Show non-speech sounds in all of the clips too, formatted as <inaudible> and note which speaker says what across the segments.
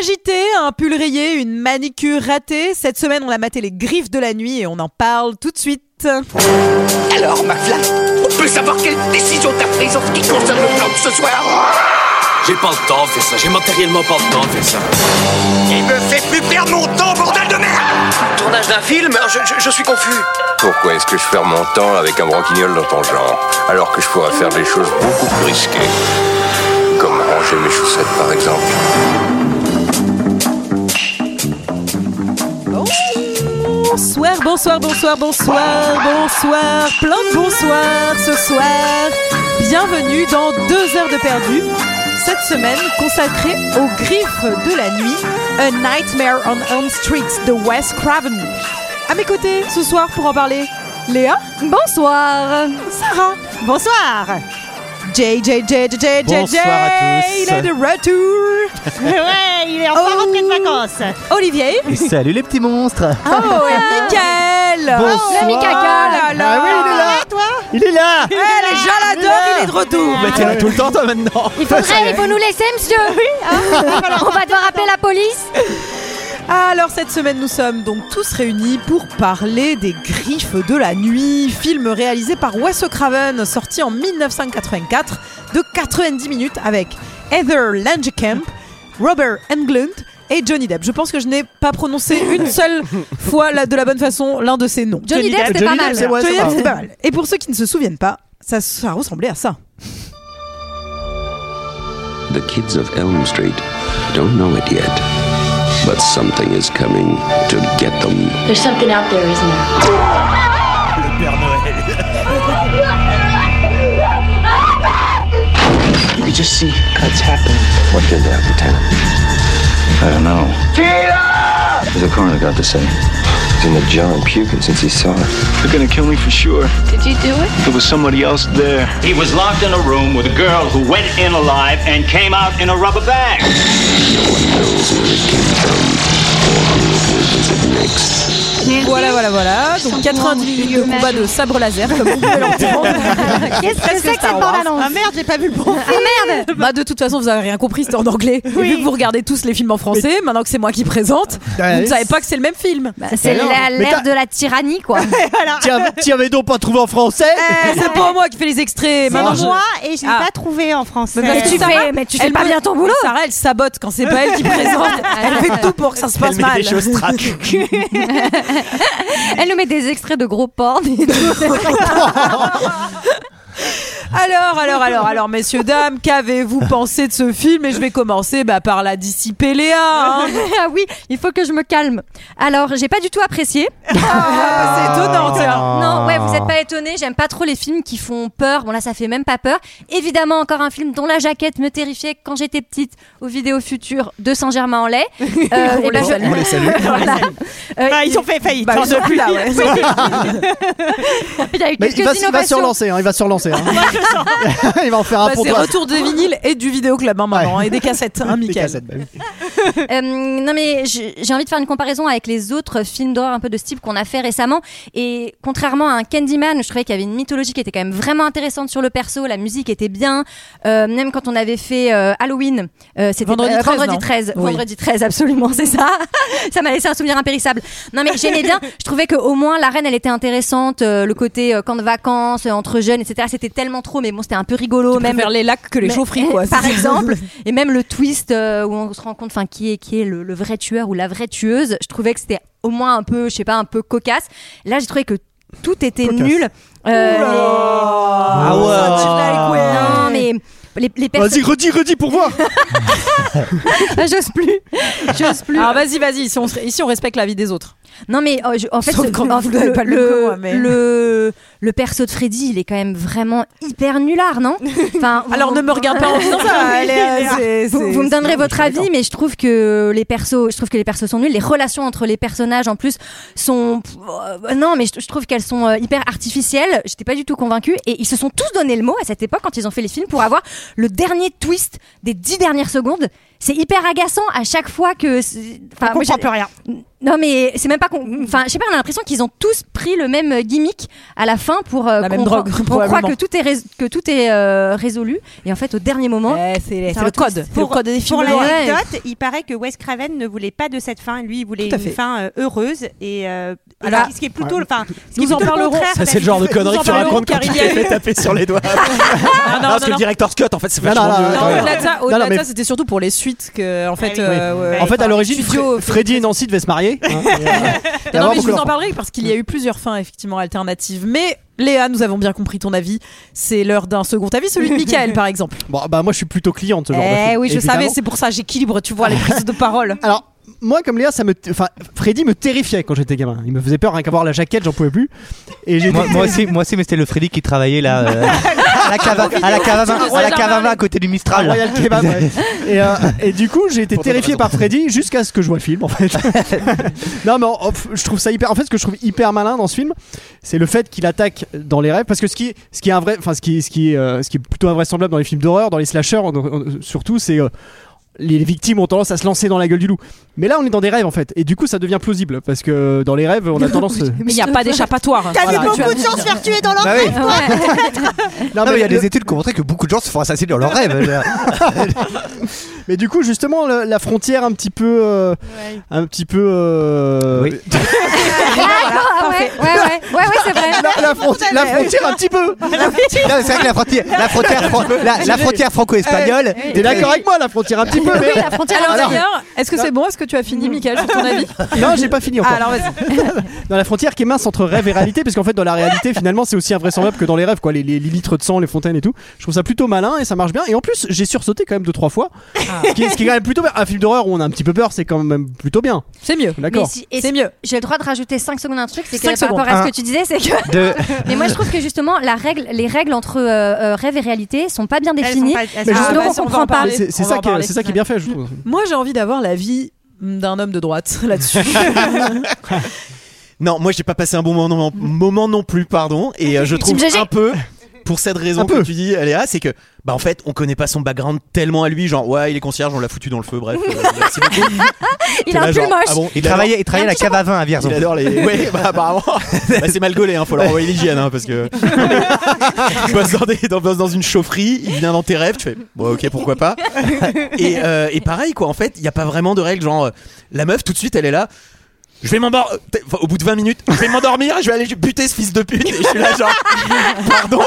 Speaker 1: agité, un pull rayé, une manicure ratée. Cette semaine, on a maté les griffes de la nuit et on en parle tout de suite.
Speaker 2: Alors, McFly, on peut savoir quelle décision t'as prise en ce qui concerne le plan de ce soir
Speaker 3: J'ai pas le temps de faire ça, j'ai matériellement pas le temps de faire ça.
Speaker 2: Il me fait plus perdre mon temps, bordel de merde
Speaker 4: Tournage d'un film je, je- je suis confus.
Speaker 5: Pourquoi est-ce que je perds mon temps avec un branquignol dans ton genre, alors que je pourrais faire des choses beaucoup plus risquées Comme ranger mes chaussettes, par exemple.
Speaker 1: Bonsoir, bonsoir, bonsoir, bonsoir, bonsoir, plein de bonsoir ce soir. Bienvenue dans deux heures de perdu. Cette semaine consacrée aux griffes de la nuit, A Nightmare on Elm Street de Wes Craven. À mes côtés ce soir pour en parler, Léa,
Speaker 6: Bonsoir.
Speaker 1: Sarah, bonsoir. JJJJJJ,
Speaker 7: Bonsoir à tous.
Speaker 1: il est de retour.
Speaker 8: Ouais, il est enfin
Speaker 1: Oh.
Speaker 8: rentré de vacances.
Speaker 1: Olivier,
Speaker 7: Et Salut les petits monstres
Speaker 1: oh, et Mickaël.
Speaker 7: Bonsoir.
Speaker 1: Oh là là.
Speaker 7: Ah oui, il est là. Il est là
Speaker 1: Eh, les gens l'adorent, il est de retour.
Speaker 7: Bah t'es là tout le temps toi maintenant
Speaker 6: Il faudrait, il faut nous laisser, monsieur. hein On va devoir appeler la police.
Speaker 1: Ah, Alors cette semaine nous sommes donc tous réunis pour parler des Griffes de la nuit, film réalisé par Wes Craven, sorti en 1984 de 90 minutes avec Heather Langenkamp, Robert Englund et Johnny Depp. Je pense que je n'ai pas prononcé une seule fois la- de la bonne façon l'un de ces noms.
Speaker 6: Johnny Depp, c'est pas
Speaker 7: Johnny
Speaker 6: mal.
Speaker 7: Depp, c'est ouais,
Speaker 1: Johnny
Speaker 7: ça
Speaker 1: Depp,
Speaker 7: va.
Speaker 1: c'est pas mal. Et pour ceux qui ne se souviennent pas, ça, ça ressemblait à ça.
Speaker 9: The kids of Elm Street don't know it yet, but something is coming to get them.
Speaker 10: There's something out there, isn't there?
Speaker 9: You can just see cuts happening. What did that, Lieutenant? I don't know. Peter! The coroner got to say. He's in the jar puking since he saw it. They're gonna kill me for sure.
Speaker 10: Did you do it?
Speaker 9: There was somebody else there.
Speaker 4: He was locked in a room with a girl who went in alive and came out in a rubber bag.
Speaker 1: Voilà, voilà, voilà. Donc 90 minutes de combat de sabre laser, comme on pouvait l'entendre.
Speaker 6: Qu'est-ce que
Speaker 1: Presque
Speaker 6: c'est
Speaker 1: Star
Speaker 6: que cette
Speaker 1: Wars.
Speaker 6: bande-annonce
Speaker 8: Ah merde, j'ai pas vu le bon.
Speaker 6: Ah merde
Speaker 1: <laughs> Bah de toute façon vous avez rien compris, c'était en anglais. Et Vu que vous regardez tous les films en français, maintenant que c'est moi qui présente,
Speaker 7: Ah,
Speaker 1: vous ne
Speaker 7: oui.
Speaker 1: savez pas que c'est le même film.
Speaker 11: Ah,
Speaker 6: Bah, C'est
Speaker 7: Mais non,
Speaker 6: la-
Speaker 7: mais t'as-
Speaker 6: l'ère de la tyrannie,
Speaker 11: <laughs>
Speaker 6: quoi.
Speaker 7: <laughs> Tiens, tiens mais donc pas trouvé en français
Speaker 1: Eh, c'est pas moi qui fais les extraits.
Speaker 8: C'est
Speaker 1: Maintenant je-
Speaker 8: moi et je l'ai
Speaker 1: Ah.
Speaker 8: pas trouvé en français.
Speaker 1: Mais parce que
Speaker 6: tu
Speaker 1: Sarah,
Speaker 6: fais- mais tu fais
Speaker 1: elle
Speaker 6: pas
Speaker 1: me-
Speaker 6: bien ton boulot.
Speaker 1: Sarah, elle sabote quand c'est pas elle qui présente. Elle fait tout pour que ça se
Speaker 7: Elle
Speaker 1: passe
Speaker 7: met
Speaker 1: mal.
Speaker 7: des choses
Speaker 1: <laughs>
Speaker 7: trash.
Speaker 6: Elle nous met des extraits de gros porn. et tout. <laughs>
Speaker 1: Alors, alors, alors, alors, messieurs dames, qu'avez-vous pensé de ce film Et je vais commencer bah, par la dissiper Léa. hein.
Speaker 6: ah oui, il faut que je me calme. Alors, j'ai pas du tout apprécié. Ah.
Speaker 1: Ah, c'est étonnant. tiens.
Speaker 6: Non, ouais, vous êtes pas étonnés. J'aime pas trop les films qui font peur. Bon, là, ça fait même pas peur. Évidemment, encore un film dont la jaquette me terrifiait quand j'étais petite aux vidéos futures
Speaker 8: <laughs>
Speaker 6: de Saint-Germain-en-Laye. Euh, et ben, je-
Speaker 7: On les salue.
Speaker 6: Voilà. Euh,
Speaker 8: Bah, ils ont fait faillite.
Speaker 1: Bah,
Speaker 8: hein.
Speaker 1: ils sont plus là,
Speaker 8: <laughs>
Speaker 1: ouais.
Speaker 12: Bah,
Speaker 6: Il y a eu
Speaker 7: Mais
Speaker 6: quelques
Speaker 7: il va, il va se
Speaker 6: innovations.
Speaker 7: relancer, hein, il va se relancer.
Speaker 1: <laughs>
Speaker 7: hein. <laughs> il va en faire un
Speaker 1: Bah,
Speaker 7: pour
Speaker 1: c'est
Speaker 7: toi.
Speaker 1: retour des vinyles et du vidéoclub hein, maintenant, et des cassettes, hein,
Speaker 7: Des
Speaker 1: Mickaël.
Speaker 7: cassettes, bah oui.
Speaker 6: Euh, non mais je- j'ai envie de faire une comparaison avec les autres films d'horreur un peu de ce type qu'on a fait récemment et contrairement à un Candyman je trouvais qu'il y avait une mythologie qui était quand même vraiment intéressante sur le perso la musique était bien euh, même quand on avait fait euh, Halloween euh, c'était
Speaker 1: Vendredi 13, non
Speaker 6: vendredi 13
Speaker 1: Oui.
Speaker 6: vendredi 13 absolument c'est ça <laughs> ça m'a laissé un souvenir impérissable non mais j'aimais bien je trouvais que au moins la reine elle était intéressante euh, le côté euh, camp de vacances euh, entre jeunes etc c'était tellement trop mais bon c'était un peu rigolo
Speaker 1: Tu
Speaker 6: même
Speaker 1: préfères les lacs que les
Speaker 6: mais-
Speaker 1: chaufferies, quoi.
Speaker 6: Par
Speaker 1: C'est- <laughs>
Speaker 6: exemple, et même le twist euh, où on se rend compte, enfin, qui est qui est le, le vrai tueur ou la vraie tueuse. Je trouvais que c'était au moins un peu, je sais pas, un peu cocasse. Là, j'ai trouvé que tout était
Speaker 7: Cocasse.
Speaker 6: nul. Euh,
Speaker 7: Ah ouais.
Speaker 6: les-
Speaker 1: hein. Ah.
Speaker 6: Non, mais les, les personnes.
Speaker 7: Vas-y, redis, redis pour
Speaker 1: Bah,
Speaker 7: voir.
Speaker 6: Ah, <laughs> J'ose plus. J'ose plus.
Speaker 1: Alors Ah, vas-y, vas-y, ici on, se- ici, on respecte la vie des autres.
Speaker 6: Non mais euh, je- en fait,
Speaker 1: Sauf
Speaker 6: ce-
Speaker 1: quand
Speaker 6: en-
Speaker 1: vous l'avez pas lu que moi, mais-
Speaker 6: le- le perso de Freddy, il est quand même vraiment hyper
Speaker 1: <laughs>
Speaker 6: nulard, non Enfin,
Speaker 1: Ah, Alors ne me regarde pas en disant <laughs> ça. elle est- euh, c'est-
Speaker 6: vous,
Speaker 1: c'est-
Speaker 6: vous me donnerez
Speaker 1: c'est-
Speaker 6: votre avis, mais je trouve que les persos, je trouve que les persos sont nuls. Les relations entre les personnages, en plus, sont pff, euh, non, mais je, je trouve qu'elles sont euh, hyper artificielles. J'étais pas du tout convaincue. Et ils se sont tous donné le mot à cette époque quand ils ont fait les films pour avoir le dernier twist des dix dernières secondes. C'est hyper agaçant à chaque fois que. c'est- Enfin,
Speaker 8: On
Speaker 6: moi,
Speaker 1: Ah,
Speaker 8: comprend
Speaker 6: j'ai-
Speaker 8: plus rien.
Speaker 6: Non mais c'est même pas qu'on- enfin je sais pas on a l'impression qu'ils ont tous pris le même gimmick à la fin pour euh,
Speaker 1: La même
Speaker 6: qu'on-
Speaker 1: drogue,
Speaker 6: qu'on croit
Speaker 1: probablement.
Speaker 6: que tout est rés- que tout est euh, résolu et en fait au dernier moment
Speaker 1: Eh, c'est
Speaker 6: ça
Speaker 1: le
Speaker 6: retrouve-
Speaker 1: code, c'est le code des films
Speaker 8: Pour
Speaker 1: noirs.
Speaker 8: l'anecdote, il paraît que Wes Craven ne voulait pas de cette fin. Lui, il voulait
Speaker 1: Tout à
Speaker 8: une
Speaker 1: fait.
Speaker 8: fin euh, heureuse et euh, et
Speaker 1: Alors-
Speaker 8: ce qui est plutôt, enfin, ce qui est
Speaker 1: Nous en
Speaker 8: plutôt le
Speaker 1: parlerons.
Speaker 8: contraire,
Speaker 12: Ça, c'est le genre de
Speaker 8: Nous
Speaker 12: connerie
Speaker 8: en
Speaker 12: que tu
Speaker 8: parlerons,
Speaker 12: racontes
Speaker 8: car
Speaker 12: quand tu
Speaker 8: il y
Speaker 12: t'es
Speaker 8: a eu-
Speaker 12: fait taper sur
Speaker 1: <laughs>
Speaker 12: les doigts. non, parce que le director's cut, en fait, c'est
Speaker 7: Non, non,
Speaker 12: vachement
Speaker 7: non,
Speaker 12: mieux.
Speaker 7: non,
Speaker 1: Non,
Speaker 7: Ouais.
Speaker 1: au-delà de ça,
Speaker 7: Non,
Speaker 1: au-delà
Speaker 7: non,
Speaker 1: de
Speaker 7: mais-
Speaker 1: ça, c'était surtout pour les suites que, en fait, euh, ouais,
Speaker 7: en fait, à l'origine,
Speaker 1: studio- euh,
Speaker 7: Fre- Freddy et Nancy devaient se marier.
Speaker 1: <laughs>
Speaker 7: hein, et, euh, et
Speaker 1: Non,
Speaker 7: avoir
Speaker 1: mais je
Speaker 7: beaucoup
Speaker 1: vous en
Speaker 7: leur-
Speaker 1: parlerai parce qu'il y a eu plusieurs fins effectivement alternatives. Mais Léa, nous avons bien compris ton avis. C'est l'heure d'un second avis, celui de Michael par exemple.
Speaker 7: Bon, bah moi, je suis plutôt cliente ce genre de
Speaker 1: Eh
Speaker 7: film,
Speaker 1: oui, je
Speaker 7: évidemment.
Speaker 1: savais, c'est pour ça j'équilibre, tu vois, les prises de parole.
Speaker 7: Alors, moi, comme Léa, ça me, enfin, Freddy me terrifiait quand j'étais gamin. Il me faisait peur rien qu'à voir la jaquette, j'en pouvais plus. Et j'ai
Speaker 11: moi, moi aussi, moi aussi, mais c'était le Freddy qui travaillait là euh,
Speaker 6: <laughs>
Speaker 11: à la cave à la cave à
Speaker 1: Ah,
Speaker 11: vin- à la cave à vin à côté du
Speaker 6: Ah,
Speaker 11: Mistral.
Speaker 7: Royal Kebab, ouais. et, euh, et du coup, j'ai été terrifié par Freddy jusqu'à ce que je vois le film, en fait. <laughs> non, mais en- en- je trouve ça hyper. En fait, ce que je trouve hyper malin dans ce film, c'est le fait qu'il attaque dans les rêves. Parce que ce qui, ce qui est un vrai, enfin, ce qui, ce qui, est, euh, ce qui est plutôt invraisemblable dans les films d'horreur, dans les slashers, on- on- surtout, c'est euh, les victimes ont tendance à se lancer dans la gueule du loup. Mais là, on est dans des rêves en fait, et du coup, ça devient plausible parce que euh, dans les rêves, on a tendance. euh,
Speaker 1: Mais il n'y a pas d'échappatoire.
Speaker 8: T'as
Speaker 1: Voilà.
Speaker 8: vu
Speaker 1: Tu as-
Speaker 8: beaucoup de gens se faire tuer dans leur
Speaker 11: Bah oui.
Speaker 8: rêve, toi
Speaker 7: Non,
Speaker 11: Non, mais il y a
Speaker 7: le-
Speaker 11: des études qui ont montré que beaucoup de gens se font assassiner dans leurs rêves.
Speaker 7: <laughs> Mais du coup, justement, le- la frontière un petit peu, euh, un petit peu. euh,
Speaker 6: Ah, ouais, ouais, ouais, ouais, ouais, c'est vrai.
Speaker 7: La, la frontière, la frontière un petit peu.
Speaker 11: Non, c'est vrai que <laughs> la frontière, la frontière, fran- la, la frontière franco-espagnole.
Speaker 7: T'es d'accord avec moi, la frontière un petit peu.
Speaker 1: Oui,
Speaker 7: mais-
Speaker 1: la frontière
Speaker 7: Alors-
Speaker 1: intérieure. Est-ce que c'est bon Est-ce que tu as fini, Michael, sur ton avis Ah,
Speaker 7: Non, j'ai pas fini encore.
Speaker 1: Alors vas-y.
Speaker 7: Dans la frontière qui est mince entre rêve et réalité, parce qu'en fait, dans la réalité, finalement, c'est aussi invraisemblable que dans les rêves, quoi. Les, les- les litres de sang, les fontaines et tout. Je trouve ça plutôt malin et ça marche bien. Et en plus, j'ai sursauté quand même deux, trois fois. Ce, qui est, ce qui est quand même plutôt bien. Un film d'horreur où on a un petit peu peur, c'est quand même plutôt bien.
Speaker 1: C'est mieux.
Speaker 7: D'accord.
Speaker 6: Mais si- et
Speaker 1: C'est
Speaker 6: si-
Speaker 1: mieux.
Speaker 6: J'ai le droit de rajouter 5 secondes à un truc, c'est que
Speaker 1: Cinq
Speaker 6: par rapport à
Speaker 11: secondes.
Speaker 8: Ah.
Speaker 6: ce que tu disais,
Speaker 8: <laughs>
Speaker 6: c'est que.
Speaker 11: De-
Speaker 6: Mais moi, je trouve que justement, la règle, les règles entre euh, euh, rêve et réalité sont pas bien
Speaker 8: sont
Speaker 6: définies.
Speaker 8: pas- elles sont
Speaker 7: Mais
Speaker 6: donc
Speaker 7: pas-
Speaker 1: Ah, bah, ça,
Speaker 6: on
Speaker 1: on va en
Speaker 6: comprend pas.
Speaker 1: parler.
Speaker 7: Mais C'est c'est
Speaker 1: On va
Speaker 7: ça,
Speaker 1: en
Speaker 7: qui est-
Speaker 1: parler.
Speaker 7: c'est ça qui est bien fait, je trouve.
Speaker 1: Moi, j'ai envie d'avoir l'avis d'un homme de droite
Speaker 7: <laughs>
Speaker 1: là-dessus.
Speaker 12: Non, moi j'ai pas passé un bon moment, moment non plus, pardon, et euh, je trouve
Speaker 6: Team GG.
Speaker 12: un peu pour cette raison
Speaker 7: Un
Speaker 12: que
Speaker 7: peu.
Speaker 12: tu dis Léa, c'est que bah en fait on connaît pas son background tellement à lui, genre ouais il est concierge, on l'a foutu dans le feu,
Speaker 1: <laughs>
Speaker 12: bref. euh, merci beaucoup.
Speaker 6: Il
Speaker 12: T'es
Speaker 6: a un
Speaker 12: là,
Speaker 6: pull
Speaker 12: genre,
Speaker 6: moche.
Speaker 12: ah bon,
Speaker 11: Il
Speaker 12: adore-
Speaker 11: travaillait, il travaillait à la cave à vin à Vierzon.
Speaker 12: Il adore les. <laughs> Ouais, bah apparemment. Bah, c'est mal gaulé, hein, faut leur envoyer l'hygiène, hein, parce <laughs> que. Il bosse dans, des- dans- bosse dans une chaufferie, il vient dans tes rêves, tu fais, bon, ok, pourquoi pas. Et, euh, et pareil, quoi, en fait, il n'y a pas vraiment de règles, genre, euh, la meuf, tout de suite, elle est là. Je vais m'endormir. Au bout de 20 minutes, je vais m'endormir, je vais aller buter ce fils de pute. Et je suis là, genre. Pardon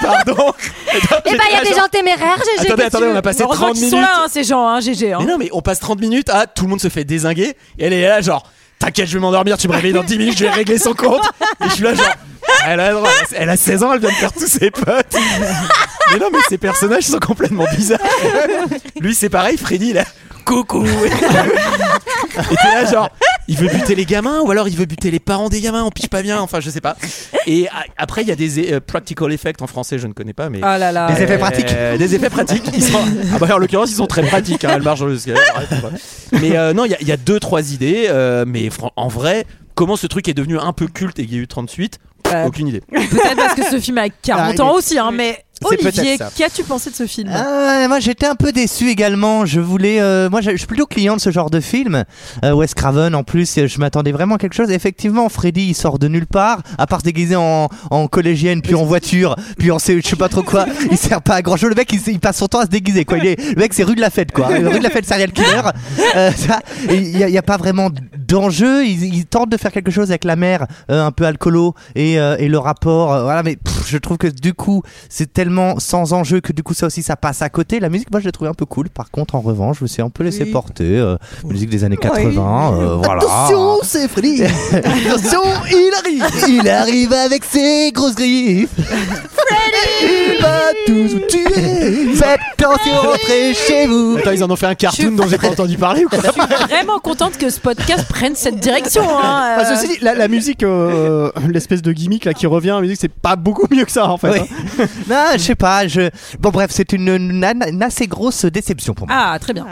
Speaker 12: Pardon
Speaker 6: Eh bah, il y a des gens téméraires, GG.
Speaker 12: Attendez, attendez, on a passé
Speaker 1: Heureusement
Speaker 12: 30
Speaker 1: qu'ils
Speaker 12: minutes.
Speaker 1: sont là, hein, ces gens, hein, GG. hein.
Speaker 12: Mais non, mais on passe 30 minutes à tout le monde se fait désinguer et elle est là, genre, t'inquiète, je vais m'endormir, tu me réveilles dans 10 minutes, je vais régler son compte. Et je suis là, genre, elle a, elle a 16 ans, elle vient de perdre tous ses potes. Mais non, mais ces personnages sont complètement bizarres. Lui, c'est pareil, Freddy, il a coucou. Et t'es là, genre, il veut buter les gamins ou alors il veut buter les parents des gamins, on pige pas bien, enfin, je sais pas. Et a- après, il y a des euh, practical effects en français, je ne connais pas, mais.
Speaker 1: Ah là là.
Speaker 11: Des effets
Speaker 12: Euh,
Speaker 11: pratiques.
Speaker 12: Des effets pratiques. Ils sont- Ah bah, en l'occurrence, ils sont très pratiques. hein. Elles marchent
Speaker 8: <laughs>
Speaker 12: dans le scalaire. Mais euh, non, il y a- il y, a deux, trois idées. euh, mais fran- en vrai, comment ce truc est devenu un peu culte et qu'il y a eu 38
Speaker 8: Euh,
Speaker 1: Ouais.
Speaker 12: Aucune idée.
Speaker 1: Peut-être parce que ce film a 40
Speaker 7: Ah,
Speaker 1: ans
Speaker 7: il est-
Speaker 1: aussi, hein, mais Olivier,
Speaker 11: peut-être ça.
Speaker 1: qu'as-tu pensé de ce film
Speaker 11: Ah, moi j'étais un peu déçu également. Je voulais, euh, moi je je suis plutôt client de ce genre de film. Euh, Wes Craven en plus, euh, je m'attendais vraiment à quelque chose. Effectivement, Freddy il sort de nulle part, à part se déguiser en, en collégienne, puis en voiture, puis en sais- je sais pas trop quoi. Il sert pas à grand chose. Le mec il, s- il passe son temps à se déguiser quoi. Il est, le mec c'est rue de la fête quoi. Euh, Rue de la fête serial killer. Euh, ça, et Il n'y a, il y a pas vraiment d'enjeu. Il, il tente de faire quelque chose avec la mère, euh, un peu alcoolo et, euh, et le rapport. euh, voilà, mais pff, je trouve que du coup c'est tellement sans enjeu que du coup ça aussi ça passe à côté. La musique, moi je l'ai trouvé un peu cool. Par contre, en revanche, je me suis un peu laissé porter. euh, musique des années 80, euh, voilà.
Speaker 7: Attention, c'est Freddy.
Speaker 11: <laughs>
Speaker 7: Attention, il arrive.
Speaker 11: Il arrive avec ses grosses griffes. Il va tous vous tuer. Faites attention, rentrez chez vous.
Speaker 12: Attends, ils en ont fait un cartoon dont j'ai pas entendu parler ou quoi
Speaker 8: Euh,
Speaker 1: Vraiment contente que ce podcast prenne cette direction.
Speaker 12: <laughs>
Speaker 1: hein,
Speaker 7: Enfin,
Speaker 1: euh.
Speaker 7: ceci dit, la, la musique, euh, l'espèce de gimmick là qui revient, la musique, c'est pas beaucoup mieux que ça en fait.
Speaker 11: Oui.
Speaker 7: hein.
Speaker 8: <laughs>
Speaker 11: Non, je sais pas. Je... Bon, bref, c'est une, une- une assez grosse déception pour moi.
Speaker 1: Ah, très bien.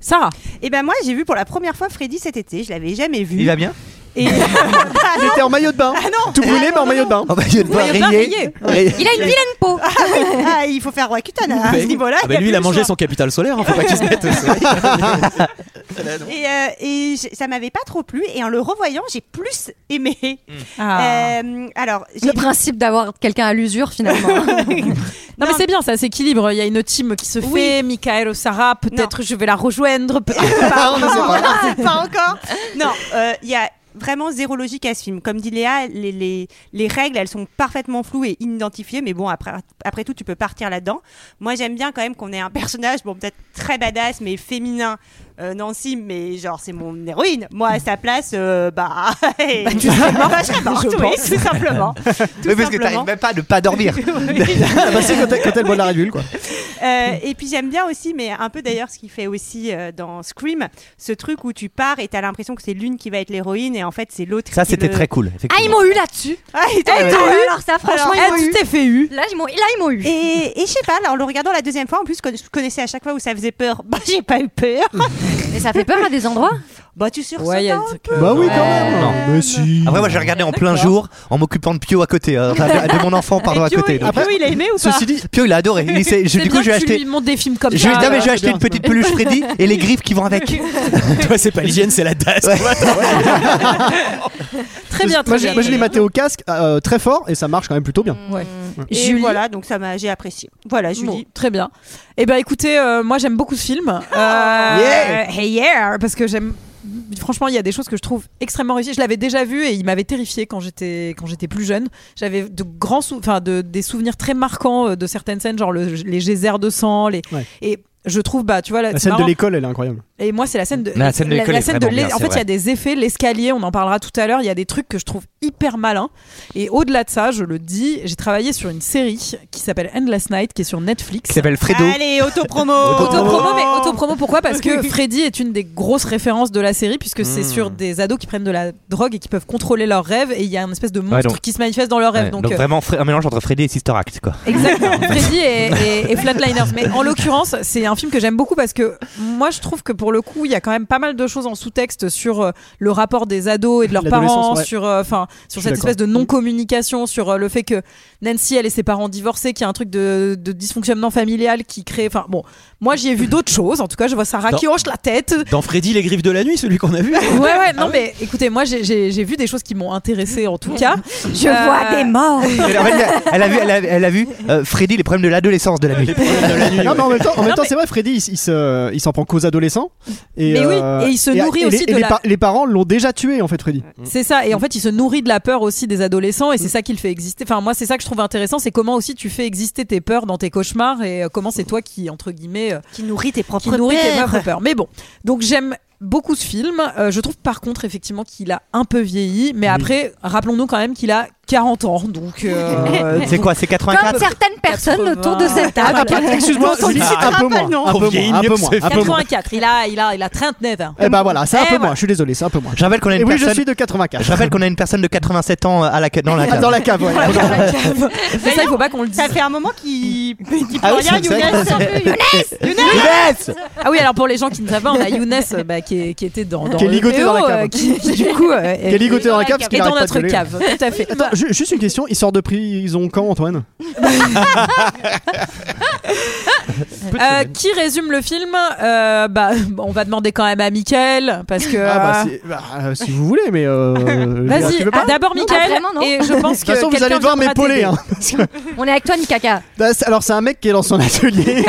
Speaker 1: Sarah,
Speaker 8: Et ben moi, j'ai vu pour la première fois Freddy cet été. Je l'avais jamais
Speaker 11: <laughs>
Speaker 8: vu.
Speaker 11: Il va bien
Speaker 7: <laughs>
Speaker 8: Et Ah
Speaker 7: Il était en maillot de bain. Tout brûlé, mais en maillot de bain.
Speaker 11: Oh, bah, il va
Speaker 1: Maillot de bain
Speaker 11: rayer.
Speaker 6: Il a une vilaine peau.
Speaker 8: Ah, il faut faire Roacutan à ce niveau-là.
Speaker 12: Ah bah,
Speaker 8: y
Speaker 12: Lui,
Speaker 8: plus
Speaker 12: il a
Speaker 8: le
Speaker 12: mangé
Speaker 8: choix.
Speaker 12: son capital solaire. hein, faut pas qu'il se mette.
Speaker 8: Et, euh, et j- ça m'avait pas trop plu. Et en le revoyant, j'ai plus aimé. <laughs>
Speaker 1: Ah.
Speaker 8: Euh, alors,
Speaker 6: Le principe d'avoir quelqu'un à l'usure finalement.
Speaker 8: <laughs>
Speaker 1: Non, mais c'est bien, ça s'équilibre. Il y a une team qui se
Speaker 8: Oui.
Speaker 1: fait. Michael Osara, peut-être je vais la <laughs> rejoindre. Peut-être
Speaker 7: Ah,
Speaker 1: pas.
Speaker 8: Non, <laughs> pas encore. Non, euh, il y a vraiment zéro logique à ce film. Comme dit Léa, les, les, les règles, elles sont parfaitement floues et inidentifiées, mais bon, après, après tout, tu peux partir là-dedans. Moi, j'aime bien quand même qu'on ait un personnage, bon, peut-être très badass, mais féminin. Euh, Nancy, mais genre, c'est mon héroïne. Moi, à sa place, euh, bah. <laughs> tu serais mort. je serais morte,
Speaker 7: Je
Speaker 8: oui,
Speaker 7: pense.
Speaker 8: tout simplement.
Speaker 11: <laughs> Oui, parce que
Speaker 8: simplement.
Speaker 11: t'arrives même pas à ne
Speaker 8: <laughs>
Speaker 11: pas dormir. <laughs>
Speaker 7: bah, c'est <laughs> quand elle, quand elle boit de la Red Bull, quoi.
Speaker 8: Euh, et puis j'aime bien aussi, mais un peu d'ailleurs ce qu'il fait aussi euh, dans Scream, ce truc où tu pars et t'as l'impression que c'est l'une qui va être l'héroïne et en fait c'est l'autre.
Speaker 11: Ça,
Speaker 8: qui
Speaker 11: c'était
Speaker 8: le-
Speaker 11: très cool.
Speaker 6: ah, ils m'ont eu là-dessus.
Speaker 8: Ah, ils t'ont
Speaker 6: Eh,
Speaker 8: eu.
Speaker 6: t'as eu
Speaker 8: Alors ça, franchement,
Speaker 6: Alors, eh,
Speaker 8: ils m'ont eu.
Speaker 6: tu
Speaker 1: t'es fait eu.
Speaker 6: Là, ils m'ont, là, ils m'ont eu.
Speaker 8: Et, et je sais pas, alors, en le regardant la deuxième fois, en plus, que je connaissais à chaque fois où ça faisait peur, bah j'ai pas eu peur.
Speaker 6: Mais ça fait peur à des endroits.
Speaker 8: bah tu sursautais
Speaker 1: Ouais, il y a
Speaker 8: un
Speaker 1: des
Speaker 8: peu.
Speaker 7: Bah
Speaker 12: Ah
Speaker 7: oui, quand
Speaker 8: Ah.
Speaker 11: Ouais.
Speaker 7: même.
Speaker 11: Non.
Speaker 7: mais si.
Speaker 11: Après, moi, j'ai regardé en plein jour en m'occupant de Pio à côté, euh, enfin, de, de mon enfant, pardon, à
Speaker 8: Pio,
Speaker 11: côté.
Speaker 8: il-
Speaker 11: donc.
Speaker 8: Pio, il a aimé ou pas
Speaker 12: <laughs>
Speaker 7: Ceci dit,
Speaker 11: Pio, il a adoré. Il s'est- je-
Speaker 1: C'est
Speaker 11: du
Speaker 1: bien
Speaker 11: coup, j'ai
Speaker 1: que tu lui
Speaker 11: acheté.
Speaker 1: montres des films comme
Speaker 11: je-
Speaker 1: ça.
Speaker 11: non, mais
Speaker 1: euh,
Speaker 11: j'ai acheté
Speaker 7: bien,
Speaker 11: une
Speaker 7: c'est
Speaker 11: petite peluche Freddy et les griffes qui vont avec.
Speaker 12: Toi, c'est pas l'hygiène, c'est la DAS.
Speaker 1: <laughs> Très bien,
Speaker 7: moi,
Speaker 1: très
Speaker 7: j'ai-
Speaker 1: bien.
Speaker 7: moi, je l'ai maté au casque euh, très fort et ça marche quand même plutôt bien.
Speaker 1: Ouais.
Speaker 8: Et
Speaker 1: Julie.
Speaker 8: voilà, donc ça m'a, j'ai apprécié. Voilà, Julie.
Speaker 1: Bon, très bien. Eh ben, écoutez, euh, moi j'aime beaucoup ce film.
Speaker 7: Oh.
Speaker 1: Euh, Hey yeah, parce que j'aime. Franchement, il y a des choses que je trouve extrêmement réussies. Je l'avais déjà vu et il m'avait terrifié quand j'étais quand j'étais plus jeune. J'avais de grands, sou- enfin de, des souvenirs très marquants euh, de certaines scènes, genre le- les geysers de sang, les
Speaker 7: Ouais.
Speaker 1: et je trouve bah tu vois là,
Speaker 7: La
Speaker 1: c'est
Speaker 7: scène
Speaker 1: marrant.
Speaker 7: de l'école, elle est incroyable.
Speaker 1: Et moi, c'est la scène de
Speaker 11: La scène de l'école est
Speaker 1: scène
Speaker 11: vraiment
Speaker 1: l'é-
Speaker 11: bien,
Speaker 1: En fait,
Speaker 11: c'est
Speaker 1: il y
Speaker 11: vrai.
Speaker 1: a des effets, l'escalier, on en parlera tout à l'heure. Il y a des trucs que je trouve hyper malins. Et au-delà de ça, je le dis, j'ai travaillé sur une série qui s'appelle Endless Night, qui est sur Netflix.
Speaker 11: Qui s'appelle Fredo.
Speaker 8: Allez,
Speaker 11: <laughs>
Speaker 8: autopromo
Speaker 1: Autopromo, mais autopromo pourquoi Parce
Speaker 8: <laughs>
Speaker 1: que Freddy est une des grosses références de la série, puisque c'est
Speaker 12: Mm.
Speaker 11: Hmm.
Speaker 1: sur des ados qui prennent de la drogue et qui peuvent contrôler leurs rêves, et il y a une espèce de monstre
Speaker 11: donc-
Speaker 1: qui se manifeste dans leurs rêves.
Speaker 11: Ouais,
Speaker 1: donc,
Speaker 11: donc,
Speaker 1: euh,
Speaker 11: vraiment Fre- un mélange entre Freddy et Sister Act,
Speaker 1: <laughs>
Speaker 11: quoi.
Speaker 1: Exactement. Freddy et, et- et Flatliners. Mais en l'occurrence, c'est un film que j'aime beaucoup parce que moi, je trouve que pour le coup, il y a quand même pas mal de choses en sous-texte sur euh, le rapport des ados et de leurs parents,
Speaker 7: L'adolescence, ouais.
Speaker 1: sur, euh, enfin, sur
Speaker 7: Je suis
Speaker 1: cette
Speaker 7: d'accord. Mm.
Speaker 1: espèce de non-communication, sur euh, le fait que Nancy, elle et ses parents divorcés, qu'il y a un truc de, de dysfonctionnement familial qui crée. Enfin, bon, moi, j'y ai vu d'autres choses. En tout cas, je vois Sarah
Speaker 12: Dans-
Speaker 1: qui hoche la tête. Ah
Speaker 12: Dans Freddy, les griffes de la nuit, celui qu'on a vu.
Speaker 7: Ah,
Speaker 1: Ouais, ouais, non, mais écoutez, moi, j'ai- j'ai j'ai vu des choses qui m'ont intéressé en tout <laughs> cas. Euh,
Speaker 6: Je
Speaker 7: Euh,
Speaker 6: vois des morts.
Speaker 11: Elle, en fait, elle a- elle a vu, elle a, elle a vu euh, Freddy les problèmes de l'adolescence de la nuit.
Speaker 7: non, mais en même temps, en même
Speaker 1: Non,
Speaker 7: temps,
Speaker 1: mais-
Speaker 7: c'est vrai, Freddy, il, s- il se- il s'en prend qu'aux adolescents. Et,
Speaker 1: Mais oui,
Speaker 7: euh,
Speaker 1: et il se nourrit
Speaker 7: et
Speaker 1: aussi
Speaker 7: les,
Speaker 1: de
Speaker 7: et les
Speaker 1: la-
Speaker 7: par- les parents l'ont déjà tué, en fait, Freddy.
Speaker 8: Mm.
Speaker 7: Mm.
Speaker 1: C'est ça, et en fait, il se nourrit de la peur aussi des adolescents, et c'est ça qui le fait exister. Enfin, moi, c'est ça que je trouve intéressant, c'est comment aussi tu fais exister tes peurs dans tes cauchemars, et euh, comment c'est toi qui, entre guillemets, euh,
Speaker 8: Qui nourrit tes
Speaker 1: qui
Speaker 8: propres
Speaker 1: nourrit tes
Speaker 8: peurs.
Speaker 1: propres peurs. Mais bon, donc j'aime beaucoup ce film. Euh, je trouve par contre, effectivement, qu'il a un peu vieilli, mais
Speaker 7: Mm.
Speaker 1: après, rappelons-nous quand même qu'il a 40 ans, donc.
Speaker 7: <laughs>
Speaker 1: euh,
Speaker 11: C'est quoi C'est
Speaker 6: Comme
Speaker 11: 84
Speaker 6: certaines personnes
Speaker 1: 80.
Speaker 6: autour de cette
Speaker 1: Ah,
Speaker 7: Ah
Speaker 6: table.
Speaker 7: Excuse-moi,
Speaker 6: Dont on
Speaker 7: Julie,
Speaker 6: ne citera
Speaker 7: un peu
Speaker 6: pas le
Speaker 7: moins.
Speaker 6: nom.
Speaker 7: Un
Speaker 12: Oh,
Speaker 7: peu moins, un peu moins. un peu moins.
Speaker 1: 84, il a, il, a, il a
Speaker 7: <laughs>
Speaker 1: 39 ans.
Speaker 7: Eh ben voilà, c'est un
Speaker 1: Eh
Speaker 7: peu
Speaker 1: voilà.
Speaker 7: moins, je suis désolé, c'est un peu moins.
Speaker 11: Je rappelle qu'on a
Speaker 7: Et
Speaker 11: une
Speaker 7: oui, je
Speaker 11: personne.
Speaker 7: suis de
Speaker 11: Je
Speaker 7: 84.
Speaker 11: rappelle qu'on a une personne de 87 ans à la ca- dans la
Speaker 7: Ah,
Speaker 11: cave.
Speaker 7: <laughs> Dans la cave, ouais.
Speaker 1: <laughs> C'est ça, il faut pas qu'on le dise.
Speaker 8: Ça fait un moment qu'il. qu'il
Speaker 7: Ah
Speaker 8: peut
Speaker 7: oui,
Speaker 8: rien,
Speaker 7: c'est vrai.
Speaker 8: Younes.
Speaker 1: Ah oui, alors pour les gens qui ne savent pas, on a Younes euh, bah, qui, est- qui était dans, dans
Speaker 7: Qui est
Speaker 1: le
Speaker 7: ligoté dans la
Speaker 1: VO,
Speaker 7: cave.
Speaker 1: euh, qui, qui, du coup, euh,
Speaker 7: Qui est ligoté dans la cave parce
Speaker 1: et
Speaker 7: qu'il
Speaker 1: dans
Speaker 7: arrête pas de
Speaker 1: notre
Speaker 7: gueuler.
Speaker 1: cave, tout à fait.
Speaker 7: Attends, ju- juste une question, il sort de prison quand, Antoine
Speaker 1: Euh, qui résume le film Euh, Bah, on va demander quand même à Michael parce que.
Speaker 7: Ah bah,
Speaker 1: euh,
Speaker 7: c'est- bah, euh, si vous voulez, mais. euh,
Speaker 1: Vas-y,
Speaker 7: tu veux pas
Speaker 1: ah, d'abord
Speaker 6: Non,
Speaker 1: Michael,
Speaker 6: vraiment, non.
Speaker 1: et je pense
Speaker 7: de toute façon,
Speaker 1: que
Speaker 7: vous allez
Speaker 1: quelqu'un
Speaker 7: devoir
Speaker 1: viendra
Speaker 7: m'épauler.
Speaker 1: t'aider.
Speaker 7: hein, parce que-
Speaker 6: On est avec toi, Nikaka.
Speaker 7: Bah, c'est- Alors, c'est un mec qui est dans son atelier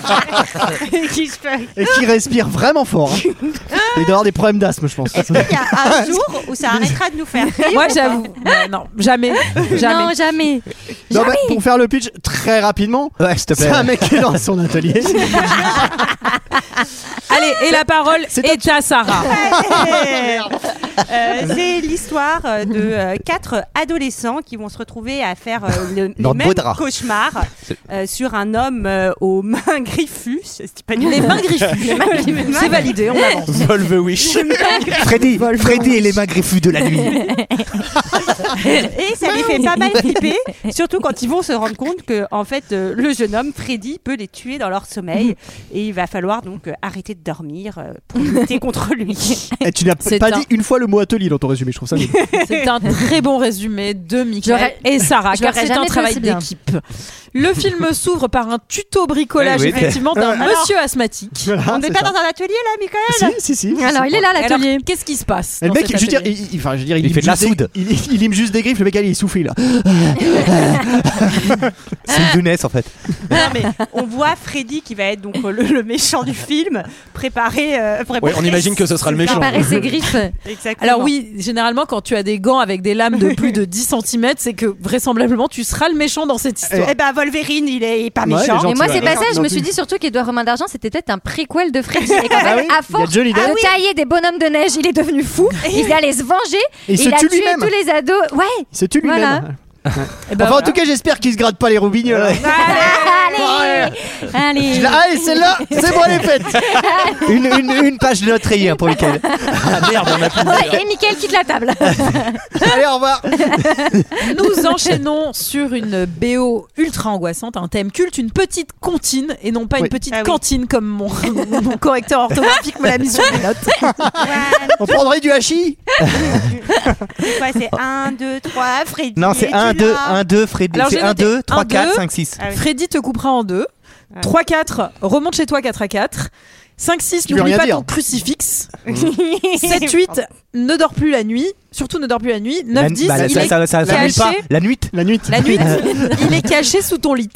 Speaker 8: <laughs> Qui se fait-
Speaker 7: et qui respire vraiment fort. hein. Il doit avoir des problèmes d'asthme, je pense.
Speaker 8: Il y a un jour où ça arrêtera de nous faire.
Speaker 7: hein.
Speaker 1: Moi, j'avoue. Non, non, jamais, jamais.
Speaker 6: Non, jamais.
Speaker 7: Non, bah, pour faire le pitch très rapidement,
Speaker 11: Ouais, s'il te
Speaker 7: c'est
Speaker 11: plaît.
Speaker 7: un mec qui est dans son atelier.
Speaker 1: Allez, et la parole
Speaker 7: c'est
Speaker 1: est, à Sarah.
Speaker 8: Euh, c'est l'histoire euh, de euh, quatre adolescents qui vont se retrouver à faire euh, le,
Speaker 11: Dans
Speaker 8: le
Speaker 11: de
Speaker 8: même
Speaker 11: beaux draps.
Speaker 8: cauchemar euh, sur un homme euh, aux mains griffues. Je dis pas du
Speaker 1: Les
Speaker 8: tout.
Speaker 1: mains griffues. C'est validé, on avance.
Speaker 12: Volve Wish.
Speaker 11: Freddy, Freddy et les mains griffues de la
Speaker 8: <laughs>
Speaker 11: nuit.
Speaker 8: Et ça les fait pas mal flipper, surtout quand ils vont se rendre compte que en fait euh, le jeune homme Freddy peut les tuer dans leur sommeil et il va falloir donc euh, arrêter de dormir euh, pour lutter contre lui.
Speaker 7: Et Eh, tu n'as
Speaker 1: C'est
Speaker 7: pas
Speaker 1: un-
Speaker 7: dit une fois le le mot atelier dans ton résumé, je trouve ça nul.
Speaker 1: C'est un très bon résumé de Michael
Speaker 6: J'aurais-
Speaker 1: et Sarah,
Speaker 6: je
Speaker 1: car
Speaker 6: l'aurais
Speaker 1: c'est
Speaker 6: jamais
Speaker 1: un
Speaker 6: fait
Speaker 1: travail
Speaker 6: aussi bien.
Speaker 1: d'équipe. Le film s'ouvre par un tuto bricolage,
Speaker 11: Ouais, oui.
Speaker 1: effectivement,
Speaker 6: <laughs>
Speaker 1: d'un
Speaker 8: Alors-
Speaker 1: monsieur asthmatique.
Speaker 7: Voilà,
Speaker 8: On n'est
Speaker 7: Ah, c'est
Speaker 8: pas
Speaker 7: ça.
Speaker 8: dans un atelier là,
Speaker 7: Si,
Speaker 8: Michael
Speaker 7: si, si.
Speaker 6: Alors, il est là, l'atelier.
Speaker 1: Alors, Qu'est-ce qui se passe
Speaker 7: Et le
Speaker 1: dans
Speaker 7: mec,
Speaker 1: cet
Speaker 7: je veux dire,
Speaker 1: atelier
Speaker 7: il, il- enfin, je veux dire,
Speaker 11: Il
Speaker 7: lime
Speaker 11: fait de la
Speaker 7: juste
Speaker 11: soude.
Speaker 7: Des, il, il lime juste des griffes, le mec, allez, il est soufflé là.
Speaker 11: C'est une dounesse en fait.
Speaker 8: Non, mais on voit Freddy qui va être donc le, le méchant du film préparer. euh, préparer-
Speaker 12: Ouais, on imagine que ce sera le méchant.
Speaker 6: Préparer
Speaker 7: <laughs>
Speaker 6: ses griffes.
Speaker 8: Exactement.
Speaker 1: Alors oui, généralement quand tu as des gants avec des lames de
Speaker 6: <laughs>
Speaker 1: plus de 10 cm, c'est que vraisemblablement tu seras le méchant dans cette histoire.
Speaker 8: Eh ben Wolverine, il est
Speaker 11: Ah.
Speaker 8: pas
Speaker 7: Ouais,
Speaker 8: méchant.
Speaker 7: les gens-
Speaker 6: Et moi,
Speaker 7: Gentil,
Speaker 6: c'est
Speaker 7: ouais.
Speaker 6: passé, je me suis dit surtout qu'Edouard Romain d'Argent, c'était peut-être un préquel de Freddy. Et qu'en
Speaker 7: Ah oui,
Speaker 6: fait, à
Speaker 7: il y a
Speaker 6: force
Speaker 7: Johnny Depp. Ah
Speaker 6: de tailler des bonhommes de neige, il est devenu fou. Il allait se venger.
Speaker 7: Et il se
Speaker 6: il a
Speaker 7: tue
Speaker 6: tué
Speaker 7: lui-même.
Speaker 6: tous les ados. Ouais.
Speaker 7: C'est tu lui-même.
Speaker 6: Voilà.
Speaker 8: <laughs>
Speaker 1: Eh
Speaker 7: enfin,
Speaker 1: ben,
Speaker 7: en
Speaker 1: voilà.
Speaker 7: tout cas, j'espère qu'il se gratte pas les roubignoles.
Speaker 6: ben,
Speaker 7: Ah
Speaker 6: Allez, allez.
Speaker 7: Je l'ai- Ah, et celle-là, c'est bon, elle est
Speaker 8: <laughs>
Speaker 7: faite.
Speaker 11: Une, une- une page de notre rayée pour lequel.
Speaker 12: Ah merde, on a plus.
Speaker 6: <laughs> Ouais, et Mickaël quitte la table.
Speaker 7: Ah Allez, au revoir.
Speaker 1: nous enchaînons sur une BO ultra angoissante, un thème culte, une petite comptine et non pas
Speaker 7: Oui.
Speaker 1: une petite
Speaker 8: Ah oui.
Speaker 1: cantine comme mon, <laughs> mon correcteur orthographique me l'a mis sur mes <laughs> notes.
Speaker 7: On prendrait du hachis.
Speaker 8: Ouais, c'est 1, 2, 3, Freddy.
Speaker 11: Non, c'est
Speaker 8: es-tu
Speaker 11: 1, 2,
Speaker 8: là
Speaker 11: 1, 2, Freddy.
Speaker 1: Alors, j'ai
Speaker 11: C'est 1,
Speaker 1: noté
Speaker 11: 2, 3,
Speaker 1: un,
Speaker 11: 4,
Speaker 1: deux.
Speaker 11: 5, 6.
Speaker 8: Ah oui. Ah
Speaker 1: Freddy te coupera en deux.
Speaker 8: Ouais.
Speaker 1: 3-4, remonte chez toi 4 à 4. 5-6,
Speaker 7: Tu peux
Speaker 1: n'oublie
Speaker 7: rien
Speaker 1: pas
Speaker 7: dire.
Speaker 1: ton
Speaker 8: <laughs>
Speaker 1: crucifix. 7-8, ne dors plus la nuit. Surtout ne dors plus la nuit.
Speaker 11: La-
Speaker 1: 9-10,
Speaker 11: bah,
Speaker 1: il
Speaker 11: ça,
Speaker 1: est
Speaker 11: ça, ça, ça
Speaker 1: caché.
Speaker 11: pas. La nuit.
Speaker 7: La nuit.
Speaker 1: La
Speaker 11: <laughs>
Speaker 1: nuit, il est caché sous ton lit.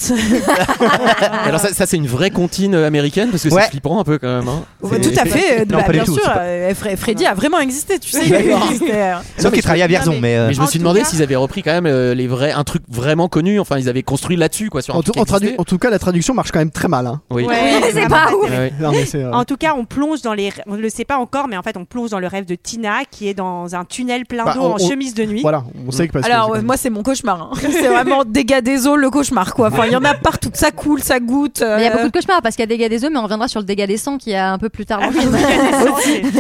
Speaker 12: Alors ça, ça, c'est une vraie comptine euh, américaine parce que
Speaker 11: Ouais.
Speaker 12: c'est flippant un peu quand même. hein.
Speaker 1: Ouais,
Speaker 12: C'est-
Speaker 1: Tout à fait, euh,
Speaker 11: Non,
Speaker 1: bah,
Speaker 11: pas du
Speaker 1: bien
Speaker 11: tout,
Speaker 1: sûr.
Speaker 11: c'est pas-
Speaker 1: euh, Fre- Freddy a vraiment existé, tu sais. il
Speaker 7: D'accord.
Speaker 1: existait. euh.
Speaker 11: Sauf qu'il travaille à Vierzon, mais. euh,
Speaker 12: Mais je me
Speaker 8: En
Speaker 12: suis
Speaker 8: tout
Speaker 12: demandé
Speaker 8: cas-
Speaker 12: s'ils avaient repris quand même euh, les vrais un truc vraiment connu. Enfin, ils avaient construit là-dessus quoi sur un
Speaker 7: En, tout-
Speaker 12: truc qui
Speaker 7: en tradu-
Speaker 12: existait.
Speaker 7: en tout cas, la traduction marche quand même très mal.
Speaker 1: <laughs>
Speaker 7: hein.
Speaker 12: Oui.
Speaker 8: Ouais,
Speaker 6: <laughs> C'est
Speaker 8: vraiment
Speaker 6: pas
Speaker 8: terrible.
Speaker 6: ouf.
Speaker 12: Ouais, ouais.
Speaker 7: Non, mais c'est, euh,
Speaker 8: En tout cas, on plonge dans les. On ne le sait pas encore, mais en fait, on plonge dans le rêve de Tina qui est dans un tunnel plein
Speaker 7: Bah,
Speaker 8: d'eau
Speaker 7: on-
Speaker 8: en
Speaker 7: on-
Speaker 8: chemise de nuit.
Speaker 7: Voilà, on sait que parce
Speaker 1: Alors,
Speaker 7: que.
Speaker 1: ouais, moi, c'est mon cauchemar. hein. C'est vraiment dégâts des eaux, le cauchemar, quoi. Enfin, il y en a partout. Ça coule, ça goûte.
Speaker 6: Mais Il y a
Speaker 1: euh,
Speaker 6: beaucoup de cauchemars parce qu'il y a dégâts des œufs, mais on reviendra sur le dégât des sangs qui y a un peu plus tard.
Speaker 8: Ah,
Speaker 6: dans le film.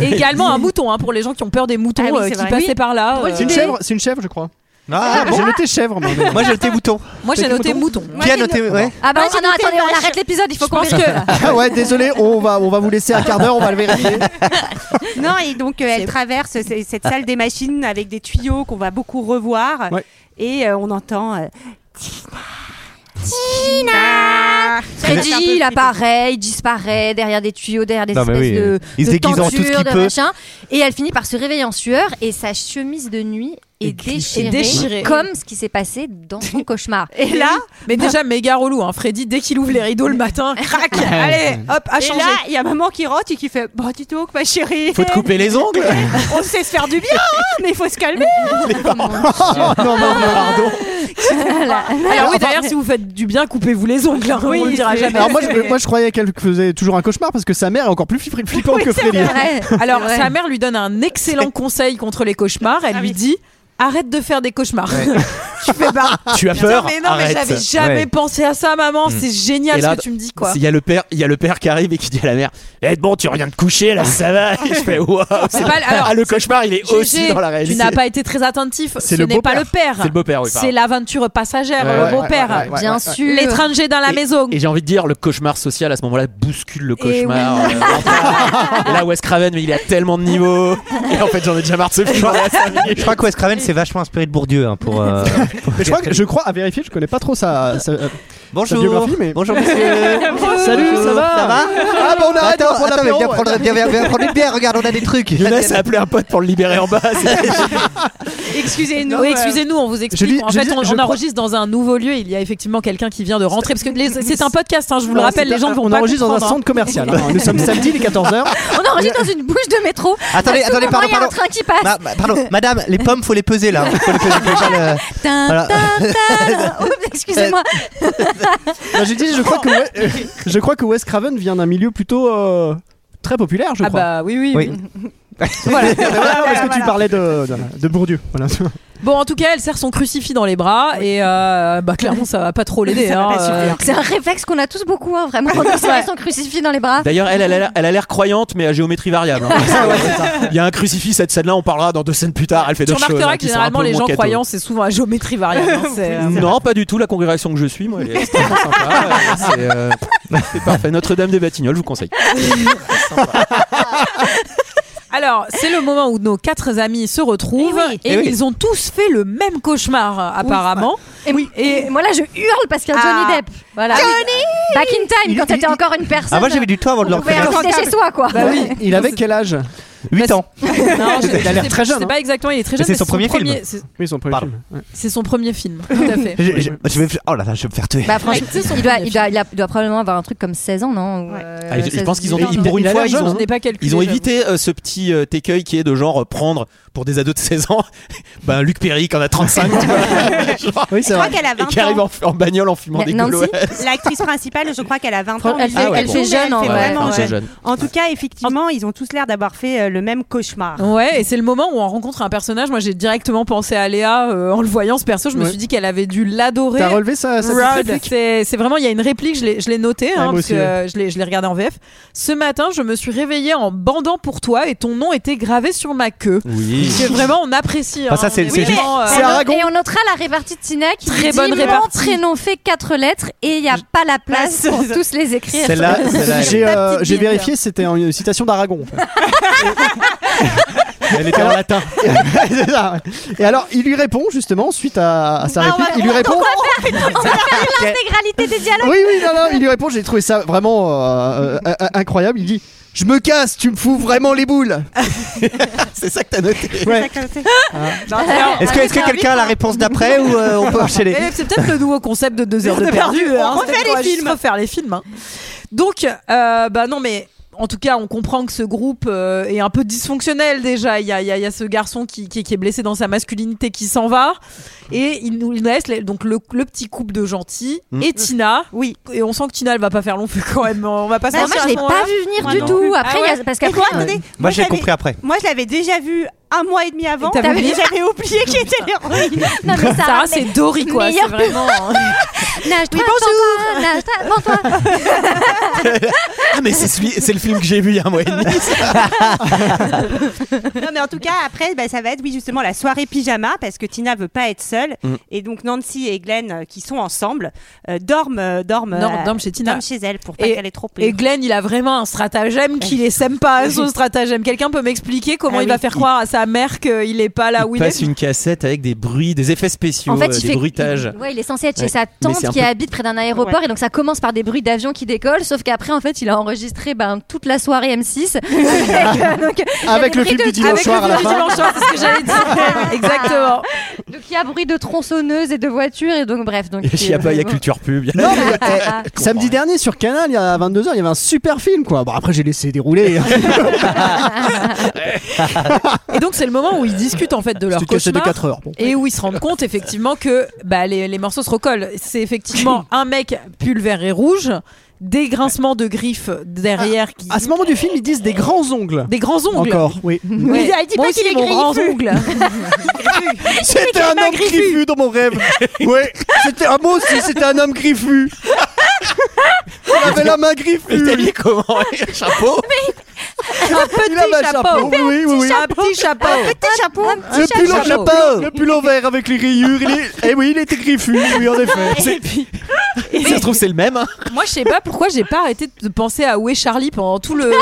Speaker 1: et également un mouton, hein, pour les gens qui ont peur des moutons
Speaker 8: Ah oui,
Speaker 1: euh,
Speaker 8: c'est
Speaker 1: qui
Speaker 8: vrai.
Speaker 1: passaient
Speaker 8: Oui.
Speaker 1: par là.
Speaker 7: C'est une
Speaker 1: Euh,
Speaker 7: chèvre, c'est une chèvre, je crois.
Speaker 11: Ah, bon
Speaker 7: J'ai noté chèvre, moi. mais-
Speaker 11: Moi j'ai noté bouton.
Speaker 1: Moi, j'ai noté mouton.
Speaker 11: Qui a noté ouais.
Speaker 6: Ah bah
Speaker 8: Moi, j'ai
Speaker 6: non, non,
Speaker 8: noté
Speaker 6: attendez, on
Speaker 8: vache.
Speaker 6: arrête l'épisode, il
Speaker 1: Je
Speaker 6: faut qu'on
Speaker 1: pense
Speaker 6: vérifie.
Speaker 1: que
Speaker 7: Ah ouais, désolé, on va, on va vous laisser un quart d'heure, on va le vérifier.
Speaker 8: Non, et donc euh, elle traverse c- cette salle des machines avec des tuyaux qu'on va beaucoup revoir.
Speaker 7: Ouais.
Speaker 8: Et euh, on entend. euh, Tina Ça,
Speaker 6: Freddy,
Speaker 8: c'est un peu
Speaker 6: il
Speaker 8: flippant.
Speaker 6: apparaît, il disparaît derrière des tuyaux, derrière des
Speaker 11: Non, mais
Speaker 6: espèces
Speaker 11: oui, euh,
Speaker 6: de,
Speaker 11: il se
Speaker 6: de
Speaker 11: déguise en tout ce
Speaker 6: tentures,
Speaker 11: qu'il
Speaker 6: de
Speaker 11: peut.
Speaker 6: machin. Et elle finit par se réveiller en sueur et sa chemise de nuit est déchirée,
Speaker 1: Déchirée.
Speaker 6: comme ce qui s'est passé dans son cauchemar.
Speaker 8: Et là,
Speaker 1: Mais déjà méga relou, hein. Freddy, dès qu'il ouvre les rideaux le
Speaker 8: <laughs>
Speaker 1: matin, crac, allez, hop, à
Speaker 8: et
Speaker 1: changer.
Speaker 8: là, il y a maman qui rentre et qui fait Oh, Bon, dis donc, ma chérie,
Speaker 12: Faut te couper les ongles.
Speaker 8: on sait se faire du bien, mais il faut se calmer.
Speaker 7: Oh, non, non, non, pardon.
Speaker 1: Alors oui, d'ailleurs, si vous faites du bien, coupez-vous les ongles, hein,
Speaker 8: Oui,
Speaker 1: on le dira
Speaker 8: c'est-
Speaker 1: jamais.
Speaker 7: Alors <laughs> moi je, moi, je croyais qu'elle faisait toujours un cauchemar parce que sa mère est encore plus flippante que Freddy.
Speaker 6: <laughs> Ouais.
Speaker 1: Alors,
Speaker 6: Ouais.
Speaker 1: sa mère lui donne un excellent conseil contre les cauchemars. Elle
Speaker 8: Ah
Speaker 1: lui
Speaker 8: oui.
Speaker 1: dit Arrête de faire des cauchemars. <laughs> tu fais pas.
Speaker 12: Tu as peur.
Speaker 1: mais non, mais
Speaker 12: Arrête. Mm.
Speaker 1: j'avais jamais
Speaker 11: Ouais.
Speaker 1: pensé à ça, maman. C'est génial
Speaker 12: Et là,
Speaker 1: ce que tu me dis, quoi.
Speaker 12: Il y a le père, il y a le père qui arrive et qui dit à la mère "Eh bon, tu reviens de coucher là, ça va." Et je fais "Waouh." c'est- <laughs>
Speaker 1: pas- alors,
Speaker 12: ah, le cauchemar, il est
Speaker 1: Gégé,
Speaker 12: aussi dans la
Speaker 1: tu
Speaker 12: réalité.
Speaker 1: n'as pas été très attentif.
Speaker 7: C'est
Speaker 1: Ce
Speaker 7: le
Speaker 1: n'est pas le père.
Speaker 12: C'est le beau-père, oui.
Speaker 1: C'est
Speaker 12: pardon.
Speaker 1: l'aventure passagère,
Speaker 12: Ouais, ouais,
Speaker 1: le beau-père.
Speaker 7: ouais, ouais, ouais.
Speaker 6: Bien sûr.
Speaker 1: L'étranger dans la maison. <laughs>
Speaker 12: Et j'ai envie de dire, le cauchemar social à ce moment-là bouscule le
Speaker 1: Et
Speaker 12: cauchemar. euh, mental. Et là, Wes Craven, mais il a tellement de niveaux. Et en fait, j'en ai déjà marre de ce film.
Speaker 11: Je crois que Wes Craven s'est vachement inspiré de Bourdieu hein, pour. euh,
Speaker 7: <laughs> Mais je crois, que- je crois à vérifier, je connais pas trop sa, sa- euh, sa
Speaker 11: Bonjour.
Speaker 7: biographie, mais
Speaker 11: Bonjour monsieur.
Speaker 7: salut, ça va
Speaker 11: Ça va
Speaker 7: Ah bon, on arrête,
Speaker 11: Attends,
Speaker 7: on prend
Speaker 11: attends, mais
Speaker 7: l'apéro,
Speaker 11: viens
Speaker 7: ouais.
Speaker 11: prendre, viens, viens, viens prendre une bière. Regarde, on a des trucs.
Speaker 12: Jonas a appelé un pote pour le libérer en bas. C'est-
Speaker 8: Excusez-nous.
Speaker 1: Oui,
Speaker 8: euh,
Speaker 1: excusez-nous, on vous explique.
Speaker 7: Je dis-
Speaker 1: en
Speaker 7: je
Speaker 1: fait,
Speaker 7: dis-
Speaker 1: on,
Speaker 7: je
Speaker 1: on
Speaker 7: crois-
Speaker 1: enregistre dans un nouveau lieu. Il y a effectivement quelqu'un qui vient de rentrer. Parce que
Speaker 7: <laughs>
Speaker 1: les- c'est un podcast, hein, je vous le
Speaker 7: Non,
Speaker 1: rappelle,
Speaker 7: c'est
Speaker 1: les gens
Speaker 7: un-
Speaker 1: ne vont
Speaker 7: On
Speaker 1: pas
Speaker 7: enregistre dans un
Speaker 1: comprendre, hein.
Speaker 7: centre commercial. hein. Nous sommes samedi, les 14h.
Speaker 6: On enregistre dans une bouche de métro.
Speaker 11: <laughs> Attendez,
Speaker 6: À tout
Speaker 11: attendez,
Speaker 6: moment,
Speaker 11: pardon,
Speaker 6: Il y a un
Speaker 11: pardon.
Speaker 6: train qui passe.
Speaker 11: Ma- ma- pardon, madame, les pommes, faut les peser là. Faut les peser, faut pas le-
Speaker 6: Tin,
Speaker 11: Voilà.
Speaker 6: tin,
Speaker 11: <laughs>
Speaker 6: tin. Oups, Excusez-moi.
Speaker 7: Non, J'ai dit, je crois, que, We- euh, je crois que Wes Craven vient d'un milieu plutôt euh, très populaire, je
Speaker 1: Ah
Speaker 7: crois.
Speaker 1: bah oui, oui,
Speaker 11: Oui.
Speaker 1: oui.
Speaker 7: <laughs>
Speaker 1: <laughs>
Speaker 7: Voilà, parce que tu
Speaker 8: voilà.
Speaker 7: parlais de, de, de Bourdieu. Voilà.
Speaker 1: Bon, en tout cas, elle serre son crucifix dans les bras et euh, bah clairement, ça va
Speaker 7: <laughs>
Speaker 1: pas trop l'aider.
Speaker 8: Ça va
Speaker 1: hein,
Speaker 8: pas
Speaker 1: euh.
Speaker 8: super.
Speaker 6: C'est un réflexe qu'on a tous beaucoup, hein, vraiment. On a son crucifix dans les bras.
Speaker 12: <laughs> D'ailleurs, elle, elle a l'air- elle a l'air croyante, mais à géométrie variable. <laughs> hein. Il y a un crucifix, cette scène-là, on parlera dans deux scènes plus tard. Elle fait
Speaker 1: Tu
Speaker 12: d'autres choses.
Speaker 1: remarqueras
Speaker 12: hein,
Speaker 1: que
Speaker 12: qui sont un
Speaker 1: généralement,
Speaker 12: peu
Speaker 1: les
Speaker 12: moins
Speaker 1: gens
Speaker 12: catho.
Speaker 1: croyants, c'est souvent à géométrie variable.
Speaker 7: <laughs>
Speaker 1: hein, c'est, euh,
Speaker 12: Non, pas du tout. La congrégation que je suis, moi, elle est extrêmement sympa. <laughs> Euh, C'est euh, c'est parfait. Notre-Dame des Batignolles, je vous conseille.
Speaker 1: Alors, c'est le le moment où nos quatre amis se retrouvent
Speaker 6: Eh oui.
Speaker 1: et,
Speaker 6: Eh oui.
Speaker 1: ils ont tous fait le même cauchemar apparemment.
Speaker 6: Et, et moi là je hurle parce qu'il y a Johnny
Speaker 1: Ah.
Speaker 6: Depp. Voilà.
Speaker 1: Johnny
Speaker 6: Back in time quand t'étais encore une personne.
Speaker 11: Ah, moi j'avais du temps avant de le
Speaker 6: On pouvait
Speaker 11: reconnaître.
Speaker 6: rester chez soi quoi.
Speaker 7: Bah oui, il avait quel âge
Speaker 11: 8 ans.
Speaker 1: Non, je-
Speaker 7: Il a
Speaker 1: je
Speaker 7: l'air
Speaker 1: sais-
Speaker 7: très
Speaker 1: Je
Speaker 7: jeune,
Speaker 1: sais
Speaker 7: hein.
Speaker 1: pas exactement, il est très
Speaker 11: Mais
Speaker 1: jeune.
Speaker 11: c'est
Speaker 1: mais
Speaker 11: son premier film.
Speaker 1: c'est-
Speaker 7: Oui, son premier
Speaker 11: Pardon.
Speaker 7: film. ouais.
Speaker 1: C'est son premier film. Tout à fait.
Speaker 11: Je, je- je vais, oh là là, je vais me faire tuer.
Speaker 6: Bah franchement,
Speaker 1: Ouais, c'est son
Speaker 6: il, doit,
Speaker 1: premier
Speaker 6: il, doit, il a- il doit probablement avoir un truc comme 16 ans, non Ou, euh,
Speaker 12: Ah, je- je
Speaker 6: 16,
Speaker 12: pense qu'ils ont-
Speaker 6: 18
Speaker 12: ils-
Speaker 6: ans.
Speaker 12: pour une
Speaker 1: Il a
Speaker 12: fois,
Speaker 1: l'air
Speaker 12: ils
Speaker 1: jeune,
Speaker 12: ont,
Speaker 1: on n'est pas calculé,
Speaker 12: ils ont
Speaker 1: j'avoue.
Speaker 12: évité euh, ce petit euh, écueil qui est de genre euh, prendre pour des ados de 16 ans, <laughs> ben Luc Perry qui en a 35, tu vois, genre,
Speaker 7: Oui,
Speaker 8: Je
Speaker 7: c'est
Speaker 8: crois
Speaker 7: vrai.
Speaker 8: qu'elle a 20
Speaker 12: et qui arrive
Speaker 8: ans.
Speaker 12: en, en bagnole en fumant
Speaker 6: Mais
Speaker 12: des
Speaker 6: Nancy
Speaker 12: gauloises.
Speaker 8: L'actrice principale, je crois qu'elle a 20
Speaker 6: Fran-
Speaker 8: ans.
Speaker 6: elle fait-
Speaker 8: Elle
Speaker 6: elle
Speaker 8: joue,
Speaker 6: fait
Speaker 8: mais
Speaker 6: jeune,
Speaker 8: elle
Speaker 6: en
Speaker 8: fait
Speaker 6: vrai.
Speaker 8: vraiment
Speaker 6: Ouais.
Speaker 8: jeune.
Speaker 12: jeune.
Speaker 8: En tout cas, effectivement, ils ont tous l'air d'avoir fait euh, le même cauchemar.
Speaker 1: Ouais, et c'est le moment où on rencontre un personnage. Moi, j'ai directement pensé à Léa euh, en le voyant ce perso. Je me
Speaker 7: Ouais.
Speaker 1: suis dit qu'elle avait dû l'adorer.
Speaker 7: T'as relevé ça, ça
Speaker 1: Rod, c'est c'est vraiment, il y a une réplique, je l'ai- je l'ai notée, hein,
Speaker 7: moi
Speaker 1: parce
Speaker 7: aussi,
Speaker 1: que euh, je l'ai- je l'ai regardée en VF. Ce matin, je me suis réveillée en bandant pour toi et ton nom était gravé sur ma queue.
Speaker 12: Oui.
Speaker 1: Que vraiment, on apprécie.
Speaker 11: Enfin, ça,
Speaker 1: hein,
Speaker 11: c'est-
Speaker 1: on est
Speaker 11: c'est juste-
Speaker 1: vraiment, euh,
Speaker 7: c'est un- Aragon.
Speaker 6: Et on notera la répartitina qui
Speaker 1: Très
Speaker 6: dit
Speaker 1: bonne
Speaker 6: mon
Speaker 1: répartie.
Speaker 6: prénom fait quatre lettres et il n'y a pas la place pour tous les écrire.
Speaker 11: Celle-là, celle-là, elle-
Speaker 7: J'ai
Speaker 1: Ta
Speaker 7: euh,
Speaker 1: petite
Speaker 7: j'ai
Speaker 1: bière.
Speaker 7: vérifié, c'était une citation d'Aragon. en fait.
Speaker 12: Elle était en latin.
Speaker 7: <laughs> C'est ça, ouais. Et alors, il lui répond justement suite à, à sa
Speaker 8: Ah, on
Speaker 7: réplique.
Speaker 8: va-
Speaker 7: il lui répond.
Speaker 6: L'intégralité des dialogues.
Speaker 7: Oui, oui, non, non, il lui répond. J'ai trouvé ça vraiment euh, euh, euh, incroyable. Il dit. Je me casse, tu me fous vraiment les boules. <laughs>
Speaker 12: C'est ça que t'as noté.
Speaker 7: Ouais.
Speaker 11: Est-ce que, est-ce que quelqu'un a la réponse d'après ou
Speaker 8: <laughs>
Speaker 11: euh, on peut enchaîner
Speaker 1: Et Eh, c'est peut-être le nouveau concept de deux heures de perdu. hein,
Speaker 8: refait
Speaker 1: c'est-à-dire
Speaker 8: les
Speaker 1: qu'on va juste
Speaker 8: films.
Speaker 1: refaire les films. hein. Donc, euh, bah non, mais. En tout cas, on comprend que ce groupe euh, est un peu dysfonctionnel déjà. Il y a, il y a- il y a ce garçon qui, qui- qui est blessé dans sa masculinité qui s'en va. Et il nous il nous laisse les- donc le, le petit couple de gentils et Tina.
Speaker 8: Mmh. Oui.
Speaker 1: Et on sent que Tina, elle va pas faire long feu quand même. hein. On va pas se
Speaker 6: Bah, moi
Speaker 1: mentir à
Speaker 6: je l'ai
Speaker 1: ce
Speaker 6: pas
Speaker 1: moment-là.
Speaker 6: vu venir
Speaker 8: Moi
Speaker 6: du
Speaker 8: non
Speaker 6: tout.
Speaker 8: plus.
Speaker 6: Après,
Speaker 1: Ah
Speaker 6: il y a-
Speaker 1: ouais
Speaker 6: parce qu'après,
Speaker 8: Et toi, attendez,
Speaker 11: Moi, j'ai
Speaker 8: je l'avais-
Speaker 11: compris après.
Speaker 8: Moi, je l'avais déjà vu un mois et demi avant.
Speaker 1: Et t'avais
Speaker 8: mais
Speaker 1: vu
Speaker 8: J'avais oublié qui
Speaker 11: <laughs>
Speaker 8: était l'héroïne.
Speaker 6: non, mais ça,
Speaker 1: Sarah, c'est Dory quoi. C'est
Speaker 6: meilleur-
Speaker 1: vraiment. euh,
Speaker 6: <laughs> Nage-toi, prends-toi, nage-toi, prends-toi.
Speaker 12: Ah, mais c'est celui- c'est le film que j'ai vu il y a un mois et demi.
Speaker 8: Non, mais en tout cas, après, bah, ça va être, oui, justement, la soirée pyjama, parce que Tina veut pas être seule. Et donc, Nancy et Glenn, euh, qui sont ensemble, euh, dorment, euh, dorment,
Speaker 1: Non,
Speaker 8: euh,
Speaker 1: dorment chez Tina.
Speaker 8: dorment chez elle pour pas
Speaker 1: Et-
Speaker 8: qu'elle ait trop peur.
Speaker 1: Et Glenn, il a vraiment un stratagème qui les sème pas <laughs> à son stratagème. Quelqu'un peut m'expliquer comment
Speaker 8: Ah
Speaker 1: il
Speaker 8: oui.
Speaker 1: va faire croire à sa mère qu'il est pas là où il est
Speaker 12: passe
Speaker 1: <laughs>
Speaker 12: une cassette avec des bruits, des effets spéciaux,
Speaker 6: Ah, En fait,
Speaker 12: euh,
Speaker 6: il
Speaker 12: des
Speaker 6: fait.
Speaker 12: bruitages.
Speaker 6: il- ouais, il est censé être chez
Speaker 12: Ouais.
Speaker 6: sa
Speaker 12: Mais
Speaker 6: tante
Speaker 12: c'est un
Speaker 6: qui
Speaker 12: peu-
Speaker 6: habite près d'un aéroport
Speaker 8: Ouais.
Speaker 6: et donc ça commence par des bruits d'avions qui décollent. Sauf qu'après, en fait, il a enregistré ben, toute la soirée <laughs> M6 avec,
Speaker 12: <laughs>
Speaker 6: euh, donc, il y a
Speaker 7: Avec
Speaker 6: des
Speaker 7: le
Speaker 6: bruits
Speaker 7: film du
Speaker 6: de-
Speaker 7: dimanche
Speaker 1: Avec
Speaker 7: soir
Speaker 1: le
Speaker 7: à la
Speaker 1: film
Speaker 7: fin.
Speaker 1: du dimanche soir, c'est ce que j'allais <laughs> dire. Exactement.
Speaker 6: Donc il y a bruit de tronçonneuses et de voitures et donc bref. Donc euh,
Speaker 12: Il y a pas, il y a culture pub. il y a-
Speaker 7: Non, mais, eh,
Speaker 6: Ah.
Speaker 7: samedi dernier sur Canal, il y a 22h, il y avait un super film quoi. Bon, après j'ai laissé dérouler. hein,
Speaker 1: Et donc c'est le moment où ils discutent en fait de leur
Speaker 7: C'était cassé de
Speaker 1: cauchemar
Speaker 7: 4 heures. Bon.
Speaker 1: et où ils se rendent compte effectivement que bah, les, les morceaux se recollent. C'est effectivement un mec pulvère et rouge, des grincements de griffes derrière qui
Speaker 7: À ce moment du film, ils disent des grands ongles.
Speaker 1: des grands ongles.
Speaker 7: Ah,
Speaker 1: ah,
Speaker 7: Encore, <laughs> oui.
Speaker 1: Ouais.
Speaker 8: Elle dit
Speaker 1: Moi
Speaker 8: pas
Speaker 1: aussi,
Speaker 8: qu'il est
Speaker 1: mon grand
Speaker 8: griffu.
Speaker 1: ongle.
Speaker 7: C'était un homme griffu. dans mon rêve. <laughs> Ouais, c'était un mot aussi, c'était un homme griffu. Il avait la main griffue.
Speaker 12: T'as mis comment un Chapeau
Speaker 1: <laughs> Un petit
Speaker 7: Il avait un
Speaker 1: chapeau. Ah,
Speaker 7: chapeau. Oui, oui, oui, oui.
Speaker 1: Un petit chapeau.
Speaker 8: Petit chapeau.
Speaker 7: Le pull, en
Speaker 1: chapeau.
Speaker 7: chapeau, le pull en vert avec les rayures. Il est... Eh oui, il était griffu, oui, en effet.
Speaker 12: Ça se trouve, c'est le même. hein.
Speaker 1: Moi, je sais pas pourquoi j'ai pas arrêté de penser à Où est Charlie pendant tout le.
Speaker 7: ouais,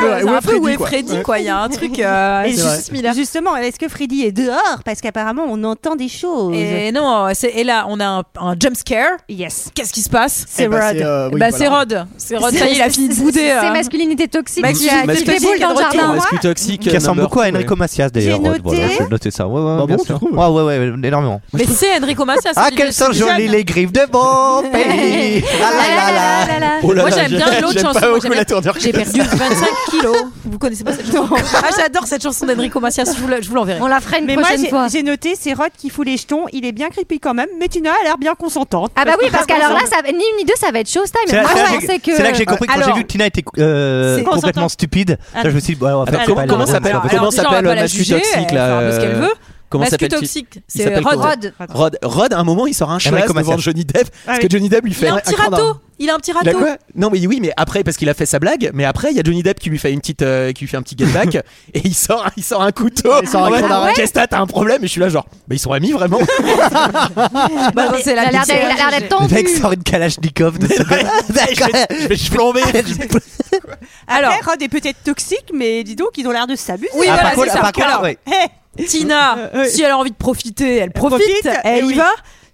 Speaker 1: C'est
Speaker 7: Où est
Speaker 1: un peu
Speaker 7: Freddy,
Speaker 1: Où est
Speaker 7: quoi.
Speaker 1: Freddy, quoi. Il y a un truc. euh,
Speaker 8: Et
Speaker 1: c'est
Speaker 8: juste-
Speaker 1: juste similaire.
Speaker 8: Justement, est-ce que Freddy est dehors Parce qu'apparemment, on entend des choses.
Speaker 1: Et non, c'est- et là, on a un, un jump scare.
Speaker 8: Yes.
Speaker 1: Qu'est-ce qui se passe
Speaker 7: Eh ben, c'est, euh, oui,
Speaker 1: Bah,
Speaker 7: voilà.
Speaker 1: c'est Rod. C'est Rod, ça y est, il a fini de bouder.
Speaker 6: C'est
Speaker 1: hein.
Speaker 6: masculinité toxique qui a
Speaker 12: Masculinité
Speaker 6: qui déboule dans le
Speaker 1: toxique.
Speaker 6: jardin.
Speaker 12: Mascu toxique.
Speaker 11: Qui ressemble beaucoup à Enrico Macias d'ailleurs.
Speaker 8: J'ai
Speaker 11: Rod. Voilà,
Speaker 8: noté.
Speaker 11: J'ai noté ça. Ouais, ouais,
Speaker 7: Bah
Speaker 11: bien
Speaker 7: bon,
Speaker 11: sûr.
Speaker 7: tu trouves
Speaker 11: Ouais, ouais, ouais, énormément.
Speaker 1: Mais c'est Enrico Macias.
Speaker 11: Ah,
Speaker 1: il est
Speaker 11: quelles sont
Speaker 1: si jeune.
Speaker 11: jolies les griffes de mon pays
Speaker 6: Ah
Speaker 11: La la la la.
Speaker 6: la, la.
Speaker 12: Oh là
Speaker 1: Moi,
Speaker 12: là,
Speaker 1: j'aime bien
Speaker 12: j'aime-
Speaker 1: l'autre
Speaker 12: j'aime
Speaker 1: chanson.
Speaker 12: pas
Speaker 1: Moi,
Speaker 12: beaucoup
Speaker 1: j'aime-
Speaker 12: la tournure que
Speaker 1: J'ai perdu 25 kilos. Vous connaissez pas cette chanson Ah, j'adore cette chanson d'Enrico Macias. Je vous la- je vous l'enverrai.
Speaker 6: On la fera une
Speaker 8: Mais moi,
Speaker 6: prochaine
Speaker 8: j'ai-
Speaker 6: fois.
Speaker 8: j'ai noté, c'est Rod qui fout les jetons. Il est bien creepy quand même, mais Tina a l'air bien consentante.
Speaker 6: Ah bah oui, parce qu'alors là, ça, va- ni une ni deux, ça va être
Speaker 11: C'est
Speaker 6: showtime.
Speaker 11: là,
Speaker 6: Moi,
Speaker 11: c'est là
Speaker 6: je
Speaker 11: que
Speaker 6: pensais
Speaker 11: j'ai-
Speaker 6: que...
Speaker 11: c'est là que j'ai compris quand j'ai
Speaker 1: Alors-
Speaker 11: vu que Tina était euh,
Speaker 8: C'est-
Speaker 11: complètement stupide. Là, je me suis dit, ouais, on va faire
Speaker 12: Attends, comment
Speaker 11: pas
Speaker 12: comment
Speaker 11: les-
Speaker 12: s'appelle
Speaker 11: pas
Speaker 1: Alors,
Speaker 11: les-
Speaker 12: comment
Speaker 1: déjà, on va
Speaker 12: s'appelle
Speaker 1: pas la
Speaker 12: Mathieu
Speaker 1: juger,
Speaker 12: Toxique,
Speaker 1: elle
Speaker 12: là,
Speaker 1: fera un peu ce qu'elle
Speaker 12: euh,
Speaker 1: veut.
Speaker 12: Comment
Speaker 1: Mascu
Speaker 12: s'appelle-t-il
Speaker 1: toxique,
Speaker 12: Il
Speaker 1: c'est
Speaker 12: s'appelle
Speaker 1: Rod.
Speaker 12: comment
Speaker 1: Rod.
Speaker 12: Rod. Rod, à un moment, il sort un
Speaker 11: mec
Speaker 12: chat
Speaker 11: comme
Speaker 12: devant
Speaker 11: Assad.
Speaker 12: Johnny Depp. Parce
Speaker 1: oui.
Speaker 12: que Johnny Depp lui
Speaker 1: Il
Speaker 12: fait.
Speaker 1: a un petit
Speaker 12: cran d'arbre.
Speaker 1: râteau. Il a un petit
Speaker 12: Il a
Speaker 1: râteau.
Speaker 12: quoi Non mais oui mais après parce qu'il a fait sa blague mais après il y a Johnny Depp qui lui fait une petite euh, qui lui fait un petit get <laughs> back et il sort il sort un couteau.
Speaker 7: Il sort un
Speaker 12: En mode, Ah
Speaker 7: couteau d'arrêt.
Speaker 12: Qu'est-ce que t'as, t'as un problème et je suis là genre mais ils sont amis vraiment.
Speaker 1: Bah, non, c'est
Speaker 6: Il
Speaker 11: Ah,
Speaker 1: la
Speaker 6: a l'air d'être- il a l'air d'être
Speaker 11: Le mec
Speaker 6: tendu.
Speaker 11: sort une kalachnikov de ce
Speaker 12: je vais je vais
Speaker 11: <laughs>
Speaker 12: plomber.
Speaker 1: Alors-
Speaker 8: Alors, Rod est peut-être toxique, mais dis donc, ils ont l'air de s'abuser.
Speaker 1: Oui,
Speaker 11: Ah,
Speaker 1: voilà,
Speaker 11: par
Speaker 1: c'est
Speaker 11: contre-
Speaker 1: ça.
Speaker 11: ah, par contre,
Speaker 1: Alors,
Speaker 11: ouais.
Speaker 8: Hé,
Speaker 1: Tina,
Speaker 8: Euh, <laughs> oui.
Speaker 1: si elle a envie de profiter, elle profite,
Speaker 8: profite,
Speaker 1: elle
Speaker 8: eh
Speaker 1: y
Speaker 8: oui.
Speaker 1: va.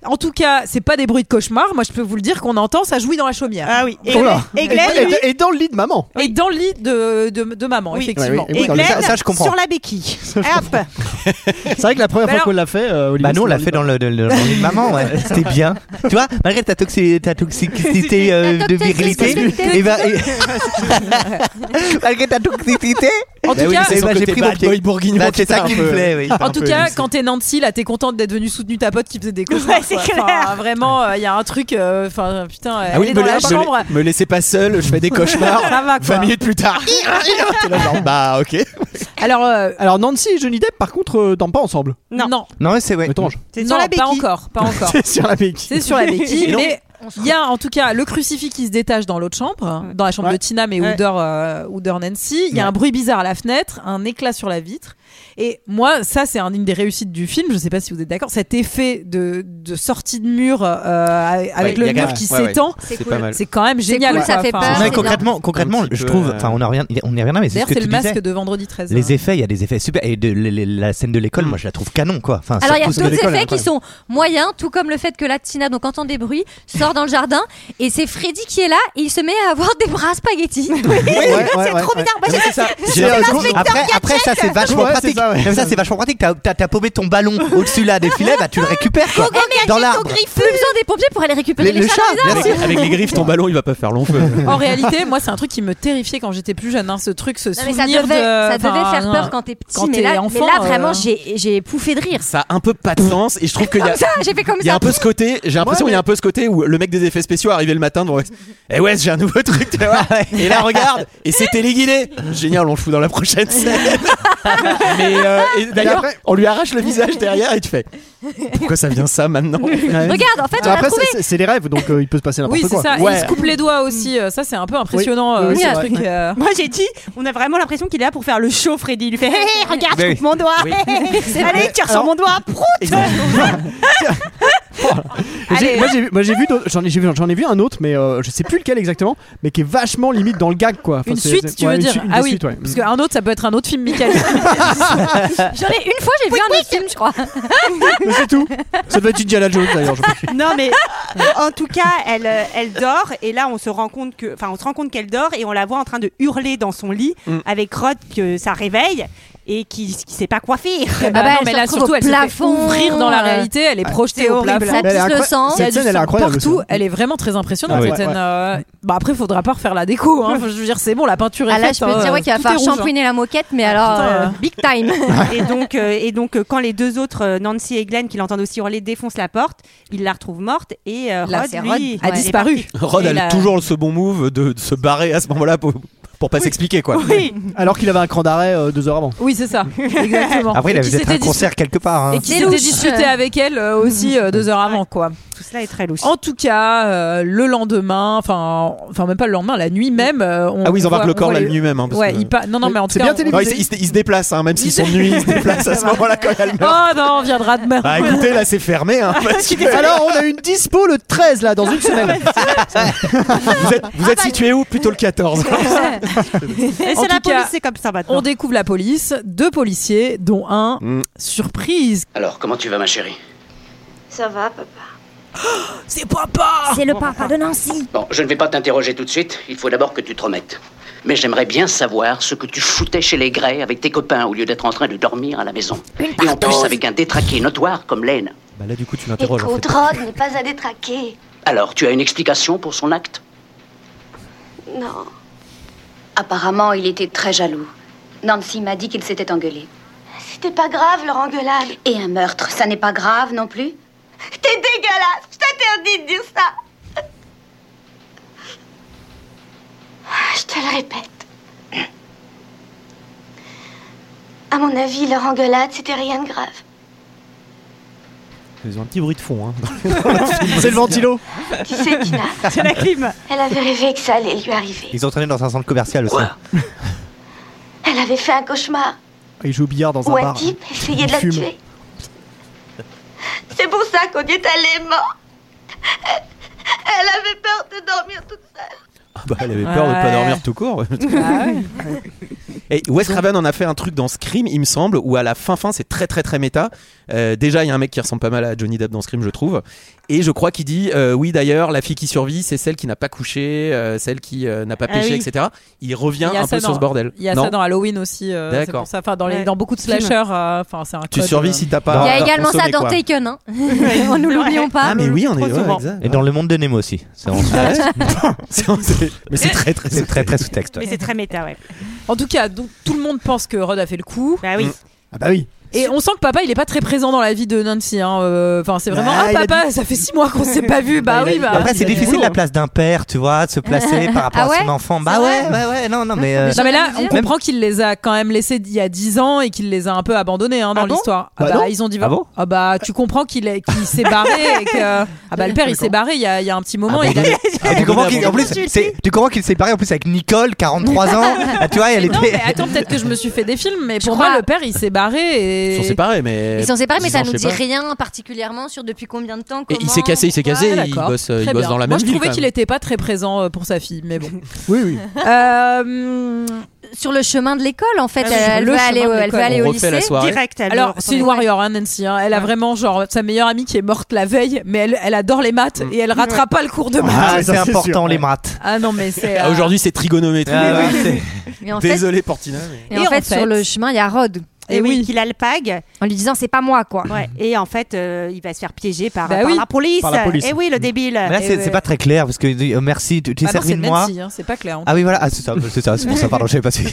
Speaker 1: En tout cas, c'est pas des bruits de cauchemar. Moi, je peux vous le dire qu'on entend, ça jouit dans la chaumière.
Speaker 8: Ah oui. Et,
Speaker 7: Oh là.
Speaker 8: et Glenn,
Speaker 7: Et-
Speaker 8: lui,
Speaker 7: et, et dans le lit de maman.
Speaker 1: Et dans le lit de, de, de maman,
Speaker 8: Oui.
Speaker 1: effectivement. bah
Speaker 7: Oui, oui, oui,
Speaker 8: et
Speaker 7: dans le-
Speaker 8: Glenn
Speaker 11: ça- ça, je comprends.
Speaker 8: sur la béquille. Hop.
Speaker 7: C'est vrai que la première
Speaker 1: Bah
Speaker 7: fois
Speaker 1: alors-
Speaker 7: qu'on l'a fait, euh, Olivier,
Speaker 11: Bah nous on
Speaker 7: c'était
Speaker 11: l'a
Speaker 7: dans
Speaker 11: fait
Speaker 7: le
Speaker 11: dans le, le- le- dans le lit de maman, ouais. c'était bien. Tu vois, malgré ta, toxi- ta toxicité euh,
Speaker 6: Ta
Speaker 11: de
Speaker 6: toxicité,
Speaker 11: virilité,
Speaker 6: toxicité.
Speaker 11: et ben, et- <laughs> malgré ta toxicité,
Speaker 1: En tout
Speaker 11: bah oui,
Speaker 7: Ah,
Speaker 1: cas,
Speaker 11: c'est- eh ben, j'ai pris mon pied.
Speaker 12: bourguignon.
Speaker 11: bah, c'est ça qui me plaît. Oui.
Speaker 1: en tout cas, quand t'es Nancy, là, t'es contente d'être venue soutenir ta pote qui faisait des cauchemars.
Speaker 8: Ouais, c'est
Speaker 1: quoi.
Speaker 8: clair.
Speaker 1: Enfin, vraiment, il y a un truc. euh, Enfin, putain, elle
Speaker 12: Ah oui,
Speaker 1: est
Speaker 12: me,
Speaker 1: dans la
Speaker 12: laisse- me
Speaker 1: chambre.
Speaker 12: la- me laissez pas Bah. seul, je fais des <laughs> cauchemars.
Speaker 1: Ça va, quoi.
Speaker 12: 20 minutes plus <laughs> tard. T'es là, genre, bah ok.
Speaker 1: Alors, euh,
Speaker 7: Alors Nancy et Johnny Depp, par contre, euh, dans pas
Speaker 12: <laughs>
Speaker 7: ensemble.
Speaker 1: non,
Speaker 8: Non.
Speaker 1: non,
Speaker 11: Non, mais c'est ouais.
Speaker 7: Étrange.
Speaker 8: C'est sur la béquille.
Speaker 1: pas encore, pas encore.
Speaker 7: C'est sur la béquille.
Speaker 1: C'est sur la béquille,
Speaker 12: Et non.
Speaker 1: mais il y a en tout cas le crucifix qui se détache dans l'autre chambre, dans la chambre
Speaker 7: Ouais.
Speaker 1: de Tina mais
Speaker 8: Ouais.
Speaker 1: Hooder, euh, Hooder Nancy. Il y a un bruit bizarre à la fenêtre, un éclat sur la vitre. Et moi, ça, c'est un- une des réussites du film. Je sais pas si vous êtes d'accord. Cet effet de, de sortie de mur euh, avec
Speaker 12: Ouais,
Speaker 1: le
Speaker 12: y a
Speaker 1: mur
Speaker 12: grave.
Speaker 1: qui
Speaker 12: Ouais, ouais.
Speaker 1: s'étend,
Speaker 6: C'est
Speaker 12: C'est
Speaker 6: cool.
Speaker 12: pas mal.
Speaker 1: c'est quand même
Speaker 6: C'est
Speaker 1: génial.
Speaker 6: cool, ça
Speaker 1: quoi.
Speaker 6: fait
Speaker 1: Enfin,
Speaker 6: peur.
Speaker 11: Non, mais
Speaker 6: c'est
Speaker 11: concrètement, concrètement,
Speaker 12: Un petit
Speaker 11: je
Speaker 12: peu,
Speaker 11: trouve.
Speaker 12: euh,
Speaker 11: Enfin, on en revient- on y reviendra, mais c'est ce
Speaker 1: D'ailleurs,
Speaker 11: que
Speaker 1: c'est
Speaker 11: tu
Speaker 1: le masque
Speaker 11: disais.
Speaker 1: de Vendredi 13. hein.
Speaker 11: Les effets, il y a des effets super. Et de- le- le- la scène de l'école, moi, je la trouve canon, quoi. Enfin,
Speaker 6: Alors il y a
Speaker 11: surtout celle de
Speaker 6: d'autres
Speaker 11: l'école,
Speaker 6: effets
Speaker 11: hein, incroyable.
Speaker 6: qui sont moyens, tout comme le fait que là Tina donc entend des bruits, sort dans le jardin et c'est Freddy qui est là et il se met à avoir des bras
Speaker 11: <laughs>
Speaker 6: spaghettis.
Speaker 8: c'est trop bizarre. Moi, j'ai-
Speaker 11: J'ai-
Speaker 7: <laughs> C'est un
Speaker 11: après-
Speaker 7: gros-
Speaker 11: après, après, ça c'est vachement
Speaker 7: Ouais, c'est
Speaker 11: pratique.
Speaker 7: ça, ouais.
Speaker 11: Comme ça, c'est vachement pratique. T'as, t'as- t'as paumé
Speaker 7: <laughs>
Speaker 11: ton ballon au-dessus là des filets, bah tu le récupères quoi. Dans l'arbre.
Speaker 6: Plus besoin des pompiers pour aller récupérer
Speaker 11: Les-
Speaker 6: les,
Speaker 11: le
Speaker 6: chats.
Speaker 11: chat,
Speaker 6: dans les arbres.
Speaker 11: merci.
Speaker 12: Avec, avec les griffes, ton ballon il va pas faire long feu.
Speaker 1: En réalité, moi, c'est un truc qui me terrifiait quand j'étais plus jeune. hein, ce truc, ce
Speaker 6: Non, mais
Speaker 1: souvenir
Speaker 6: ça devait,
Speaker 1: de.
Speaker 6: ça devait
Speaker 1: enfin,
Speaker 6: faire peur
Speaker 1: non.
Speaker 6: quand t'es petit,
Speaker 1: quand
Speaker 6: mais,
Speaker 1: t'es
Speaker 6: là,
Speaker 1: enfant,
Speaker 6: mais là vraiment
Speaker 1: euh,
Speaker 6: j'ai j'ai poussé de rire.
Speaker 12: Ça a un peu pas de sens et je trouve qu'il y <laughs>
Speaker 6: Comme
Speaker 12: a.
Speaker 6: <laughs> ça, j'ai fait comme
Speaker 12: Il y a
Speaker 6: ça.
Speaker 12: un peu ce côté, j'ai l'impression qu'il y a un peu ce côté où le mec des effets spéciaux arrivait le matin devant <laughs> Eh ouais, j'ai un nouveau truc, tu
Speaker 7: <laughs>
Speaker 12: vas voir. Et là, regarde, et c'est téléguidé. Génial, on le fout dans la prochaine scène. <laughs> Mais euh, et d'ailleurs,
Speaker 7: après-
Speaker 12: on lui arrache le visage derrière et tu fais Pourquoi ça vient ça maintenant
Speaker 7: Ouais.
Speaker 6: Regarde, en fait, on
Speaker 7: Après,
Speaker 6: a trouvé.
Speaker 7: c'est- c'est les rêves, donc euh, il peut se passer n'importe
Speaker 1: Oui, c'est
Speaker 7: quoi.
Speaker 1: ça. Et
Speaker 12: Ouais.
Speaker 1: Il se coupe les doigts
Speaker 6: Mm.
Speaker 1: aussi. euh, Ça, c'est un peu impressionnant.
Speaker 7: Oui,
Speaker 1: euh,
Speaker 7: oui,
Speaker 1: ce
Speaker 7: c'est vrai.
Speaker 1: truc, euh,
Speaker 8: Moi j'ai dit, on a vraiment l'impression qu'il est là pour faire le show, Freddy. Il lui fait, hé, hé, regarde,
Speaker 11: Oui.
Speaker 8: je coupe mon doigt.
Speaker 6: <laughs>
Speaker 12: Oui.
Speaker 8: Allez, tire sur mon doigt. Prout.
Speaker 7: Et j'ai-
Speaker 1: Allez.
Speaker 7: Moi j'ai vu- moi, j'ai vu, d'autres- j'en ai, j'ai vu- j'en ai vu un autre, mais euh, je sais plus lequel exactement, mais qui est vachement limite dans le gag quoi. Enfin,
Speaker 1: Une
Speaker 7: c'est-
Speaker 1: suite,
Speaker 7: c'est-
Speaker 1: tu
Speaker 7: ouais,
Speaker 1: veux
Speaker 7: une
Speaker 1: dire
Speaker 7: suite- une
Speaker 1: Ah oui.
Speaker 7: suite, ouais.
Speaker 1: Parce qu'un autre, ça peut être un autre film, Michael.
Speaker 6: J'en ai- une fois, j'ai vu un autre film, je crois.
Speaker 7: Mais c'est tout. Ça devait être Indiana Jones d'ailleurs. je pense.
Speaker 8: Non mais en tout cas, elle, euh, elle dort et là on se rend compte que, enfin on se rend compte qu'elle dort et on la voit en train de hurler dans son lit avec Rod que ça réveille et qui, qui sait pas quoi faire.
Speaker 1: Ah bah,
Speaker 6: bah,
Speaker 1: non,
Speaker 6: elle
Speaker 1: mais
Speaker 6: se
Speaker 1: là,
Speaker 6: retrouve
Speaker 1: surtout,
Speaker 6: au
Speaker 1: elle se fait
Speaker 6: plafond,
Speaker 1: ouvrir dans la
Speaker 6: euh,
Speaker 1: réalité. Elle est projetée au
Speaker 8: horrible.
Speaker 1: plafond.
Speaker 6: Ça
Speaker 7: Mais elle est
Speaker 6: pisse le
Speaker 7: incroyable.
Speaker 6: sang.
Speaker 1: Il y a
Speaker 7: Cette
Speaker 1: du
Speaker 7: scène, elle est
Speaker 1: sang
Speaker 7: incroyable,
Speaker 1: partout.
Speaker 7: ça.
Speaker 1: Elle est vraiment très impressionnante.
Speaker 11: Ah ouais.
Speaker 1: cette scène, euh, Bah après, faudra pas refaire la déco. hein. Enfin, Je veux dire, c'est bon, la peinture est
Speaker 6: Ah là,
Speaker 1: faite,
Speaker 6: je peux te
Speaker 1: hein,
Speaker 6: dire ouais, qu'il va
Speaker 1: tout
Speaker 6: falloir
Speaker 1: est rouge, hein.
Speaker 6: shampouiner la moquette, mais alors,
Speaker 1: putain,
Speaker 6: euh,
Speaker 1: euh.
Speaker 6: big <laughs> time.
Speaker 8: Et donc, euh, et donc euh, quand les deux autres, euh, Nancy et Glenn, qui l'entendent aussi hurler, défoncent la porte, ils la retrouvent morte et euh,
Speaker 6: Là,
Speaker 8: Rod,
Speaker 6: c'est
Speaker 8: lui,
Speaker 6: Rod.
Speaker 8: il
Speaker 1: A
Speaker 8: est
Speaker 1: disparu.
Speaker 12: Rod
Speaker 1: Et
Speaker 12: a
Speaker 1: la-
Speaker 12: toujours ce bon move de, de se barrer à ce moment-là pour, pour pas s'expliquer <laughs> quoi.
Speaker 8: parti. Oui,
Speaker 7: Alors qu'il avait un cran d'arrêt euh, deux heures avant.
Speaker 1: Oui, c'est ça. Exactement.
Speaker 11: Après, il
Speaker 1: Et
Speaker 11: avait
Speaker 1: qui
Speaker 11: peut-être
Speaker 1: s'était
Speaker 11: un
Speaker 1: dis-
Speaker 11: concert quelque part. hein.
Speaker 1: Et qui
Speaker 6: Des
Speaker 1: s'était
Speaker 6: louches.
Speaker 1: disputé avec elle euh, aussi euh, deux heures avant, quoi.
Speaker 8: tout cela est très louche.
Speaker 1: En tout cas, euh, le lendemain, enfin, enfin même pas le lendemain, la nuit même. euh, on-
Speaker 12: Ah oui, ils
Speaker 1: on
Speaker 12: embarquent
Speaker 1: voit-
Speaker 12: le
Speaker 1: on
Speaker 12: corps
Speaker 1: voit
Speaker 12: la
Speaker 1: les-
Speaker 12: nuit même. hein, parce
Speaker 1: Ouais,
Speaker 12: que-
Speaker 1: il pa- non, non, mais en tout
Speaker 7: C'est
Speaker 1: cas,
Speaker 7: bien
Speaker 1: on-
Speaker 12: Non, ils, se- ils se- ils se déplacent, hein, même s'ils sont de nuit,
Speaker 1: <laughs>
Speaker 12: ils se déplacent à ce moment-là quand il y a le meurtre.
Speaker 1: Oh non, on viendra demain.
Speaker 12: Bah écoutez, là c'est fermé.
Speaker 1: <laughs>
Speaker 12: Hein, parce que-
Speaker 7: Alors on a une dispo le 13 là dans une semaine.
Speaker 12: <laughs> vous êtes,
Speaker 1: Ah
Speaker 12: vous
Speaker 1: bah,
Speaker 12: êtes situé où Plutôt le 14.
Speaker 8: Et
Speaker 1: en
Speaker 8: c'est la
Speaker 1: tout cas,
Speaker 8: police, c'est comme ça
Speaker 1: On
Speaker 8: maintenant.
Speaker 1: découvre la police, deux policiers, dont un
Speaker 12: Mm.
Speaker 1: surprise.
Speaker 2: Alors, comment tu vas, ma chérie
Speaker 10: Ça va, papa.
Speaker 1: C'est <laughs> papa.
Speaker 6: C'est le papa de Nancy.
Speaker 2: Bon, je ne vais pas t'interroger tout de suite, il faut d'abord que tu te remettes. Mais j'aimerais bien savoir ce que tu foutais chez les Grey avec tes copains au lieu d'être en train de dormir à la maison. Et en plus avec un détraqué notoire comme Lane.
Speaker 12: Bah là du coup tu
Speaker 10: Écoute,
Speaker 12: l'interroges en fait.
Speaker 10: Rod n'est pas à détraquer.
Speaker 2: Alors, tu as une explication pour son acte
Speaker 10: Non. Apparemment, il était très jaloux. Nancy m'a dit qu'il s'était engueulé. C'était pas grave, leur engueulade. Et un meurtre, ça n'est pas grave non plus T'es dégueulasse Je t'interdis de dire ça Ah, Je te le répète. À mon avis, leur engueulade, c'était rien de grave.
Speaker 7: Ils ont un petit bruit de fond. hein. C'est le ventilo.
Speaker 10: Tu sais, Tina.
Speaker 8: C'est la clim.
Speaker 10: Elle avait rêvé que ça allait lui arriver.
Speaker 11: Ils ont traîné dans un centre commercial aussi.
Speaker 10: Elle avait fait un cauchemar
Speaker 7: Ils jouent au billard dans
Speaker 10: où
Speaker 7: un
Speaker 10: un
Speaker 7: bar.
Speaker 10: type essayait de
Speaker 7: Il
Speaker 10: la
Speaker 7: fume.
Speaker 10: tuer. C'est pour ça qu'on y est allé mort. Elle avait peur de dormir toute
Speaker 12: Bah, elle avait peur de
Speaker 10: Ouais.
Speaker 12: pas dormir tout court.
Speaker 1: Ah
Speaker 10: seule.
Speaker 12: Et Wes Craven en a fait un truc dans Scream, il me semble, où à la fin fin c'est très très très méta. Euh, déjà il y a un mec qui ressemble pas mal à Johnny Depp dans Scream, je trouve. Et je crois qu'il dit euh, oui d'ailleurs la fille qui survit c'est celle qui n'a pas couché, euh, celle qui euh, n'a pas
Speaker 1: Ah
Speaker 12: péché,
Speaker 1: oui.
Speaker 12: etc. Il revient
Speaker 1: Il y a
Speaker 12: un
Speaker 1: ça
Speaker 12: peu sur
Speaker 1: dans-
Speaker 12: ce bordel.
Speaker 1: Il y a
Speaker 12: Non
Speaker 1: ça dans Halloween aussi. euh, c'est
Speaker 12: D'accord.
Speaker 1: pour ça. Enfin, dans, les-
Speaker 6: Ouais.
Speaker 1: dans beaucoup de
Speaker 6: Film.
Speaker 1: slashers. euh, Enfin, c'est un
Speaker 12: Tu
Speaker 1: code,
Speaker 12: survis
Speaker 1: euh,
Speaker 12: si t'as
Speaker 6: Il
Speaker 12: pas.
Speaker 6: y a également ça
Speaker 12: consommé,
Speaker 6: dans
Speaker 12: quoi.
Speaker 6: Taken, hein. On ne l'oublions pas.
Speaker 12: Ah mais oui on est.
Speaker 6: Trop
Speaker 12: ouais,
Speaker 6: souvent.
Speaker 12: exact.
Speaker 11: Et dans le monde de Nemo aussi. C'est vraiment-
Speaker 7: <laughs>
Speaker 12: Ah <laughs> ouais C'est- c'est- mais c'est très très
Speaker 11: C'est très très sous-texte. ouais.
Speaker 8: Mais c'est très méta, ouais.
Speaker 1: En tout cas, donc tout le monde pense que Rod a fait le coup.
Speaker 8: Bah oui.
Speaker 11: Mm.
Speaker 7: Ah bah oui.
Speaker 1: Et on sent que papa, il est pas très présent dans la vie de Nancy. hein, euh, Enfin, c'est vraiment
Speaker 7: Bah,
Speaker 1: ah
Speaker 7: il a
Speaker 1: papa, ça fait six mois qu'on s'est pas vu. Bah oui, bah.
Speaker 11: Après, c'est difficile la place d'un père, tu vois, de
Speaker 1: <laughs>
Speaker 11: se placer par rapport
Speaker 1: Ah
Speaker 11: à
Speaker 1: ouais
Speaker 11: son enfant.
Speaker 1: C'est
Speaker 11: Bah ouais,
Speaker 1: vrai
Speaker 11: ouais, ouais,
Speaker 1: <laughs>
Speaker 11: non, non, mais. euh,
Speaker 1: Non mais là, on comprend qu'il les a quand même laissés il y a 10 ans et qu'il les a un peu abandonnés hein, dans l'histoire.
Speaker 11: Bah non.
Speaker 1: ils ont dit
Speaker 11: Ah bon
Speaker 1: ah bah tu comprends qu'il est- qu'il s'est barré et
Speaker 12: <laughs>
Speaker 1: que ah bah le père il s'est barré il y, a, il y a un petit
Speaker 12: bah,
Speaker 1: moment. il a-
Speaker 11: Ah, tu comprends qu'il en plus, c'est- tu comprends qu'il s'est barré en plus avec Nicole, 43
Speaker 1: <laughs>
Speaker 11: ans. Ah, tu vois, elle
Speaker 1: Non
Speaker 11: était.
Speaker 1: mais attends peut-être que je me suis fait des films mais pour moi le père il s'est barré et
Speaker 12: Ils sont séparés mais.
Speaker 6: Ils sont séparés, mais
Speaker 12: dix
Speaker 6: ça
Speaker 12: ans,
Speaker 6: nous
Speaker 12: je
Speaker 6: dit
Speaker 12: sais pas.
Speaker 6: rien particulièrement sur depuis combien de temps.
Speaker 12: Et
Speaker 6: Comment...
Speaker 12: il s'est cassé, il s'est casé,
Speaker 1: Ah,
Speaker 12: il
Speaker 1: d'accord.
Speaker 12: bosse, il
Speaker 1: Très
Speaker 12: bosse
Speaker 1: bien.
Speaker 12: dans la même
Speaker 1: Moi je
Speaker 12: ville,
Speaker 1: trouvais
Speaker 12: quand
Speaker 1: qu'il
Speaker 12: même.
Speaker 1: était pas très présent euh, pour sa fille mais
Speaker 12: <laughs>
Speaker 1: bon.
Speaker 7: Oui oui.
Speaker 1: Euh,
Speaker 6: sur le chemin de l'école en fait.
Speaker 1: Ah oui, sur
Speaker 6: elle,
Speaker 1: le
Speaker 6: veut
Speaker 1: chemin
Speaker 6: aller,
Speaker 1: de
Speaker 6: au- elle
Speaker 1: l'école.
Speaker 6: veut aller
Speaker 12: On
Speaker 6: au
Speaker 12: refait
Speaker 6: lycée.
Speaker 12: la
Speaker 11: Ah
Speaker 12: soirée. Direct,
Speaker 8: elle
Speaker 1: Alors,
Speaker 8: veut
Speaker 1: c'est une warrior, hein, Nancy. hein. Elle a vraiment, genre, sa meilleure amie qui est morte la veille, mais elle, elle adore les maths
Speaker 12: Mm.
Speaker 1: et elle ratera pas le cours de maths.
Speaker 11: Ah,
Speaker 1: Ah,
Speaker 11: c'est important, les maths.
Speaker 1: <laughs> non, mais c'est.
Speaker 12: Ah,
Speaker 1: euh,
Speaker 12: Aujourd'hui c'est trigonométrie.
Speaker 11: Ah ouais,
Speaker 6: Mais en fait-
Speaker 12: Désolé Portina. mais-
Speaker 6: Et, en,
Speaker 1: Et en
Speaker 6: fait,
Speaker 1: fait-
Speaker 6: sur le chemin, il y a Rod.
Speaker 1: eh
Speaker 8: Et Eh oui, qu'il a le pag.
Speaker 6: En lui disant, c'est pas moi, quoi.
Speaker 8: Ouais. Et en fait, euh, il va se faire piéger par,
Speaker 1: Mm. Bah
Speaker 8: par
Speaker 1: oui.
Speaker 8: la police.
Speaker 11: Par la police.
Speaker 8: Et oui, le débile.
Speaker 11: Mais là,
Speaker 8: Et
Speaker 11: c'est
Speaker 8: ouais.
Speaker 11: c'est pas très clair parce que euh, merci, tu
Speaker 1: ah
Speaker 11: t'es
Speaker 1: non,
Speaker 11: servi
Speaker 1: c'est
Speaker 11: de moi.
Speaker 1: Nancy, hein, c'est pas clair. hein.
Speaker 11: Ah oui, voilà, ah, c'est ça, c'est ça, c'est pour ça, pardon, j'avais pas suivi.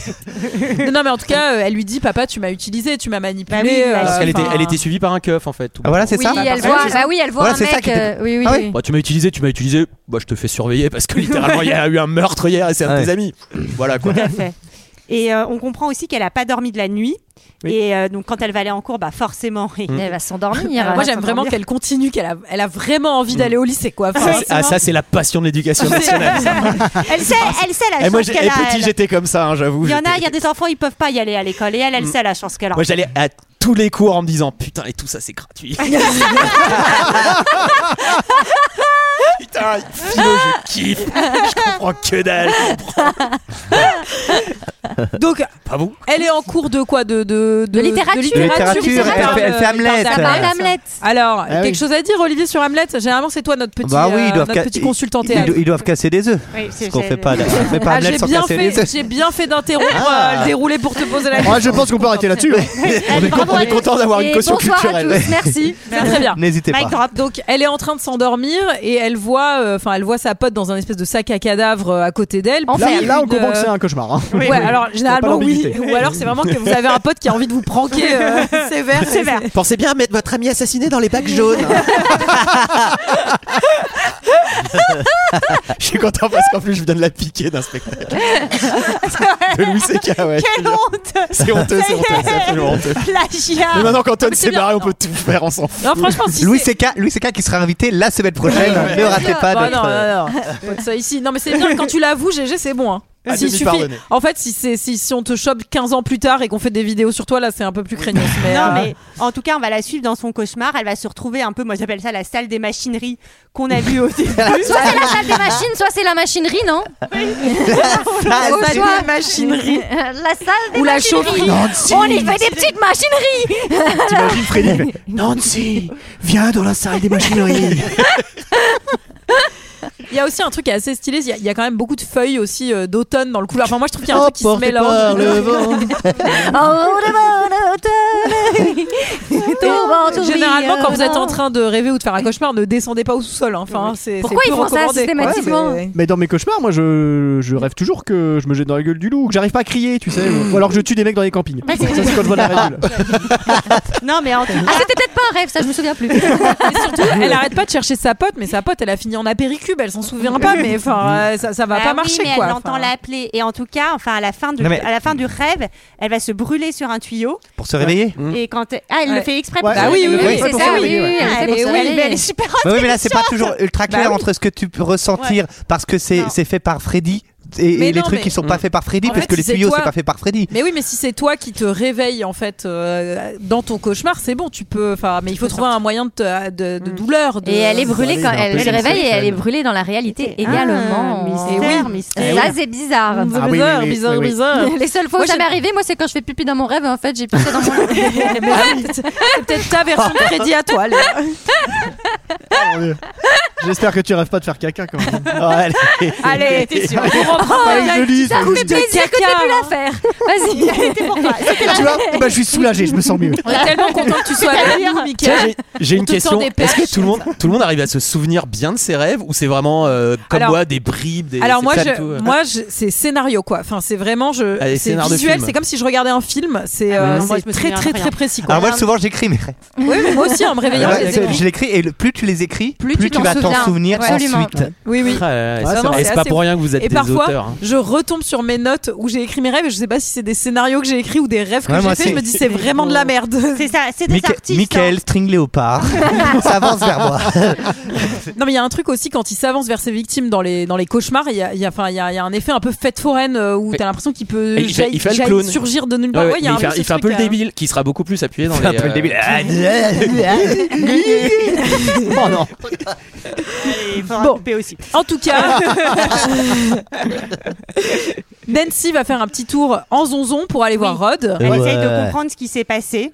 Speaker 1: Non, non, mais en tout cas, euh, elle lui dit Papa, tu m'as utilisé, tu m'as manipulé.
Speaker 8: Bah oui,
Speaker 1: euh,
Speaker 12: Ah, Parce qu'elle était,
Speaker 1: enfin,
Speaker 12: elle était suivie par un keuf en fait. tout
Speaker 11: Ah, voilà, c'est
Speaker 6: Oui,
Speaker 11: ça
Speaker 6: elle voit, bah oui, elle voit
Speaker 11: Voilà,
Speaker 6: un
Speaker 11: c'est ça
Speaker 6: mec.
Speaker 11: qui était-
Speaker 6: euh, oui, oui,
Speaker 11: Ah
Speaker 6: oui.
Speaker 11: oui.
Speaker 12: Bah, tu m'as utilisé, tu m'as utilisé. Bah, je te fais surveiller parce que littéralement il y a eu un meurtre hier et c'est un de
Speaker 11: Ouais.
Speaker 12: tes amis. Voilà quoi.
Speaker 8: Tout à fait. Et euh, on comprend aussi qu'elle a pas dormi de la nuit. Et euh, donc, quand elle va aller en cours, bah forcément. <laughs>
Speaker 6: Elle va s'endormir.
Speaker 1: euh, moi, j'aime vraiment qu'elle continue, qu'elle a, elle a vraiment
Speaker 11: Mm.
Speaker 1: envie d'aller au lycée, quoi. Enfin,
Speaker 12: Ah, c'est- ah, ça, c'est la passion de l'éducation nationale. ça.
Speaker 8: Elle sait, elle sait la
Speaker 12: Eh,
Speaker 8: chance
Speaker 12: moi, j'ai- eh,
Speaker 8: qu'elle a.
Speaker 12: petit,
Speaker 8: elle.
Speaker 12: j'étais comme ça, hein, j'avoue.
Speaker 8: Il y en a,
Speaker 12: j'étais-
Speaker 8: il y a des enfants, ils peuvent pas y aller à l'école. Et elle, elle sait la chance qu'elle a.
Speaker 12: Moi, j'allais à tous les cours en me disant putain, et tout ça, c'est
Speaker 8: <laughs>
Speaker 12: gratuit. putain, philo, je kiffe. Je comprends que dalle. je comprends
Speaker 1: <laughs> Donc,
Speaker 12: Pas vous
Speaker 1: elle est en cours de quoi De, de,
Speaker 6: De littérature.
Speaker 11: Littérature, elle fait- elle fait
Speaker 1: euh,
Speaker 11: Hamlet.
Speaker 1: parle
Speaker 6: Elle parle
Speaker 1: d'Hamlet.
Speaker 6: d'Hamlet.
Speaker 1: Alors,
Speaker 11: Ah oui.
Speaker 1: quelque chose à dire, Olivier, sur Hamlet Généralement, c'est toi notre petit,
Speaker 11: Bah oui,
Speaker 1: euh,
Speaker 11: ils doivent,
Speaker 1: notre
Speaker 11: ca-
Speaker 1: petit consultant
Speaker 11: ils,
Speaker 1: théâtre.
Speaker 11: ils doivent casser des œufs.
Speaker 8: Oui, c'est-
Speaker 11: Ce qu'on
Speaker 8: c'est-
Speaker 11: fait pas, on fait pas
Speaker 1: Ah,
Speaker 11: Hamlet
Speaker 1: j'ai
Speaker 11: sans
Speaker 1: bien,
Speaker 11: casser les
Speaker 1: fait-
Speaker 11: œufs.
Speaker 1: j'ai bien fait d'interrompre
Speaker 11: Ah.
Speaker 1: euh, le déroulé pour te poser
Speaker 11: Oh,
Speaker 1: la question.
Speaker 7: Moi je pense qu'on peut arrêter là-dessus. hein.
Speaker 12: On est, con- on est content d'avoir une
Speaker 6: Et
Speaker 12: caution
Speaker 6: bonsoir à
Speaker 12: culturelle.
Speaker 6: tous, merci.
Speaker 1: C'est très bien.
Speaker 11: <laughs> N'hésitez pas.
Speaker 8: Mike Drop.
Speaker 1: Donc elle est en train de s'endormir et elle voit, euh, enfin elle voit sa pote dans un espèce de sac à cadavre euh, à côté d'elle.
Speaker 6: En
Speaker 1: Puis
Speaker 7: Là,
Speaker 1: il y a
Speaker 7: là, Ah, on
Speaker 1: une,
Speaker 7: comprend que
Speaker 1: euh,
Speaker 7: c'est un cauchemar. hein.
Speaker 1: Ouais, alors généralement oui,
Speaker 7: d'ambiguïté.
Speaker 1: ou alors c'est vraiment que vous avez un pote qui a envie de vous pranker euh,
Speaker 7: <laughs>
Speaker 1: <laughs> sévère.
Speaker 8: Sévère.
Speaker 12: Pensez bien à mettre votre ami assassiné dans les bacs jaunes. <laughs> je suis content parce qu'en plus je vous donne la piquée d'un spectacle. De Louis C.K. Ouais.
Speaker 8: Quelle honte
Speaker 12: C'est honteux, c'est honteux, c'est absolument honteux. Mais
Speaker 8: Plagiat
Speaker 12: maintenant qu'Antoine
Speaker 1: mais c'est
Speaker 12: s'est
Speaker 1: bien,
Speaker 12: barré, on
Speaker 1: non.
Speaker 12: peut tout faire, on s'en fout.
Speaker 1: Non franchement Oh, si
Speaker 11: Louis
Speaker 1: c'est-
Speaker 11: CK, Louis CK qui sera invité la semaine prochaine. Ne ratez pas euh,
Speaker 1: Bah, non,
Speaker 11: notre.
Speaker 1: non, non. Pas de ça ici. Non mais c'est bien quand tu l'avoues, GG c'est bon. hein.
Speaker 12: Ah,
Speaker 1: Si
Speaker 12: demi
Speaker 1: suffit-
Speaker 12: pardonné.
Speaker 1: En fait, si, c'est- si, si on te chope 15 ans plus tard et qu'on fait des vidéos sur toi, là, c'est un peu plus craignos. Mais,
Speaker 8: Non
Speaker 1: euh,
Speaker 8: mais en tout cas on va la suivre dans son cauchemar, elle va se retrouver un peu, moi j'appelle ça la salle des machineries qu'on a vue au début.
Speaker 11: <laughs>
Speaker 6: Soit c'est la salle des machines, soit c'est la machinerie, non
Speaker 11: Ah,
Speaker 1: la
Speaker 11: c'est-
Speaker 1: salle des machineries.
Speaker 8: Euh,
Speaker 6: La salle des
Speaker 1: Ou la
Speaker 6: machineries.
Speaker 1: chaufferie.
Speaker 6: On y fait des petites machineries.
Speaker 7: T'imagines Freddy il fait,
Speaker 12: Nancy, viens dans la salle des machineries.
Speaker 1: Il y a aussi un truc qui est assez stylé, il y a, il y a quand même beaucoup de feuilles aussi euh, d'automne dans le couloir. Enfin, moi je trouve qu'il y a un truc qui se
Speaker 11: Emporté
Speaker 1: mélange. <laughs>
Speaker 11: par le vent.
Speaker 6: Oh, le bon automne. Tout vent, tout
Speaker 1: Généralement, quand vous êtes en
Speaker 6: brillant.
Speaker 1: train de rêver ou de faire un cauchemar, ne descendez pas au sous-sol. hein. Enfin, c'est
Speaker 6: Pourquoi
Speaker 1: c'est
Speaker 6: ils
Speaker 1: peu
Speaker 6: font ça
Speaker 1: recommandé.
Speaker 6: systématiquement
Speaker 1: Ouais,
Speaker 7: Mais dans mes cauchemars, moi je, je rêve toujours que je me jette dans la gueule du loup, ou que j'arrive pas à crier, tu sais,
Speaker 12: Mm.
Speaker 7: ou alors que je tue des mecs dans les campings. Ça c'est quand je vois la régule.
Speaker 8: non mais en tout
Speaker 6: Ah,
Speaker 8: cas,
Speaker 6: c'était peut-être pas un rêve, ça je me souviens plus.
Speaker 1: mais surtout, elle arrête pas de chercher sa pote, mais sa pote, elle a fini en apéricube, elle s'en souvient pas, mais enfin, euh, ça, ça va
Speaker 8: bah
Speaker 1: pas
Speaker 8: oui,
Speaker 1: marcher
Speaker 8: mais
Speaker 1: quoi.
Speaker 8: elle entend
Speaker 1: Enfin,
Speaker 8: l'appeler et en tout cas, enfin à la fin du,
Speaker 11: Non, mais-
Speaker 8: à la fin du rêve, elle va se brûler sur un tuyau
Speaker 11: Pour se réveiller
Speaker 8: et quand elle- ah elle
Speaker 1: Ouais.
Speaker 8: le fait exprès
Speaker 7: Ouais.
Speaker 8: pour
Speaker 1: Bah
Speaker 8: se
Speaker 1: oui, oui,
Speaker 6: oui, oui, c'est ça, oui, oui,
Speaker 8: Ah,
Speaker 6: c'est
Speaker 8: mais
Speaker 6: pour ça.
Speaker 8: oui, mais elle est super
Speaker 1: Ah,
Speaker 11: Bah oui, mais là, c'est pas toujours ultra clair
Speaker 8: Bah oui.
Speaker 11: entre ce que tu peux ressentir parce que c'est c'est fait par Freddy et, et
Speaker 1: Mais
Speaker 11: les
Speaker 1: non,
Speaker 11: trucs
Speaker 1: mais-
Speaker 11: qui sont pas faits par Freddy,
Speaker 1: En
Speaker 11: parce
Speaker 1: fait,
Speaker 11: que les
Speaker 1: si c'est
Speaker 11: tuyaux,
Speaker 1: toi-
Speaker 11: c'est pas fait par Freddy.
Speaker 1: Mais oui, mais si c'est toi qui te réveilles en fait euh, dans ton cauchemar, c'est bon, tu peux. Enfin, mais il faut trouver un moyen de, te- de- de douleur. de-
Speaker 6: Et elle est brûlée quand elle se réveille et elle est brûlée dans la réalité
Speaker 8: Ah.
Speaker 6: également.
Speaker 1: mystère,
Speaker 6: Et oui.
Speaker 1: mystère.
Speaker 6: Ça c'est bizarre.
Speaker 1: Ah oui, Bizarre, oui, oui, bizarre, oui, oui. <laughs> bizarre.
Speaker 6: Les seules fois
Speaker 1: Moi,
Speaker 6: où ça
Speaker 1: j'ai-
Speaker 6: m'est arrivé, moi, c'est quand je fais pipi dans mon rêve. En fait, j'ai pissé dans mon lit.
Speaker 1: Mais Ah c'est peut-être ta version de crédit à toi. Léa.
Speaker 7: J'espère que tu rêves pas de faire caca quand <laughs> même. allez,
Speaker 1: <laughs> Allez, t'es sûr. On reprend
Speaker 7: Fallait que
Speaker 1: la
Speaker 7: je le dise.
Speaker 1: petite couche de
Speaker 6: C'est que t'as pu
Speaker 1: caca.
Speaker 6: la faire. hein. <laughs> Vas-y.
Speaker 7: Tu vois Eh ben, Je suis soulagé, je me sens mieux.
Speaker 1: On est tellement content que tu sois avec nous,
Speaker 12: Tiens,
Speaker 1: Mickaël.
Speaker 12: j'ai- J'ai
Speaker 1: On
Speaker 12: une
Speaker 1: te
Speaker 12: question.
Speaker 1: sent des
Speaker 12: Est-ce
Speaker 1: perches.
Speaker 12: que tout le monde, tout le monde arrive à se souvenir bien de ses rêves ou c'est vraiment euh, comme
Speaker 1: Alors-
Speaker 12: moi des bribes, des
Speaker 1: Alors
Speaker 12: c'est
Speaker 1: moi,
Speaker 12: pas
Speaker 1: je-
Speaker 12: du tout, euh,
Speaker 1: moi, je- c'est scénario quoi. Enfin, c'est vraiment, je,
Speaker 12: Allez,
Speaker 1: c'est
Speaker 12: scénar de
Speaker 1: visuel.
Speaker 12: film.
Speaker 1: C'est comme si je regardais un film. C'est euh,
Speaker 12: Ah, moi,
Speaker 1: c'est
Speaker 8: je me
Speaker 1: très
Speaker 8: souviens
Speaker 1: très
Speaker 8: de rien.
Speaker 1: très précis. Quoi.
Speaker 11: Alors, Ah, moi, souvent, j'écris mes rêves.
Speaker 1: Oui, mais moi aussi, en me réveillant,
Speaker 11: Ouais,
Speaker 1: je les
Speaker 11: c'est-
Speaker 1: écris.
Speaker 11: je l'écris et le- plus tu les écris,
Speaker 6: Plus
Speaker 11: plus,
Speaker 6: tu
Speaker 11: tu
Speaker 6: t'en
Speaker 11: vas t'en
Speaker 6: souviens.
Speaker 11: souvenir
Speaker 6: Ouais. Absolument.
Speaker 11: ensuite.
Speaker 1: Oui, oui.
Speaker 12: Ah, ouais,
Speaker 1: Ah,
Speaker 12: c'est-
Speaker 1: non,
Speaker 12: et
Speaker 1: c'est
Speaker 12: c'est pas
Speaker 1: assez
Speaker 12: pour
Speaker 1: fou.
Speaker 12: rien que vous êtes
Speaker 1: Et
Speaker 12: des
Speaker 1: parfois,
Speaker 12: auteurs. hein.
Speaker 1: je retombe sur mes notes où j'ai écrit mes rêves. Et je sais pas si c'est des scénarios que j'ai écrits ou des rêves que
Speaker 11: Ouais, moi
Speaker 1: j'ai fait.
Speaker 11: aussi.
Speaker 1: Je me dis,
Speaker 12: <laughs>
Speaker 1: c'est vraiment de la merde.
Speaker 8: <laughs> <laughs> C'est ça, c'est des
Speaker 11: Mica-
Speaker 8: artistes. hein.
Speaker 11: Michael String Léopard s'avance vers moi.
Speaker 1: Non, mais il y a un truc aussi quand il s'avance vers ses victimes dans les dans les cauchemars. Il y a, il y a- enfin, il y a, il y a un effet un peu fête foraine euh, où
Speaker 12: Mais-
Speaker 1: t'as l'impression qu'il peut
Speaker 12: Et il fait- il fait le
Speaker 1: jaillir-
Speaker 12: clown.
Speaker 1: surgir de nulle
Speaker 12: Ouais,
Speaker 1: part.
Speaker 12: ouais,
Speaker 1: Ouais, il y
Speaker 12: mais
Speaker 1: a
Speaker 12: il fait, il fait un peu le
Speaker 1: ce truc, euh,
Speaker 12: débile qui sera beaucoup plus appuyé dans
Speaker 11: C'est
Speaker 12: les.
Speaker 11: un peu le Ah,
Speaker 12: euh, <laughs>
Speaker 11: débile. oh non.
Speaker 8: Et il faudra
Speaker 1: Bon.
Speaker 8: couper aussi.
Speaker 1: En tout
Speaker 12: <laughs>
Speaker 1: cas, Nancy va faire un petit tour en zonzon pour aller voir Rod.
Speaker 8: Elle
Speaker 11: Ouais.
Speaker 8: essaye de comprendre ce qui s'est passé.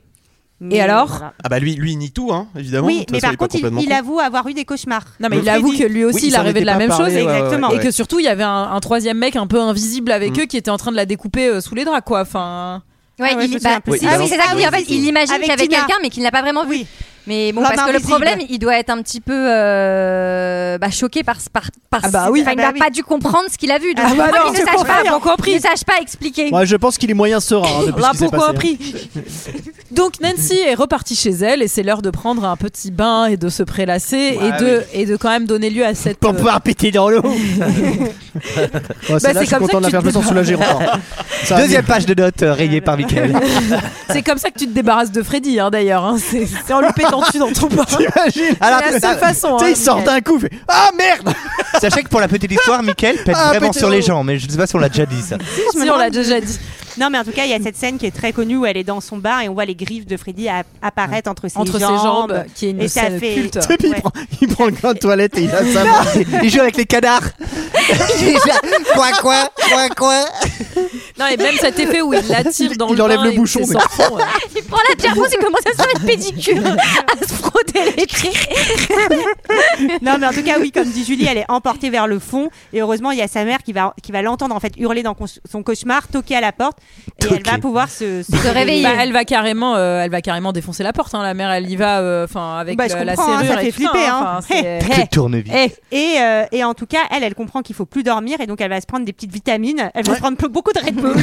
Speaker 8: Mais
Speaker 1: alors
Speaker 8: voilà.
Speaker 12: Ah bah lui, lui il nie tout, hein, évidemment. De
Speaker 8: Oui,
Speaker 12: toute
Speaker 8: mais par
Speaker 12: façon, est pas
Speaker 8: contre, il,
Speaker 12: complètement
Speaker 8: il
Speaker 12: con.
Speaker 8: avoue avoir eu des cauchemars.
Speaker 1: Non mais
Speaker 8: Donc,
Speaker 1: il avoue que lui aussi
Speaker 12: Oui,
Speaker 1: il
Speaker 12: s'en
Speaker 1: a rêvé de
Speaker 12: était
Speaker 1: la
Speaker 12: pas
Speaker 1: même
Speaker 12: parlé,
Speaker 1: chose
Speaker 12: ouais, ouais,
Speaker 8: exactement.
Speaker 12: ouais.
Speaker 1: et que surtout il y avait un, un troisième mec un peu invisible avec
Speaker 12: Mm.
Speaker 1: eux qui était en train de la découper euh, sous les draps quoi. Enfin,
Speaker 6: Ouais,
Speaker 8: Ah ouais, je
Speaker 6: il,
Speaker 8: me souviens
Speaker 6: bah,
Speaker 8: un peu.
Speaker 12: Oui,
Speaker 6: si,
Speaker 12: il
Speaker 6: ah oui,
Speaker 12: balance
Speaker 6: c'est ça
Speaker 12: tout.
Speaker 6: qu'il en fait, il imagine
Speaker 8: Avec
Speaker 6: qu'il y avait
Speaker 8: Tina.
Speaker 6: quelqu'un mais qu'il n'a pas vraiment vu.
Speaker 8: Oui.
Speaker 6: Mais bon,
Speaker 8: L'homme
Speaker 6: parce que le
Speaker 8: invisible.
Speaker 6: problème, il doit être un petit peu euh, bah, choqué par, par, par
Speaker 1: Ah bah
Speaker 6: ce-
Speaker 1: oui.
Speaker 6: enfin,
Speaker 8: Ah
Speaker 6: il
Speaker 8: bah
Speaker 6: n'a
Speaker 8: oui.
Speaker 6: pas dû comprendre ce qu'il a vu. Donc,
Speaker 1: Ah
Speaker 6: je
Speaker 1: bah
Speaker 6: crois
Speaker 1: non,
Speaker 6: qu'il ne
Speaker 1: c'est
Speaker 6: sache
Speaker 1: compris,
Speaker 6: pas,
Speaker 1: pas compris.
Speaker 6: il ne sache pas expliquer.
Speaker 7: Ouais, je pense qu'il est moyen serein hein, depuis
Speaker 1: là
Speaker 7: ce qui s'est
Speaker 1: pourquoi
Speaker 7: passé. hein.
Speaker 1: on prie Donc Nancy est repartie chez elle et c'est l'heure de prendre un petit bain et de se prélasser
Speaker 11: Ouais,
Speaker 1: et de et de quand même donner lieu à cette
Speaker 7: Pour pouvoir péter dans l'eau. Ouais,
Speaker 12: Bah,
Speaker 7: celle-là,
Speaker 1: Euh.
Speaker 7: je
Speaker 1: c'est
Speaker 7: suis
Speaker 1: comme ça
Speaker 7: content de
Speaker 1: que
Speaker 7: la faire,
Speaker 1: tu
Speaker 7: je me sens
Speaker 1: te-
Speaker 7: soulagé
Speaker 12: <laughs>
Speaker 7: encore. Ça va
Speaker 11: Deuxième page de notes euh, rayée par Michael.
Speaker 1: euh, C'est comme ça que tu te débarrasses de Freddy hein, d'ailleurs. hein. C'est c'est en le pétant dessus dans ton bain.
Speaker 7: mieux. Imagine.
Speaker 11: Alors,
Speaker 1: C'est la
Speaker 11: ça-
Speaker 1: seule façon.
Speaker 7: Ah, Tu
Speaker 1: hein,
Speaker 7: sais, il sort d'un coup, il fait Ah merde
Speaker 11: sachez que pour la petite histoire, Michael pète
Speaker 7: Ah,
Speaker 11: vraiment
Speaker 7: pété
Speaker 11: sur
Speaker 7: dans
Speaker 11: les
Speaker 7: l'eau.
Speaker 11: gens, mais je ne sais pas si on l'a déjà dit ça.
Speaker 8: je me
Speaker 1: Si, on l'a
Speaker 8: demande-
Speaker 1: déjà dit.
Speaker 8: Non, mais en tout cas, il y a cette scène qui est très connue où elle est dans son bar et on voit les griffes de Freddy a- apparaître entre ses
Speaker 1: Entre ses
Speaker 8: jambes.
Speaker 1: jambes, qui est une
Speaker 8: Et ça
Speaker 1: scène
Speaker 8: fait-
Speaker 1: culte.
Speaker 7: Et puis il,
Speaker 8: Ouais.
Speaker 7: prend, il prend le grain de toilette et il a ça.
Speaker 11: Il joue avec les canards. Il est là, coin, coin, coin, coin.
Speaker 1: Non, et même cet effet où il l'attire dans
Speaker 7: Il
Speaker 1: le
Speaker 7: enlève
Speaker 1: bain
Speaker 7: le
Speaker 1: et que
Speaker 7: bouchon,
Speaker 1: c'est
Speaker 7: mais-
Speaker 1: sans fond, euh.
Speaker 6: Il prend la pierre rose et commence à se faire une pédicure, à se frotter les traits.
Speaker 8: <laughs> Non, mais en tout cas, oui, comme dit Julie, elle est emportée vers le fond. Et heureusement, il y a sa mère qui va, qui va l'entendre en fait hurler dans con- son cauchemar, toquer à la porte. Et elle va pouvoir se,
Speaker 6: Se réveiller.
Speaker 1: Bah, elle va carrément, euh, elle va carrément défoncer la porte. hein. La mère, elle y va, euh, enfin avec
Speaker 8: Bah, je
Speaker 1: la, la
Speaker 8: comprends, hein,
Speaker 1: serrure
Speaker 8: ça
Speaker 1: et
Speaker 8: fait
Speaker 1: tout
Speaker 8: flipper,
Speaker 1: hein.
Speaker 8: hein.
Speaker 1: Enfin, c'est-
Speaker 11: Le tournevis.
Speaker 1: Eh,
Speaker 8: Et, euh, et en tout cas, elle, elle comprend qu'il faut plus dormir et donc elle va se prendre des petites vitamines. Elle va se prendre peu- beaucoup de Red
Speaker 11: <laughs>
Speaker 8: Bull.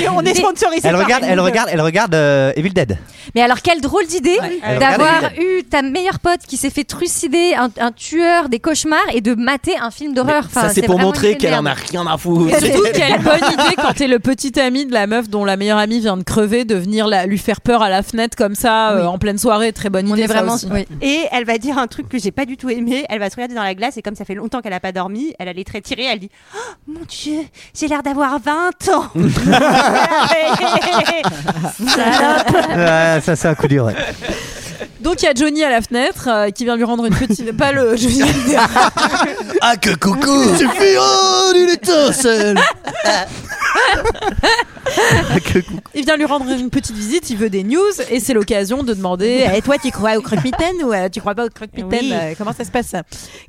Speaker 8: Et on est sponsorisé.
Speaker 11: Elle
Speaker 8: par
Speaker 11: regarde,
Speaker 8: Red
Speaker 11: elle
Speaker 8: Bull.
Speaker 11: regarde, elle regarde euh, Evil
Speaker 8: <laughs>
Speaker 11: Dead.
Speaker 6: Mais alors, quelle drôle d'idée
Speaker 11: Elle
Speaker 6: d'avoir
Speaker 11: regarde
Speaker 6: eu ta meilleure pote qui s'est fait trucider, un, un tueur des cauchemars et de mater un film d'horreur. Enfin,
Speaker 12: Ça c'est pour
Speaker 6: vraiment une
Speaker 12: montrer
Speaker 6: idée
Speaker 12: qu'elle
Speaker 6: de
Speaker 12: en a
Speaker 6: merde.
Speaker 12: rien à foutre. <laughs>
Speaker 1: Surtout quelle bonne idée quand t'es le petit ami de la meuf dont la meilleure amie vient de crever, de venir la- lui faire peur à la fenêtre comme ça euh, en pleine soirée, très bonne
Speaker 6: On
Speaker 1: idée.
Speaker 6: est
Speaker 1: ça
Speaker 6: vraiment.
Speaker 1: aussi.
Speaker 6: oui.
Speaker 8: Et elle va dire un truc que j'ai pas du tout aimé. Elle va se regarder dans la glace et comme ça fait longtemps qu'elle a pas dormi, elle a les traits tirés. Elle dit oh, Mon Dieu, j'ai l'air d'avoir 20 ans.
Speaker 12: <laughs>
Speaker 8: <laughs> Salope.
Speaker 11: Ouais, ça, c'est un coup dur. ouais.
Speaker 1: Donc il y a Johnny à la fenêtre euh, qui vient lui rendre une petite, pas le Johnny,
Speaker 11: Ah que <laughs> coucou Tu fais oh
Speaker 8: <laughs>
Speaker 11: d'une étincelle Ah que coucou
Speaker 1: il vient lui rendre une petite visite. Il veut des news et c'est l'occasion de demander. Et toi, tu crois au croque-mitaine ou euh, tu crois pas au croque-mitaine
Speaker 8: Oui.
Speaker 1: Euh, Comment ça se passe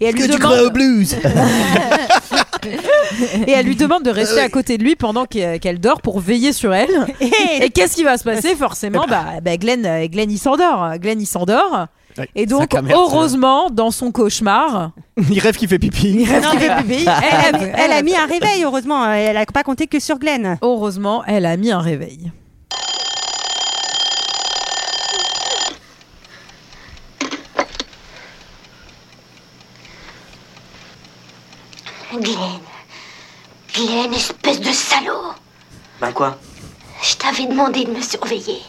Speaker 1: Et elle
Speaker 11: Que
Speaker 1: lui
Speaker 11: tu
Speaker 1: demande.
Speaker 11: crois au blues
Speaker 1: Et elle lui demande de rester à côté de lui pendant qu'e- euh, qu'elle dort pour veiller sur elle. Et qu'est-ce qui va se passer forcément bah, bah, Glenn, euh, Glenn il s'endort. Glenn il s'endort.
Speaker 7: Ouais,
Speaker 1: Et donc
Speaker 12: sa caméra,
Speaker 1: heureusement dans son cauchemar,
Speaker 7: Il rêve qu'il fait pipi.
Speaker 8: Non, Ah, mais
Speaker 1: elle a,
Speaker 8: elle, a mis un réveil,
Speaker 6: hein,
Speaker 8: heureusement. Elle a pas compté que sur Glenn.
Speaker 1: heureusement elle a mis un réveil.
Speaker 10: Glenn. Glenn, espèce de salaud.
Speaker 2: Ben quoi
Speaker 10: Je t'avais demandé de me surveiller.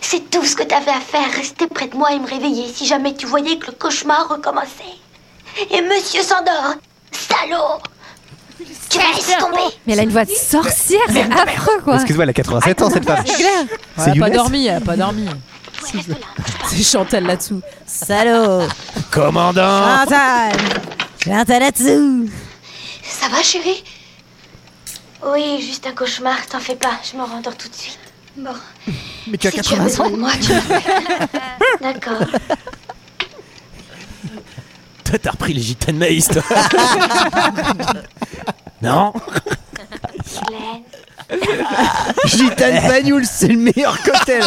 Speaker 13: C'est tout ce que t'avais à faire, rester près de moi et me réveiller si jamais tu voyais que le cauchemar recommençait. Et monsieur s'endort. Salaud Tu vas laisser tomber
Speaker 8: Mais elle a une voix de sorcière, c'est affreux quoi.
Speaker 11: Excuse-moi, elle a 87 ans cette femme.
Speaker 8: C'est clair.
Speaker 1: Elle a pas
Speaker 11: Younes
Speaker 1: dormi, elle a pas dormi. <laughs> C'est Chantal là-dessous. Salaud
Speaker 6: Ah,
Speaker 12: Commandant
Speaker 1: Chantal Chantal là-dessous
Speaker 13: Ça va, chérie Oui, juste un cauchemar, t'en fais pas, je me rendors tout de suite. Bon,
Speaker 14: Mais tu as
Speaker 13: si tu as
Speaker 14: 80
Speaker 13: besoin
Speaker 14: ans
Speaker 13: de moi, tu m'appelles. D'accord.
Speaker 12: Toi, t'as repris les gitanes maïs, toi. non
Speaker 11: Gitane Bagnoul, c'est le meilleur cocktail.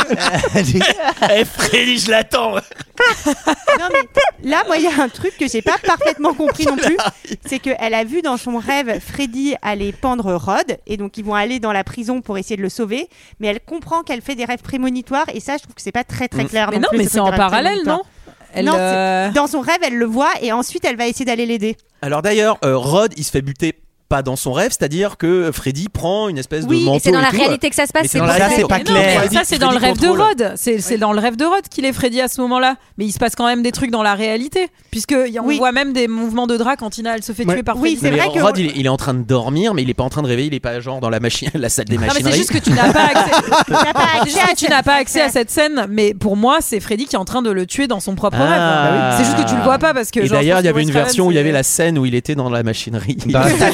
Speaker 12: Eh, Freddy, je l'attends
Speaker 6: Non, mais là, moi, il y a un truc que j'ai pas parfaitement
Speaker 12: <laughs>
Speaker 6: compris non plus. C'est qu'elle a vu dans son rêve Freddy aller pendre Rod, et donc ils vont aller dans la prison pour essayer de le sauver. Mais elle comprend qu'elle fait des rêves prémonitoires, et ça, je trouve que c'est pas très très
Speaker 1: Mm.
Speaker 6: clair.
Speaker 1: Mais non,
Speaker 6: plus,
Speaker 1: mais
Speaker 6: ce
Speaker 1: c'est
Speaker 6: truc
Speaker 1: en
Speaker 6: de rêve
Speaker 1: parallèle, non
Speaker 6: prémonitoire.
Speaker 1: Elle,
Speaker 6: Non, c'est-
Speaker 1: euh,
Speaker 6: dans son rêve, elle le voit, et ensuite, elle va essayer d'aller l'aider.
Speaker 12: Alors d'ailleurs, euh, Rod, il se fait buter pas dans son rêve, c'est-à-dire que Freddy prend une espèce
Speaker 8: Oui,
Speaker 12: de
Speaker 8: et
Speaker 12: manteau.
Speaker 8: c'est dans la
Speaker 12: tout. euh,
Speaker 8: réalité que ça se passe,
Speaker 12: Mais
Speaker 8: c'est
Speaker 12: dans
Speaker 8: pour
Speaker 12: la
Speaker 8: ça
Speaker 12: réalité,
Speaker 8: que-
Speaker 12: pas
Speaker 1: Mais non,
Speaker 12: clair.
Speaker 1: Ça, c'est dans le rêve de
Speaker 12: contrôle.
Speaker 1: Rod. C'est c'est dans le rêve de Rod qu'il est Freddy à ce moment-là. Mais il se passe quand même des trucs dans la réalité. Puisque y- on
Speaker 6: Oui.
Speaker 1: voit même des mouvements de drap quand Tina elle se fait
Speaker 12: Ouais.
Speaker 1: tuer par
Speaker 6: Oui,
Speaker 1: Freddy.
Speaker 6: c'est
Speaker 12: Mais
Speaker 6: vrai que-
Speaker 12: Rod, il est, il est en train de dormir, mais il est pas en train de réveiller, il est pas genre dans la machine, la salle des
Speaker 1: Non, Ah, mais
Speaker 12: machineries.
Speaker 1: c'est juste que tu n'as pas
Speaker 12: <laughs>
Speaker 1: accès,
Speaker 6: T'as pas
Speaker 8: <laughs>
Speaker 1: c'est
Speaker 6: accès
Speaker 1: juste
Speaker 6: à
Speaker 1: que tu n'as pas accès à cette scène. Mais pour moi, c'est Freddy qui est en train de le tuer dans son propre
Speaker 12: Ah.
Speaker 1: rêve. Bah C'est juste que tu le vois pas parce que.
Speaker 12: Et
Speaker 1: genre, je
Speaker 12: d'ailleurs,
Speaker 1: pense
Speaker 12: il y
Speaker 1: que
Speaker 12: avait une
Speaker 1: Wes Craven,
Speaker 12: version où il y
Speaker 1: c'est-
Speaker 12: avait la scène où il était dans la machinerie.
Speaker 8: la salle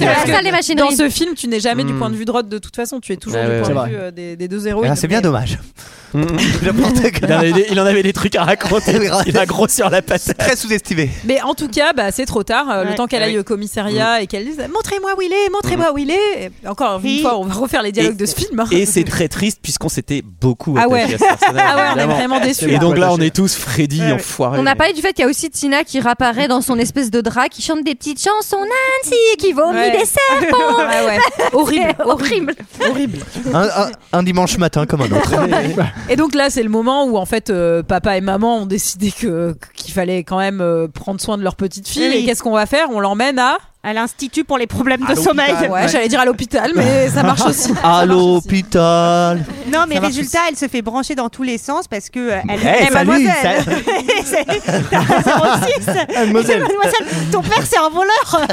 Speaker 1: Dans
Speaker 8: des machineries.
Speaker 1: ce film, tu n'es jamais du
Speaker 12: Mm.
Speaker 1: point de vue de Rod de toute façon. Tu es toujours
Speaker 12: Ah ouais,
Speaker 1: du
Speaker 12: c'est
Speaker 1: point
Speaker 12: vrai.
Speaker 1: de vue euh, des, des deux héroïnes.
Speaker 11: Ah, c'est bien
Speaker 1: Mais-
Speaker 11: dommage. <laughs>
Speaker 12: Mm.
Speaker 11: Il apportait que-
Speaker 12: <laughs> il, en
Speaker 11: <laughs>
Speaker 12: avait des, il en avait des trucs à raconter. <laughs> il a gros sur la patate.
Speaker 11: Très sous-estimé.
Speaker 1: Mais en tout cas, bah, c'est trop tard. Euh,
Speaker 6: Ouais,
Speaker 1: le temps qu'elle
Speaker 6: ouais.
Speaker 1: aille au commissariat et qu'elle dise Montrez-moi où il est, montrez-moi où il est. Et encore une
Speaker 6: Oui.
Speaker 1: fois, on va refaire les dialogues
Speaker 12: Et-
Speaker 1: de ce film. hein.
Speaker 12: Et c'est très triste puisqu'on s'était beaucoup
Speaker 1: Ah
Speaker 12: attaché
Speaker 1: ouais.
Speaker 12: à ce personnage.
Speaker 1: Ah ouais, on est
Speaker 12: évidemment.
Speaker 1: vraiment déçus.
Speaker 12: Et
Speaker 1: là.
Speaker 12: donc là, on
Speaker 14: attaché.
Speaker 12: est tous Freddy
Speaker 6: Ouais, ouais.
Speaker 12: enfoiré.
Speaker 8: On a parlé du fait qu'il y a aussi Tina qui réapparaît dans son espèce de drap, qui chante des petites chansons Nancy, qui vomit
Speaker 1: Ouais. <laughs>
Speaker 8: des serpents.
Speaker 1: Ouais, ouais. horrible, horrible, horrible.
Speaker 11: Un, un- un dimanche matin comme un <laughs> autre.
Speaker 1: <laughs> Et donc là, c'est le moment où en fait, euh, papa et maman ont décidé que qu'il fallait quand même euh, prendre soin de leur petite fille.
Speaker 6: Oui.
Speaker 1: Et qu'est-ce qu'on va faire On l'emmène à
Speaker 6: À l'Institut pour les problèmes de
Speaker 12: À
Speaker 6: sommeil.
Speaker 12: l'hôpital.
Speaker 1: Ah Ouais, j'allais dire à l'hôpital, mais ça marche aussi.
Speaker 11: À l'hôpital.
Speaker 6: Non, mais
Speaker 11: Ça marche
Speaker 6: résultat, elle se fait brancher dans tous les sens parce que euh, elle.
Speaker 11: Eh,
Speaker 6: Eh,
Speaker 11: salut,
Speaker 6: mademoiselle. <laughs> C'est- t'as 06.
Speaker 12: <laughs>
Speaker 14: Mademoiselle.
Speaker 6: Mademoiselle, ton père, c'est un voleur.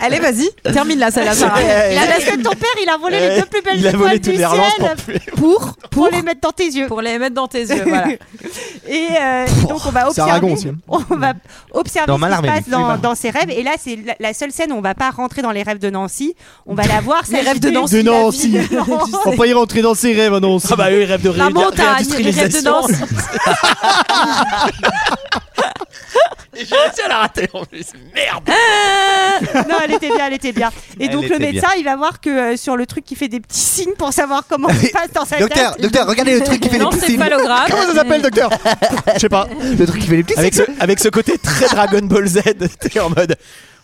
Speaker 1: Allez, vas-y, termine la salle à Sarah.
Speaker 6: Il a parce que ton père, il a volé les deux plus belles
Speaker 12: Il a volé
Speaker 6: étoiles du
Speaker 12: toutes les
Speaker 6: ciel
Speaker 12: relances pour
Speaker 1: Pour,
Speaker 6: pour
Speaker 1: pour,
Speaker 6: les mettre dans tes yeux.
Speaker 1: pour les mettre dans tes yeux.
Speaker 6: <laughs>
Speaker 1: <laughs> Voilà.
Speaker 6: Euh, Et, euh, et donc on va
Speaker 14: c'est Aragon
Speaker 6: observer,
Speaker 14: aussi, hein.
Speaker 6: on va observer ce qui
Speaker 11: Dans
Speaker 6: se
Speaker 11: Mallarmé.
Speaker 6: passe dans, dans ses rêves. Et là, c'est la, la seule scène où on va pas rentrer dans les rêves de Nancy. On va la voir.
Speaker 1: Les rêves de Nancy.
Speaker 6: s'agiter.
Speaker 14: De
Speaker 1: la
Speaker 14: Nancy.
Speaker 1: vie de Nancy.
Speaker 14: On va pas y rentrer dans ses rêves, non.
Speaker 12: Ah bah eux, ils rêvent de
Speaker 1: La
Speaker 12: ré-
Speaker 1: montagne, les rêves de
Speaker 12: réindustrialisation.
Speaker 1: Nancy.
Speaker 12: Et <laughs> J'ai réussi à la rater en plus. Merde.
Speaker 6: Non, elle était bien, elle était bien. Et
Speaker 11: Elle
Speaker 6: donc le
Speaker 11: était
Speaker 6: médecin, il va voir que euh, sur le truc qui fait des petits signes pour savoir comment il passe dans sa
Speaker 11: Docteur,
Speaker 6: tête.
Speaker 11: docteur, regardez le truc qui fait les
Speaker 1: Non,
Speaker 11: petits
Speaker 1: c'est
Speaker 11: signes.
Speaker 1: pas le grave.
Speaker 14: Comment ça s'appelle, docteur Je sais pas.
Speaker 11: Le truc qui fait les petits
Speaker 12: Avec
Speaker 11: signes.
Speaker 12: ce, avec ce côté très Dragon Ball Z, <laughs> t'es en mode.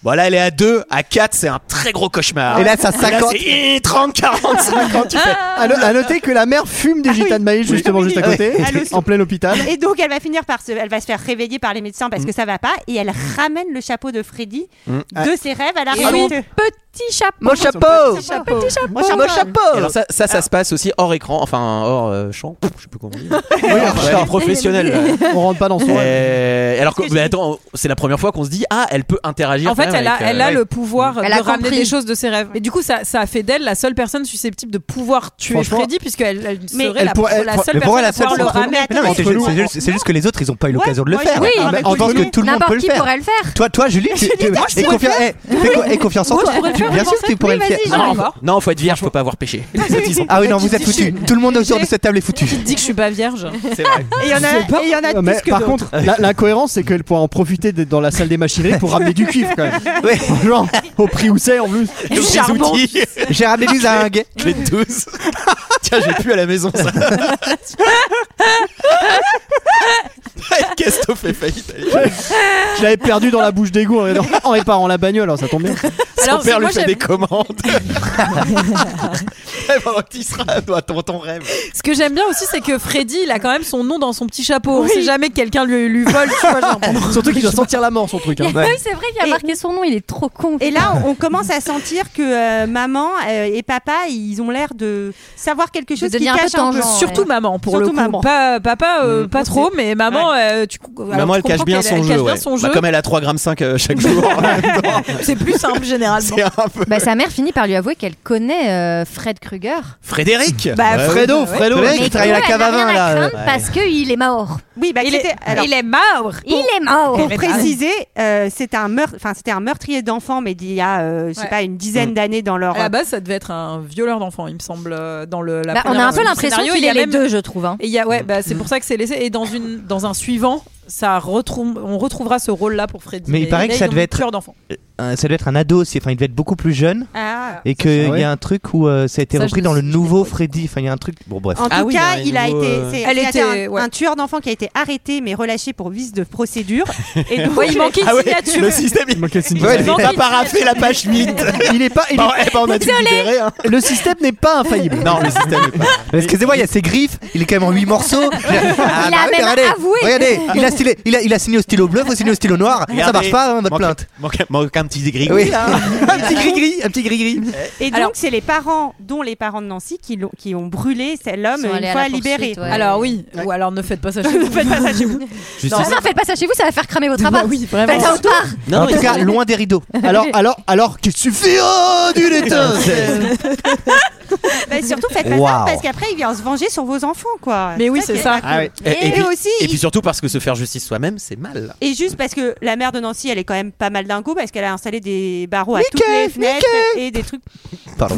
Speaker 12: Voilà, elle est à 2, à 4, c'est un très gros cauchemar.
Speaker 11: Et là, ça
Speaker 12: Et Ah, là,
Speaker 11: 50.
Speaker 12: c'est hi, 30, 40, 50. Tu fais. Ah
Speaker 14: À, no- à noter que la mère fume des gitanes maïs justement
Speaker 6: Oui.
Speaker 14: juste à côté,
Speaker 6: Oui. Allô,
Speaker 14: en plein hôpital.
Speaker 6: Et donc elle va finir par se, elle va se faire réveiller par les médecins parce que ça va pas. Et elle ramène le chapeau de Freddy de ses rêves à la
Speaker 8: Et son
Speaker 6: réalité.
Speaker 8: petit chapeau.
Speaker 11: Mon chapeau.
Speaker 8: Petit chapeau.
Speaker 11: Mon chapeau.
Speaker 12: Et Alors, ça, ça, ça se passe aussi hors écran, enfin hors euh, champ, Pff, je sais plus comment on <laughs> dit.
Speaker 14: Oui, alors,
Speaker 12: Ouais, professionnel. là.
Speaker 14: On rentre pas dans son rêve.
Speaker 12: Euh, alors que, mais attends, c'est la première fois qu'on se dit ah, elle peut interagir.
Speaker 1: En fait,
Speaker 12: quand même
Speaker 1: elle a,
Speaker 12: avec, euh,
Speaker 1: elle a
Speaker 12: ouais.
Speaker 1: le pouvoir
Speaker 8: Elle
Speaker 1: de
Speaker 8: a
Speaker 1: ramener
Speaker 8: compris.
Speaker 1: des choses de ses rêves. Et du coup, ça, ça a fait d'elle la seule personne susceptible de pouvoir tuer
Speaker 14: Franchement,
Speaker 1: Freddy, puisqu'elle elle
Speaker 6: mais
Speaker 1: serait
Speaker 14: elle
Speaker 1: la,
Speaker 14: pourrait-
Speaker 1: la
Speaker 14: elle-
Speaker 1: seule
Speaker 11: Mais
Speaker 1: personne
Speaker 11: pour elle,
Speaker 1: à
Speaker 11: la seule
Speaker 1: pouvoir le
Speaker 11: entre nous-
Speaker 1: ramener. à
Speaker 11: Mais non, mais
Speaker 1: tous
Speaker 11: c'est
Speaker 1: les
Speaker 11: juste,
Speaker 1: jours.
Speaker 11: c'est juste- c'est juste que les autres, ils ont pas eu l'occasion de le
Speaker 6: Ouais,
Speaker 11: faire.
Speaker 6: moi, j'ai-
Speaker 11: Mais
Speaker 6: avec
Speaker 11: en tant
Speaker 6: Julie,
Speaker 11: que tout le monde peut
Speaker 8: N'importe
Speaker 11: le
Speaker 8: qui
Speaker 11: faire.
Speaker 8: pourrait le faire.
Speaker 11: Toi, toi, Julie, tu, tu- et, confia- eh, fais co- et confiance en
Speaker 1: Moi, je
Speaker 11: toi.
Speaker 1: pourrais le
Speaker 11: Tu-
Speaker 1: faire,
Speaker 11: bien
Speaker 1: je
Speaker 11: sûr que
Speaker 1: pensais.
Speaker 11: tu pourrais le
Speaker 8: Oui,
Speaker 11: faire.
Speaker 8: vas-y,
Speaker 1: Non,
Speaker 8: Julie.
Speaker 1: encore.
Speaker 12: Non, faut être vierge, faut pas avoir péché.
Speaker 1: <laughs>
Speaker 12: Ils ont-
Speaker 11: Ah oui, non, vous êtes
Speaker 1: Tu- tu-
Speaker 11: foutus. Tout le monde autour de cette table est foutu.
Speaker 1: Qui te dit que je suis pas vierge
Speaker 12: C'est vrai.
Speaker 6: Et il y en a, et il y en a
Speaker 14: Non, mais
Speaker 6: plus que
Speaker 14: par
Speaker 6: d'autres.
Speaker 14: contre, la- l'incohérence, c'est qu'elle pourra en profiter d'être dans la salle des machineries pour ramener du cuivre quand même.
Speaker 11: Ouais.
Speaker 15: Hein,
Speaker 14: Genre, au prix où c'est en plus.
Speaker 12: Tous les
Speaker 1: charbon.
Speaker 12: outils.
Speaker 11: J'ai ramené du zinc.
Speaker 12: <laughs> Je l'ai
Speaker 11: <laughs>
Speaker 12: tous. Tiens, j'ai plus à la maison ça. Qu'est-ce que t'as fait faillite allez.
Speaker 15: Je l'avais perdu dans la bouche d'égout en, en réparant la bagnole, alors ça tombe bien.
Speaker 12: Son
Speaker 15: Alors,
Speaker 12: père lui
Speaker 15: moi,
Speaker 12: fait
Speaker 15: j'aime-
Speaker 12: des commandes. Eh, Pendant que tu seras toi, ton, ton rêve.
Speaker 1: Ce que j'aime bien aussi, c'est que Freddy, il a quand même son nom dans son petit chapeau. On
Speaker 15: Oui.
Speaker 1: sait jamais que quelqu'un lui, lui vole. Tu vois, <laughs> genre,
Speaker 12: Ah
Speaker 1: bon.
Speaker 15: Surtout qu'il doit sentir la mort son truc. hein.
Speaker 8: Oui, c'est vrai qu'il a marqué son nom, il est trop con.
Speaker 6: Et là, on on commence à sentir que euh, maman euh, et papa, ils ont l'air de savoir quelque chose qui
Speaker 1: devenir un peu
Speaker 6: cache un peu.
Speaker 1: tangent, Surtout ouais. maman, pour le coup. Pas- papa, euh, pas trop, mais maman, euh, tu, alors,
Speaker 12: Maman,
Speaker 1: tu
Speaker 12: elle cache
Speaker 1: comprends
Speaker 12: bien
Speaker 1: qu'elle-
Speaker 12: son
Speaker 1: elle
Speaker 12: jeu.
Speaker 1: cache bien
Speaker 12: ouais.
Speaker 1: son jeu.
Speaker 12: Bah, comme elle a 3,5 grammes euh, chaque <laughs> jour.
Speaker 1: <laughs> C'est plus simple généralement.
Speaker 8: Bah, sa mère finit par lui avouer qu'elle connaît euh, Fred Krueger.
Speaker 12: Frédéric
Speaker 1: Bah,
Speaker 12: Ouais.
Speaker 15: Fredo, Fredo.
Speaker 12: Frédéric,
Speaker 15: Mais
Speaker 12: il travaille à la
Speaker 15: Fredo,
Speaker 12: cave à
Speaker 15: elle a rien
Speaker 12: vin,
Speaker 15: à
Speaker 12: là.
Speaker 15: craindre
Speaker 12: Ouais.
Speaker 8: Parce qu'il est mort.
Speaker 6: Oui, bah,
Speaker 1: il,
Speaker 6: c'était-
Speaker 1: est,
Speaker 6: alors-
Speaker 1: il est mort.
Speaker 8: Il est mort.
Speaker 6: Pour
Speaker 8: Mais
Speaker 6: préciser, euh, c'est un meurtre, enfin c'était un meurtrier d'enfants, mais d'il y a, euh, je sais
Speaker 1: Ouais.
Speaker 6: pas, une dizaine d'années dans leur. euh,
Speaker 1: À la base, ça devait être un violeur d'enfant, il me semble, euh, dans le. La
Speaker 8: Bah, on a
Speaker 1: première
Speaker 8: un peu
Speaker 1: du
Speaker 8: l'impression
Speaker 1: scénario.
Speaker 8: qu'il
Speaker 1: Il y
Speaker 8: est
Speaker 1: a
Speaker 8: les
Speaker 1: même-
Speaker 8: deux, je trouve. hein.
Speaker 1: Et il y a, ouais, bah,
Speaker 11: Mm.
Speaker 1: c'est pour ça que c'est laissé. Et dans une, dans un suivant, ça retrouve, on retrouvera ce rôle-là pour Freddy.
Speaker 11: Mais il paraît que
Speaker 1: là,
Speaker 11: ça
Speaker 1: ils ont
Speaker 11: devait
Speaker 1: mis
Speaker 11: être-
Speaker 1: tueur
Speaker 11: <laughs>
Speaker 1: d'enfant.
Speaker 11: Euh, ça devait être un ado aussi, enfin il devait être beaucoup plus jeune.
Speaker 6: Ah.
Speaker 11: Et
Speaker 6: Ça,
Speaker 11: qu'il
Speaker 6: ça,
Speaker 11: y a un truc où euh, ça a été
Speaker 6: Ça, je
Speaker 11: repris
Speaker 6: me
Speaker 11: dans le nouveau Freddy. Enfin, il y a un truc. Bon, bref.
Speaker 6: En tout cas, Ah il a euh, été, c'est-
Speaker 1: Elle
Speaker 6: c'est
Speaker 1: était-
Speaker 6: un,
Speaker 1: ouais.
Speaker 6: un tueur d'enfants qui a été arrêté mais relâché pour vice de procédure. Et donc,
Speaker 1: Ouais, il manquait une
Speaker 12: Ah ouais,
Speaker 1: signature.
Speaker 12: <laughs> le système, il
Speaker 15: manquait
Speaker 12: une ouais,
Speaker 1: signature.
Speaker 12: T'as pas raflé la page 8.
Speaker 15: Il est pas. il est-
Speaker 12: Bon, eh ben, on a tout
Speaker 8: Désolé.
Speaker 12: libéré. hein.
Speaker 15: Le système n'est pas infaillible.
Speaker 12: Non, le système est pas.
Speaker 11: Excusez-moi, il y a ses griffes, il est quand même en 8 morceaux. Ah,
Speaker 8: Il a même
Speaker 11: regardez,
Speaker 8: avoué.
Speaker 11: regardez, il a, stylé- il, a, il a signé au stylo bleu, faut signer au stylo noir. Ça
Speaker 12: Regardez,
Speaker 11: marche pas, hein, votre
Speaker 12: manque-
Speaker 11: plainte.
Speaker 12: Manque, manque un petit gris.
Speaker 11: Oui. <laughs> un petit gris-gris, un petit gris-gris.
Speaker 6: Et donc, c'est les parents, dont les parents de Nancy, qui, l'ont- qui ont brûlé cet- l'homme
Speaker 8: Ils sont
Speaker 6: une
Speaker 8: allés à
Speaker 6: fois
Speaker 8: la
Speaker 6: libéré.
Speaker 8: poursuite, ouais.
Speaker 1: Alors oui, ou alors ne faites pas
Speaker 8: <laughs>
Speaker 1: ça chez vous. Bah
Speaker 6: Faites pas ça chez
Speaker 1: <laughs>
Speaker 6: vous.
Speaker 8: Non, non, Ah, faites pas ça chez vous, ça va faire cramer votre appart.
Speaker 1: oui,
Speaker 8: Faites ça autre part.
Speaker 11: en tout cas, loin des rideaux.
Speaker 15: Alors, alors, alors qu'il
Speaker 12: oh,
Speaker 15: suffira
Speaker 11: <laughs>
Speaker 15: d'une étincelle.
Speaker 6: Bah, surtout, faites pas ça
Speaker 11: Waouh.
Speaker 6: parce qu'après, il vient se venger sur vos enfants, quoi.
Speaker 1: Mais oui, c'est
Speaker 6: qui est-
Speaker 1: ça.
Speaker 11: Ah,
Speaker 6: Et,
Speaker 12: puis,
Speaker 6: aussi,
Speaker 12: et
Speaker 6: il-
Speaker 12: puis surtout parce que se faire justice soi-même, c'est mal.
Speaker 6: et juste parce que la mère de Nancy, elle est quand même pas mal dingo parce qu'elle a installé des barreaux à toutes les fenêtres et des trucs.
Speaker 11: Pardon.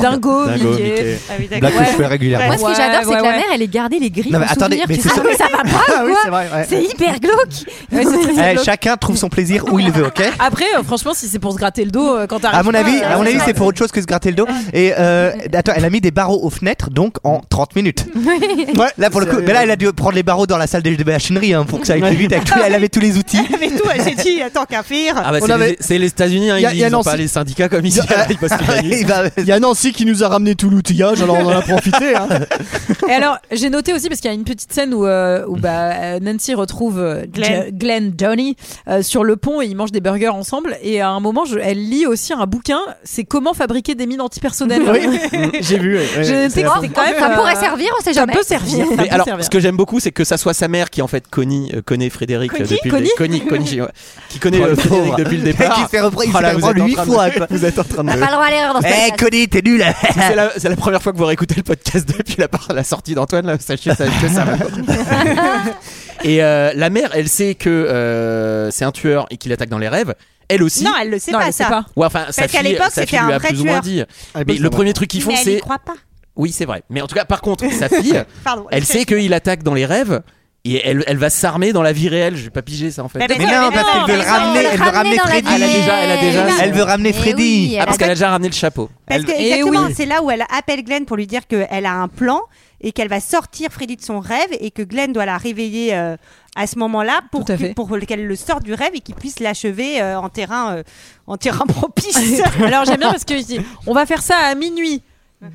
Speaker 1: Dingo,
Speaker 12: Dingo,
Speaker 1: Mickey.
Speaker 12: Mickey.
Speaker 6: Ah oui,
Speaker 11: Blague
Speaker 6: d'accord.
Speaker 11: que je fais régulièrement.
Speaker 8: Moi, ce
Speaker 1: Ouais,
Speaker 8: que j'adore, c'est
Speaker 1: ouais,
Speaker 8: que la
Speaker 1: ouais.
Speaker 8: mère, elle est gardée les grilles.
Speaker 11: Non, mais
Speaker 8: en
Speaker 11: attendez,
Speaker 8: souvenir.
Speaker 11: mais
Speaker 8: Tu
Speaker 11: c'est
Speaker 8: fais,
Speaker 11: ça.
Speaker 8: Ah, mais ça va pas
Speaker 11: <laughs>
Speaker 15: Ah
Speaker 8: ou
Speaker 15: oui,
Speaker 8: quoi
Speaker 15: c'est vrai. ouais.
Speaker 8: C'est hyper glauque.
Speaker 1: Ouais, c'est très
Speaker 11: Eh,
Speaker 1: glauque.
Speaker 11: chacun trouve son plaisir où il veut, ok
Speaker 1: Après, euh, franchement, si c'est pour se gratter le dos, euh, quand
Speaker 8: Ah,
Speaker 1: t'arrives.
Speaker 11: À mon
Speaker 1: pas,
Speaker 11: avis,
Speaker 1: euh,
Speaker 11: à mon
Speaker 1: c'est
Speaker 11: avis,
Speaker 1: pas-
Speaker 11: c'est pour autre chose que se gratter le dos. Et euh, attends, elle a mis des barreaux aux fenêtres, donc en 30
Speaker 8: <laughs>
Speaker 11: minutes. Ouais. Là pour le coup, mais là elle a dû prendre les barreaux dans la salle des de machinerie hein, pour que ça aille plus
Speaker 8: <laughs>
Speaker 11: vite. Avec tout- elle avait tous les outils.
Speaker 8: Ah,
Speaker 6: Mais tout, elle s'est dit, attends qu'à faire.
Speaker 12: Ah bah,
Speaker 15: On
Speaker 12: c'est
Speaker 15: avait-
Speaker 12: les- c'est les États-Unis, hein,
Speaker 15: Y a-
Speaker 12: ils
Speaker 15: y a
Speaker 12: n'ont
Speaker 15: Nancy-
Speaker 12: pas les syndicats comme ici. ils
Speaker 15: <laughs>
Speaker 12: bossent toute la nuit.
Speaker 11: <laughs> Il va-
Speaker 15: Il y a Nancy qui nous a ramené tout l'outillage, alors on en Ah, a profité. hein.
Speaker 1: Et alors, j'ai noté aussi parce qu'il y a une petite scène où, euh, où bah, euh, Nancy retrouve euh,
Speaker 6: Glenn.
Speaker 1: Jo- Glenn Downey euh, sur le pont et ils mangent des burgers ensemble. Et à un moment, je- elle lit aussi un bouquin. C'est comment fabriquer des mines antipersonnelles. <laughs>
Speaker 15: Oui, j'ai vu. ouais, ouais.
Speaker 1: J'ai noté que c'était quand même.
Speaker 8: Ça
Speaker 1: euh,
Speaker 8: pourrait servir, on sait
Speaker 1: Ça
Speaker 8: jamais.
Speaker 1: peut servir. ça
Speaker 12: Mais
Speaker 1: peut
Speaker 12: alors,
Speaker 1: servir.
Speaker 12: ce que j'aime beaucoup, c'est que ça soit sa mère qui en fait Connie, euh, connaît Frédéric
Speaker 1: Connie
Speaker 12: euh, depuis
Speaker 1: Connie
Speaker 12: le Connie, Connie, ouais, qui connaît
Speaker 11: Oh, le
Speaker 12: euh, Frédéric
Speaker 11: pauvre. <laughs>
Speaker 12: depuis le
Speaker 11: Le mec,
Speaker 12: départ.
Speaker 11: il se fait repre- il se
Speaker 12: Oh là,
Speaker 11: fait
Speaker 12: vous
Speaker 11: reprendre
Speaker 12: êtes en
Speaker 11: huit
Speaker 12: train de-
Speaker 11: fois, quoi.
Speaker 12: <laughs> Vous êtes en train de.
Speaker 8: Pas le droit à l'erreur dans ce
Speaker 11: Eh,
Speaker 8: podcast.
Speaker 11: Connie, t'es nul.
Speaker 12: C'est la, c'est la première fois que vous réécoutez le podcast depuis la, part- la sortie d'Antoine, là, sachez ça- que ça va.
Speaker 6: <laughs>
Speaker 12: et euh, la mère, elle sait que euh, c'est un tueur et qu'il attaque dans les rêves. Elle aussi.
Speaker 6: Non, elle le sait
Speaker 1: Non,
Speaker 6: pas,
Speaker 1: elle le sait
Speaker 6: ça.
Speaker 1: pas. <laughs>
Speaker 12: Ouais, enfin, sa
Speaker 6: qu'à
Speaker 12: fille,
Speaker 6: l'époque,
Speaker 12: sa fille
Speaker 6: c'était
Speaker 12: lui
Speaker 6: un
Speaker 12: a
Speaker 6: vrai
Speaker 12: plus ou moins
Speaker 6: tueur.
Speaker 12: dit.
Speaker 15: Ah, bah,
Speaker 12: Mais
Speaker 15: ça
Speaker 12: ben, le
Speaker 15: va.
Speaker 12: premier truc qu'ils font,
Speaker 6: mais elle y
Speaker 12: c'est.
Speaker 6: croit pas.
Speaker 12: Oui, c'est vrai. Mais en tout cas, par contre, sa
Speaker 6: <laughs>
Speaker 12: fille,
Speaker 6: Pardon.
Speaker 12: elle sait qu'il attaque dans les rêves et elle, elle va s'armer dans la vie réelle. J'ai pas pigé ça en fait.
Speaker 6: Bah, bah,
Speaker 11: Mais
Speaker 6: Ouais,
Speaker 11: non,
Speaker 6: mais
Speaker 11: parce
Speaker 6: non,
Speaker 11: qu'elle veut le
Speaker 6: mais non,
Speaker 11: ramener,
Speaker 8: on le
Speaker 11: elle
Speaker 8: ramener
Speaker 11: veut
Speaker 8: dans
Speaker 11: ramener
Speaker 8: la vie.
Speaker 12: Elle a
Speaker 11: Freddy.
Speaker 12: déjà- elle a déjà-
Speaker 11: Elle veut ramener
Speaker 8: Mais oui,
Speaker 11: Freddy.
Speaker 8: elle
Speaker 12: ah,
Speaker 8: a
Speaker 12: parce qu'elle a déjà ramené le chapeau.
Speaker 6: Parce
Speaker 12: Elle-
Speaker 6: que
Speaker 1: Eh
Speaker 6: exactement,
Speaker 1: oui.
Speaker 6: c'est là où elle appelle Glenn pour lui dire qu'elle a un plan et qu'elle va sortir Freddy de son rêve et que Glenn doit la réveiller euh, à ce moment-là pour
Speaker 1: Tout à
Speaker 6: qu'il-
Speaker 1: fait.
Speaker 6: pour qu'elle le sorte du rêve et qu'il puisse l'achever euh, en terrain euh, en terrain <laughs> propice.
Speaker 1: Alors j'aime bien parce que je dis, on va faire ça à minuit.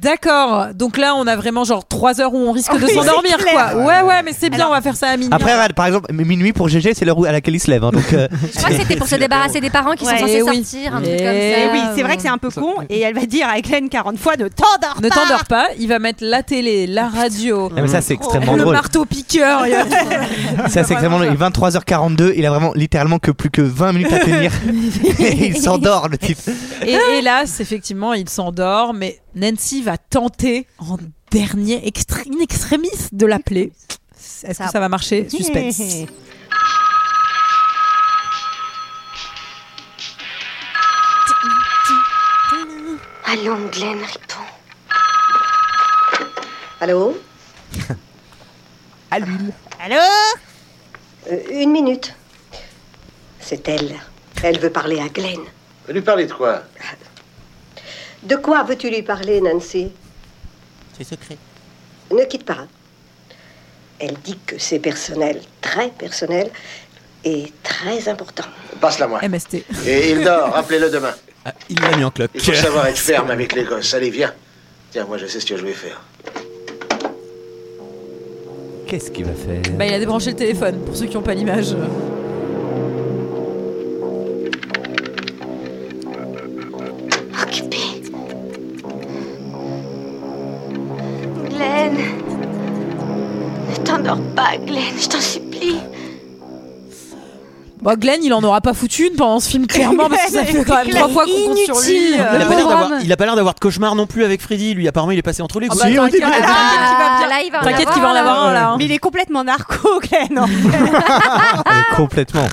Speaker 1: D'accord. Donc là, on a vraiment genre 3 heures où on risque de
Speaker 6: Oui,
Speaker 1: s'endormir,
Speaker 6: c'est
Speaker 1: quoi.
Speaker 6: clair.
Speaker 1: Ouais, ouais, mais c'est bien, on va faire ça à minuit.
Speaker 11: Après, regarde, par exemple, minuit pour GG, c'est l'heure où- à laquelle il se lève. hein, donc, euh,
Speaker 8: Je crois que c'était
Speaker 12: <laughs>
Speaker 8: pour se débarrasser des parents qui
Speaker 6: Ouais.
Speaker 8: sont censés
Speaker 1: Eh oui.
Speaker 8: sortir, un
Speaker 1: Eh
Speaker 8: truc comme ça.
Speaker 6: Et oui, c'est vrai que c'est un peu con et elle va dire à Glenn 40 fois de t'endors
Speaker 1: ne
Speaker 6: pas.
Speaker 1: t'endors
Speaker 6: <laughs>
Speaker 1: pas. Il va mettre la télé, la radio,
Speaker 11: ah, mais ça, c'est extrêmement
Speaker 1: le
Speaker 11: drôle.
Speaker 1: marteau <laughs> piqueur. il va-
Speaker 11: Ça, c'est exactement. Il est 23h42, il a vraiment littéralement que plus que 20 minutes à tenir. Et il s'endort, le type.
Speaker 1: Et hélas, effectivement, il s'endort, mais Nancy va tenter en dernier extré- in extremis de l'appeler. Est-ce que ça va marcher <laughs> Suspense.
Speaker 16: Allons, Glenn, réponds. Allô
Speaker 11: À l'huile.
Speaker 6: Allô
Speaker 16: Euh, Une minute. C'est elle. Elle veut parler à Glenn.
Speaker 17: Lui parler de quoi
Speaker 16: De quoi veux-tu lui parler, Nancy
Speaker 12: C'est secret.
Speaker 16: Ne quitte pas.
Speaker 18: Elle dit que c'est personnel, très personnel et très important.
Speaker 19: Passe-la moi.
Speaker 1: MST.
Speaker 19: Et Hildor, rappelez-le demain.
Speaker 12: Ah, Il l'a mis en clope.
Speaker 19: Il faut savoir être ferme avec les gosses. Allez, viens. Tiens, moi, je sais ce que je vais faire.
Speaker 11: Qu'est-ce qu'il va faire
Speaker 1: Bah, il a débranché le téléphone, pour ceux qui n'ont pas l'image.
Speaker 20: Glenn. Ne t'endors pas, Glenn, je t'en supplie.
Speaker 1: Bon, Glenn, il en aura pas foutu une pendant ce film, clairement, parce que <laughs> ça fait quand même trois fois qu'on compte sur lui.
Speaker 12: Il
Speaker 1: euh, le
Speaker 12: a, pas l'air
Speaker 1: pauvre
Speaker 12: d'avoir-
Speaker 1: homme.
Speaker 12: il a pas l'air d'avoir de cauchemar non plus avec Freddy. Lui, apparemment, il est passé entre les
Speaker 1: Ah
Speaker 12: coups.
Speaker 1: bah, Si, au t'inquiète, début, elle-
Speaker 6: Ah,
Speaker 1: bien.
Speaker 6: là, il va en
Speaker 1: T'inquiète
Speaker 6: avoir
Speaker 1: qu'il va en
Speaker 6: un,
Speaker 1: avoir un, là, hein.
Speaker 6: Mais il est complètement narco, <laughs> Glenn. en fait.
Speaker 11: Euh, Complètement.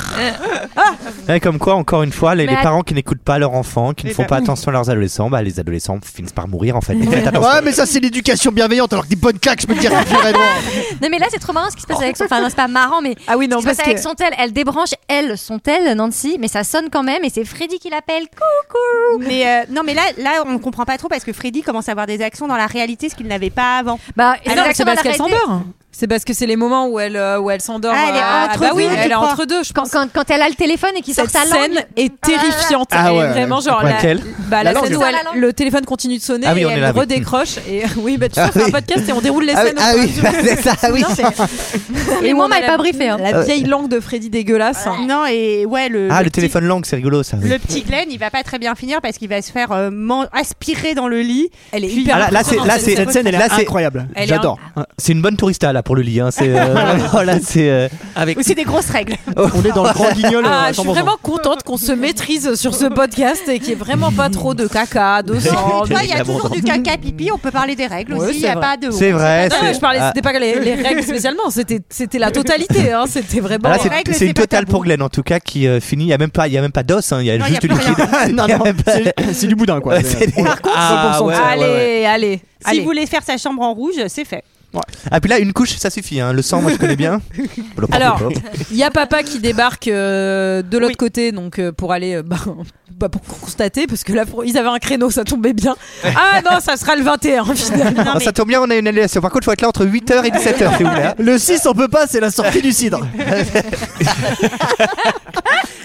Speaker 11: Ouais, comme quoi, encore une fois, les,
Speaker 6: Mais
Speaker 11: les
Speaker 6: att-
Speaker 11: parents qui n'écoutent pas leurs enfants, qui ne
Speaker 21: Les
Speaker 11: font pas
Speaker 21: parents.
Speaker 11: attention à leurs adolescents, bah, les adolescents finissent par mourir en fait. Donc, faites attention.
Speaker 21: Ouais, mais ça, c'est l'éducation bienveillante. Alors que des bonnes claques, je peux te dire, naturellement.
Speaker 8: Non mais là c'est trop marrant ce qui se passe avec son. Enfin non c'est pas marrant mais.
Speaker 1: Ah oui
Speaker 8: non. Ce qui
Speaker 1: parce
Speaker 8: se passe avec
Speaker 1: que-
Speaker 8: son tel, elle débranche elle son tel Nancy mais ça sonne quand même et c'est Freddy qui l'appelle. Coucou.
Speaker 6: Mais euh, non, mais là, là, on ne comprend pas trop parce que Freddy commence à avoir des actions dans la réalité, ce qu'il n'avait pas avant.
Speaker 8: Bah,
Speaker 1: Ah non, mais c'est parce qu'elle s'endort. C'est parce que c'est les moments où elle, euh, où elle s'endort.
Speaker 8: Ah, elle est
Speaker 1: euh,
Speaker 8: entre
Speaker 1: bah oui,
Speaker 8: deux, tu
Speaker 1: elle est
Speaker 8: crois.
Speaker 1: entre deux, je pense.
Speaker 8: Quand, quand elle a le téléphone et qu'il sort
Speaker 1: Cette
Speaker 8: sa langue. Ah,
Speaker 1: scène est terrifiante.
Speaker 11: Ah
Speaker 1: Elle est
Speaker 11: ouais,
Speaker 1: vraiment genre la,
Speaker 11: laquelle
Speaker 1: bah, la,
Speaker 11: La langue.
Speaker 1: scène où
Speaker 11: Ça,
Speaker 1: elle-
Speaker 11: la
Speaker 1: le téléphone continue de sonner
Speaker 11: Ah oui,
Speaker 1: et
Speaker 11: on est là
Speaker 1: elle
Speaker 11: avec-
Speaker 1: redécroche. Et oui,
Speaker 11: <laughs>
Speaker 1: bah, tu
Speaker 11: Ah
Speaker 1: sais, on fait
Speaker 11: oui.
Speaker 1: un podcast et on déroule les
Speaker 11: Ah oui,
Speaker 1: scènes.
Speaker 11: ah
Speaker 1: au
Speaker 11: oui,
Speaker 1: fur et à mesure.
Speaker 11: c'est ça, oui. Ah
Speaker 1: Non, <laughs> mais-
Speaker 8: Les
Speaker 1: Et
Speaker 8: mots
Speaker 1: on a
Speaker 8: m'avaient
Speaker 1: la-
Speaker 8: pas briefé, hein.
Speaker 1: La
Speaker 11: Ouais.
Speaker 1: vieille langue de Freddy dégueulasse.
Speaker 6: Non, et ouais, le.
Speaker 11: Ah, le,
Speaker 6: petit-
Speaker 11: téléphone langue, c'est rigolo ça. oui.
Speaker 6: Le petit Glenn, il va pas très bien finir parce qu'il va se faire euh, man- aspirer dans le lit.
Speaker 1: Elle est
Speaker 11: Ah, là, là, c'est- là, c'est- là, c'est-
Speaker 6: Elle est
Speaker 11: J'adore.
Speaker 1: Ah.
Speaker 11: C'est une bonne tourista là pour le lit. hein.
Speaker 1: <laughs>
Speaker 11: C'est euh, <laughs> vraiment, là, c'est. euh,
Speaker 12: Avec.
Speaker 6: C'est des grosses règles.
Speaker 11: On est dans le grand guignol.
Speaker 12: euh,
Speaker 1: Ah, je suis vraiment contente qu'on se maîtrise sur ce podcast et qu'il n'y ait vraiment pas trop de caca, de sang.
Speaker 6: Toi,
Speaker 11: <laughs>
Speaker 6: bah, il y a
Speaker 1: de-
Speaker 6: toujours du caca pipi, on peut parler des règles
Speaker 1: Ouais,
Speaker 6: aussi, il n'y
Speaker 1: c'est
Speaker 6: a
Speaker 1: vrai.
Speaker 6: pas de.
Speaker 11: C'est vrai,
Speaker 1: Non,
Speaker 11: c'est-
Speaker 1: mais je parlais,
Speaker 11: ah.
Speaker 1: c'était pas les, les règles spécialement, c'était c'était la totalité. hein, c'était vraiment.
Speaker 11: Ah, Là, c'est- c'est une totale pour Glenn en tout cas qui euh, finit. Il n'y a même pas, il y a même pas d'os. hein, Il y a
Speaker 1: Non,
Speaker 11: juste
Speaker 1: il y a
Speaker 11: du
Speaker 1: plus
Speaker 11: liquide.
Speaker 21: <laughs> Non,
Speaker 11: Il y a
Speaker 21: non,
Speaker 11: même pas-
Speaker 21: c'est- c'est du boudin, quoi.
Speaker 11: <laughs> Ouais, c'est-
Speaker 21: Par
Speaker 6: contre,
Speaker 11: Ah, ouais, ouais, ouais.
Speaker 1: allez.
Speaker 6: Si vous voulez faire sa chambre en rouge, c'est fait.
Speaker 11: Ah puis là une couche ça suffit hein. le sang moi je
Speaker 21: <laughs>
Speaker 11: connais bien. Plop,
Speaker 8: Ah,
Speaker 11: plop,
Speaker 1: Alors,
Speaker 11: plop.
Speaker 1: il y a papa qui débarque euh, de l'autre côté, donc euh, pour aller, euh, <laughs> bah, bah, pour constater, parce que là, pour- ils avaient un créneau, ça tombait bien. Ah non, ça sera le 21
Speaker 11: <laughs>
Speaker 1: finalement.
Speaker 11: Bon, Ah, Ça tombe bien on a une annulation. Par contre faut être là entre 8h et 17h si vous voulez. hein.
Speaker 21: Le 6, on peut pas, c'est la sortie du cidre.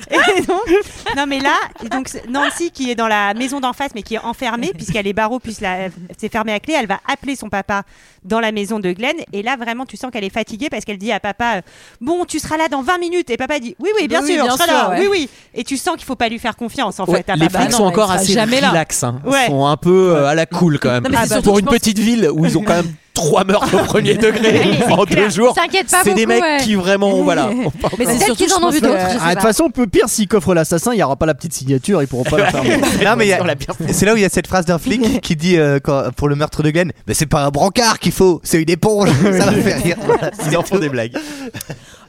Speaker 6: Et <laughs> donc- non mais là, donc c'est Nancy qui est dans la maison d'en face mais qui est enfermée puisqu'elle est barreau puis la- c'est fermé à clé, elle va appeler son papa dans la maison de Glenn et là vraiment tu sens qu'elle est fatiguée parce qu'elle dit à papa euh, "Bon, tu seras là dans 20 minutes." Et papa dit "Oui oui, bien
Speaker 1: Oui,
Speaker 6: sûr,
Speaker 1: bien
Speaker 6: je serai
Speaker 1: sûr,
Speaker 6: là."
Speaker 1: ouais.
Speaker 6: Oui oui. Et tu sens qu'il faut pas lui faire confiance en
Speaker 12: Ouais,
Speaker 6: fait à
Speaker 12: les
Speaker 6: papa.
Speaker 12: flics sont encore assez relax, hein. Ils sont un peu euh, à la cool quand même.
Speaker 1: Non, mais c'est
Speaker 12: Ah, bah,
Speaker 1: surtout,
Speaker 12: pour
Speaker 1: je
Speaker 12: une
Speaker 1: pense-
Speaker 12: petite ville où ils ont quand <laughs> même trois meurtres au premier degré en deux jours.
Speaker 8: T'inquiète pas
Speaker 12: C'est des
Speaker 8: beaucoup,
Speaker 12: mecs
Speaker 8: ouais. <laughs>
Speaker 12: qui vraiment, voilà. ont pas
Speaker 8: Mais
Speaker 12: encore-
Speaker 8: c'est peut-être qu'ils en ont vu d'autres. je sais
Speaker 21: Ah, De toute
Speaker 8: pas.
Speaker 21: façon, on peut pire s'ils coffrent l'assassin, il n'y aura pas la petite signature, ils pourront pas la faire.
Speaker 11: Non, mais il y a- c'est là où il y a cette phrase d'un flic qui dit euh, quand- pour le meurtre de Glenn, mais c'est pas un brancard qu'il faut, c'est une éponge. ça va faire rire. Voilà, ils en font des blagues.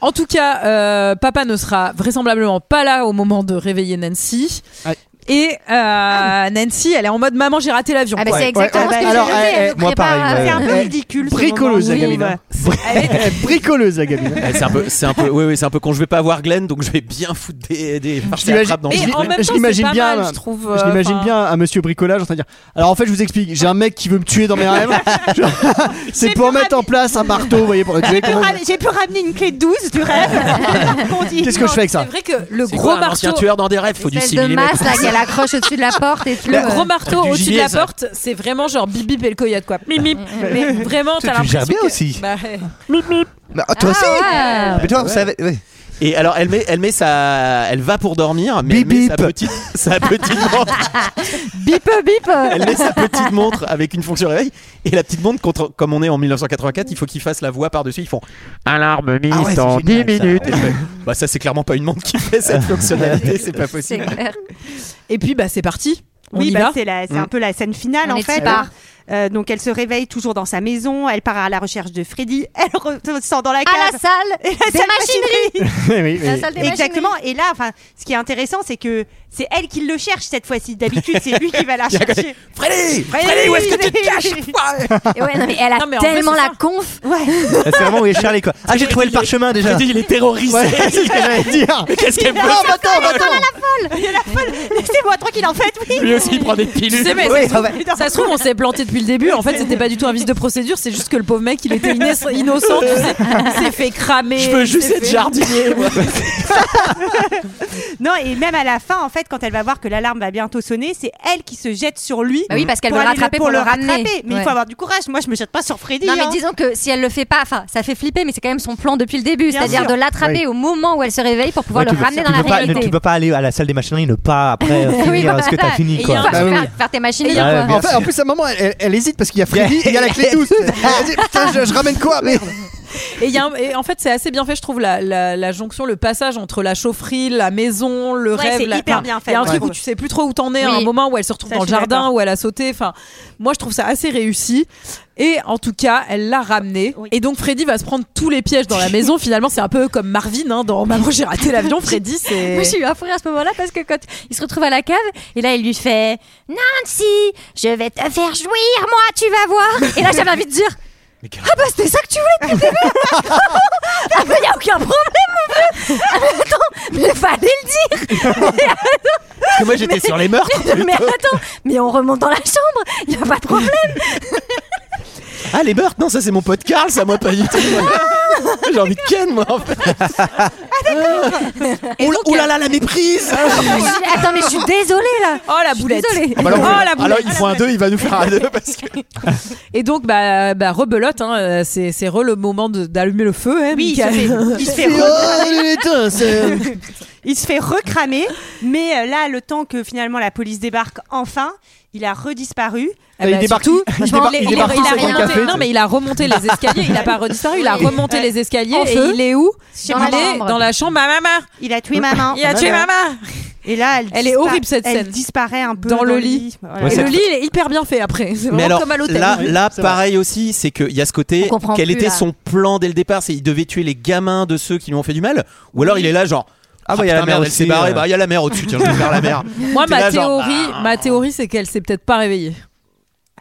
Speaker 1: En tout cas, euh, papa ne sera vraisemblablement pas là au moment de réveiller Nancy. Et euh, Nancy, elle est en mode maman, j'ai raté l'avion.
Speaker 8: Ah bah,
Speaker 1: quoi.
Speaker 8: c'est exactement ce que j'ai noté, elle ne crée pas-
Speaker 6: C'est
Speaker 11: euh,
Speaker 6: un peu ridicule. ce
Speaker 21: Bricoleuse, la
Speaker 6: moment.
Speaker 21: gamine. hein. Bricoleuse, la gamine.
Speaker 12: Ouais, Eh, c'est un peu, c'est un peu, oui, oui, c'est un peu con. Je vais pas voir Glenn, donc je vais bien foutre des, des
Speaker 21: Je
Speaker 12: parties à
Speaker 21: l'imagine-
Speaker 12: trappe dans
Speaker 21: je
Speaker 12: le
Speaker 21: l'im-
Speaker 12: film.
Speaker 21: je l'imagine bien,
Speaker 1: mal,
Speaker 21: un-
Speaker 1: je trouve,
Speaker 21: je
Speaker 1: euh,
Speaker 21: l'imagine
Speaker 1: enfin-
Speaker 21: bien un monsieur bricolage en train de dire Alors en fait, je vous explique, j'ai un mec qui veut me tuer dans mes
Speaker 1: <laughs>
Speaker 21: rêves. Je- C'est pour mettre en place un marteau, vous voyez, pour le
Speaker 6: J'ai
Speaker 21: tuer.
Speaker 6: pu
Speaker 21: comment-
Speaker 6: ramener- J'ai pu ramener une clé 12 du rêve.
Speaker 21: <laughs>
Speaker 6: Qu'on dit.
Speaker 21: Qu'est-ce que je fais avec ça
Speaker 1: C'est vrai que le
Speaker 12: C'est
Speaker 1: gros
Speaker 12: quoi, un
Speaker 1: marteau.
Speaker 12: ancien tueur dans des rêves, faut du
Speaker 8: Espèce
Speaker 12: 6
Speaker 8: de masse
Speaker 12: mm.
Speaker 8: là qu'elle accroche au-dessus de la porte et tout.
Speaker 1: Le
Speaker 8: euh.
Speaker 1: gros marteau
Speaker 12: Du
Speaker 1: au-dessus de
Speaker 12: gibier,
Speaker 1: la
Speaker 12: ça.
Speaker 1: porte, c'est vraiment genre bip bip et le coyote quoi. Mip mip. Mais vraiment,
Speaker 11: Tu-
Speaker 1: t'as
Speaker 11: tu gères
Speaker 1: l'impression.
Speaker 11: bien
Speaker 1: que-
Speaker 11: aussi.
Speaker 1: Bah, ouais.
Speaker 11: Bah, toi aussi
Speaker 1: Ah ouais.
Speaker 11: Mais toi, vous
Speaker 12: Ouais.
Speaker 11: savez. oui.
Speaker 12: Et alors, elle met, elle met sa, elle va pour dormir, mais elle met sa petite, sa petite
Speaker 8: <laughs>
Speaker 12: montre.
Speaker 1: Bip bip.
Speaker 12: Elle met sa petite montre avec une fonction réveil. Et la petite montre, contre- comme on est en 1984, il faut qu'ils fassent la voix par-dessus. Ils font alarme mise
Speaker 11: Ah ouais, c'est
Speaker 12: en 10
Speaker 11: génial, ça.
Speaker 12: minutes. Et je fais, bah, ça, c'est clairement pas une montre qui
Speaker 8: <laughs>
Speaker 12: fait cette fonctionnalité. C'est pas Ah, possible.
Speaker 1: Et puis bah c'est parti. On
Speaker 6: Oui,
Speaker 1: y
Speaker 6: bah,
Speaker 1: va. Mmh.
Speaker 6: c'est la- c'est un
Speaker 12: Mm.
Speaker 6: peu la scène finale
Speaker 8: On
Speaker 6: en
Speaker 8: est
Speaker 6: fait.
Speaker 8: dessus, part.
Speaker 6: Euh, donc elle se réveille toujours dans sa maison, elle part à la recherche de Freddy, <laughs> elle ressort dans la cave.
Speaker 8: À la salle
Speaker 6: Et
Speaker 8: des
Speaker 6: la salle
Speaker 8: machineries.
Speaker 21: Oui, oui.
Speaker 8: <laughs> La salle des
Speaker 6: Exactement. Et là, enfin, ce qui est intéressant, c'est que c'est elle qui le cherche cette fois-ci. D'habitude, c'est lui qui
Speaker 12: <laughs>
Speaker 6: va la chercher.
Speaker 12: Freddy,
Speaker 6: Freddy,
Speaker 12: Freddy, où est-ce que tu te caches
Speaker 6: <laughs>
Speaker 8: machineries. Et ouais, non, mais elle a
Speaker 1: Non, mais en fait,
Speaker 8: tellement
Speaker 1: c'est
Speaker 8: la
Speaker 1: ça.
Speaker 8: conf.
Speaker 11: Ah, C'est vraiment où est Charlie quoi. Ah, j'ai trouvé le parchemin déjà.
Speaker 12: Freddy, il est terrorisé.
Speaker 11: Ouais, c'est ce que j'allais dire.
Speaker 12: Mais <laughs> qu'est-ce qu'elle
Speaker 6: Il a-
Speaker 12: veut
Speaker 6: il a- Il a la folle. Laissez-moi tranquille en fait. Oui.
Speaker 12: Lui aussi, il prend des
Speaker 1: Tu
Speaker 12: <laughs> pilules.
Speaker 1: sais, mais
Speaker 11: Oui,
Speaker 1: ça, se
Speaker 11: ah
Speaker 1: trouve, ça se trouve, on s'est planté depuis depuis le début. En fait, c'était pas du tout un vice de procédure, c'est juste que le pauvre mec, il était
Speaker 12: <laughs>
Speaker 1: inno- innocent, tu sais. Il s'est fait cramer.
Speaker 12: Je peux
Speaker 1: il
Speaker 12: juste
Speaker 1: s'est
Speaker 12: être
Speaker 1: fait-
Speaker 12: jardinier, moi.
Speaker 8: Non, et même à la fin, en fait, quand elle va voir que l'alarme va bientôt sonner, c'est elle qui se jette sur lui.
Speaker 6: Bah oui, parce qu'elle
Speaker 8: pour
Speaker 6: veut
Speaker 8: aller
Speaker 6: rattraper pour le ramener.
Speaker 8: rattraper. Mais il
Speaker 6: Ouais.
Speaker 8: faut avoir du courage. Moi, je me jette pas sur Freddy.
Speaker 6: Non, mais
Speaker 8: hein.
Speaker 6: disons que si elle le fait pas, enfin, ça fait flipper, mais c'est quand même son plan depuis le début,
Speaker 8: Bien
Speaker 6: c'est-à-dire
Speaker 8: sûr.
Speaker 6: de l'attraper
Speaker 11: Oui.
Speaker 6: au moment où elle se réveille pour pouvoir
Speaker 11: Ouais,
Speaker 6: le
Speaker 11: tu veux-
Speaker 6: ramener
Speaker 11: tu
Speaker 6: dans la
Speaker 11: peux pas-
Speaker 6: réalité.
Speaker 11: Tu peux pas aller à la salle des machines et ne
Speaker 6: <laughs>
Speaker 11: pas après euh,
Speaker 6: Oui,
Speaker 11: finir
Speaker 6: voilà.
Speaker 11: ce que t'as fini
Speaker 6: Et
Speaker 11: quoi.
Speaker 6: enfin, faire, faire tes machines.
Speaker 11: Ah,
Speaker 6: quoi.
Speaker 11: bien
Speaker 7: Bah En, fait, en plus, à un moment, elle, elle- elle hésite parce qu'il y a Freddy et il y a la clé
Speaker 11: <laughs>
Speaker 7: douce. Elle dit, Putain, je, je ramène quoi Merde
Speaker 1: Et, il y a un- et en fait, c'est assez bien fait, je trouve, la, la- la jonction, le passage entre la chaufferie, la maison, le
Speaker 8: Ouais,
Speaker 1: rêve.
Speaker 8: c'est
Speaker 1: la-
Speaker 8: hyper
Speaker 1: enfin,
Speaker 8: bien fait,
Speaker 1: Il y a un
Speaker 8: moi, je
Speaker 1: truc où
Speaker 8: trouve.
Speaker 1: tu sais plus trop où t'en es, à
Speaker 8: Oui.
Speaker 1: un moment où elle se retrouve
Speaker 8: Ça,
Speaker 1: dans
Speaker 8: je
Speaker 1: le
Speaker 8: suis
Speaker 1: jardin,
Speaker 8: d'accord.
Speaker 1: où elle a sauté. Enfin, moi, je trouve ça assez réussi. Et en tout cas, elle l'a ramené. Et donc, Freddy va se prendre tous les pièges dans
Speaker 8: <laughs>
Speaker 1: la maison. Finalement, c'est un peu comme Marvin hein, dans Maman, j'ai raté l'avion. Freddy, c'est.
Speaker 6: Moi, je suis affolée à ce moment-là parce que quand il se retrouve à la cave, et là, il lui fait Nancy, je vais te faire jouir, moi, tu vas voir. Et là, j'avais envie de dire Ah, bah, c'était ça que tu voulais depuis le début
Speaker 12: <laughs>
Speaker 6: Ah, bah, y a aucun problème, mon vieux Ah, mais attends, mais fallait le dire Mais attends.
Speaker 12: que moi, j'étais sur les meurtres,
Speaker 6: Mais, mais
Speaker 12: plutôt.
Speaker 6: attends, mais on remonte dans la chambre, y a pas de problème
Speaker 12: Ah, les meurtres, non, ça c'est mon pote Carl, ça moi pas du tout. J'ai envie de Ken, moi en fait.
Speaker 6: Ah, Et
Speaker 12: Oh là-
Speaker 6: donc,
Speaker 12: oh là
Speaker 6: euh,
Speaker 12: là, la méprise
Speaker 6: Mais je- Attends, mais je suis désolée là
Speaker 1: Oh la boulette
Speaker 6: Désolée
Speaker 12: Ah bah alors,
Speaker 1: Oh, la boulette.
Speaker 12: alors, il faut un 2, il va nous faire un 2 parce que.
Speaker 1: Et donc, bah, bah rebelote, hein, euh, c'est, c'est re le moment de- d'allumer le feu. hein,
Speaker 8: Oui, il se
Speaker 1: Mickaël.
Speaker 8: fait, il se
Speaker 7: Oh,
Speaker 8: fait recramer. <laughs> Il se fait recramer, mais euh, là, le temps que finalement la police débarque enfin, il a redisparu.
Speaker 1: <laughs> Ah bah,
Speaker 12: <laughs>
Speaker 1: surtout, je pense qu'il est- il a- il a
Speaker 8: rien
Speaker 1: remonté-
Speaker 8: fait.
Speaker 1: non mais il a remonté les escaliers, il a pas redisparu, il a
Speaker 8: Oui.
Speaker 1: remonté les escaliers
Speaker 8: En
Speaker 1: et
Speaker 8: feu.
Speaker 1: il est où
Speaker 8: Chez
Speaker 1: Il
Speaker 8: maman.
Speaker 1: est dans la chambre à maman.
Speaker 8: Il a tué maman.
Speaker 1: Il a tué maman.
Speaker 8: Et là, elle,
Speaker 1: Elle est
Speaker 8: dispa-
Speaker 1: horrible, cette
Speaker 8: elle
Speaker 1: scène.
Speaker 8: disparaît un peu
Speaker 1: Dans le lit.
Speaker 8: Voilà.
Speaker 1: Et
Speaker 12: c'est-
Speaker 1: le lit il est hyper bien fait après, c'est
Speaker 12: Mais
Speaker 1: vraiment
Speaker 12: alors,
Speaker 1: comme à l'hôtel.
Speaker 12: là, là pareil aussi, c'est qu'il y a
Speaker 1: On
Speaker 12: ce côté,
Speaker 1: comprend
Speaker 12: quel
Speaker 1: plus,
Speaker 12: était
Speaker 1: là.
Speaker 12: son plan dès le départ C'est il devait tuer les gamins de ceux qui lui ont fait du mal Ou alors il est là, genre. Ah,
Speaker 11: bah, il y a
Speaker 12: putain,
Speaker 11: la mer
Speaker 12: merde, elle
Speaker 11: aussi,
Speaker 12: s'est barrée,
Speaker 11: euh.
Speaker 12: bah il y a la mer au-dessus, tiens, je vais faire la mer.
Speaker 1: Moi
Speaker 12: T'es
Speaker 1: ma
Speaker 12: là, genre, ah.
Speaker 1: théorie, ma théorie c'est qu'elle s'est peut-être pas réveillée.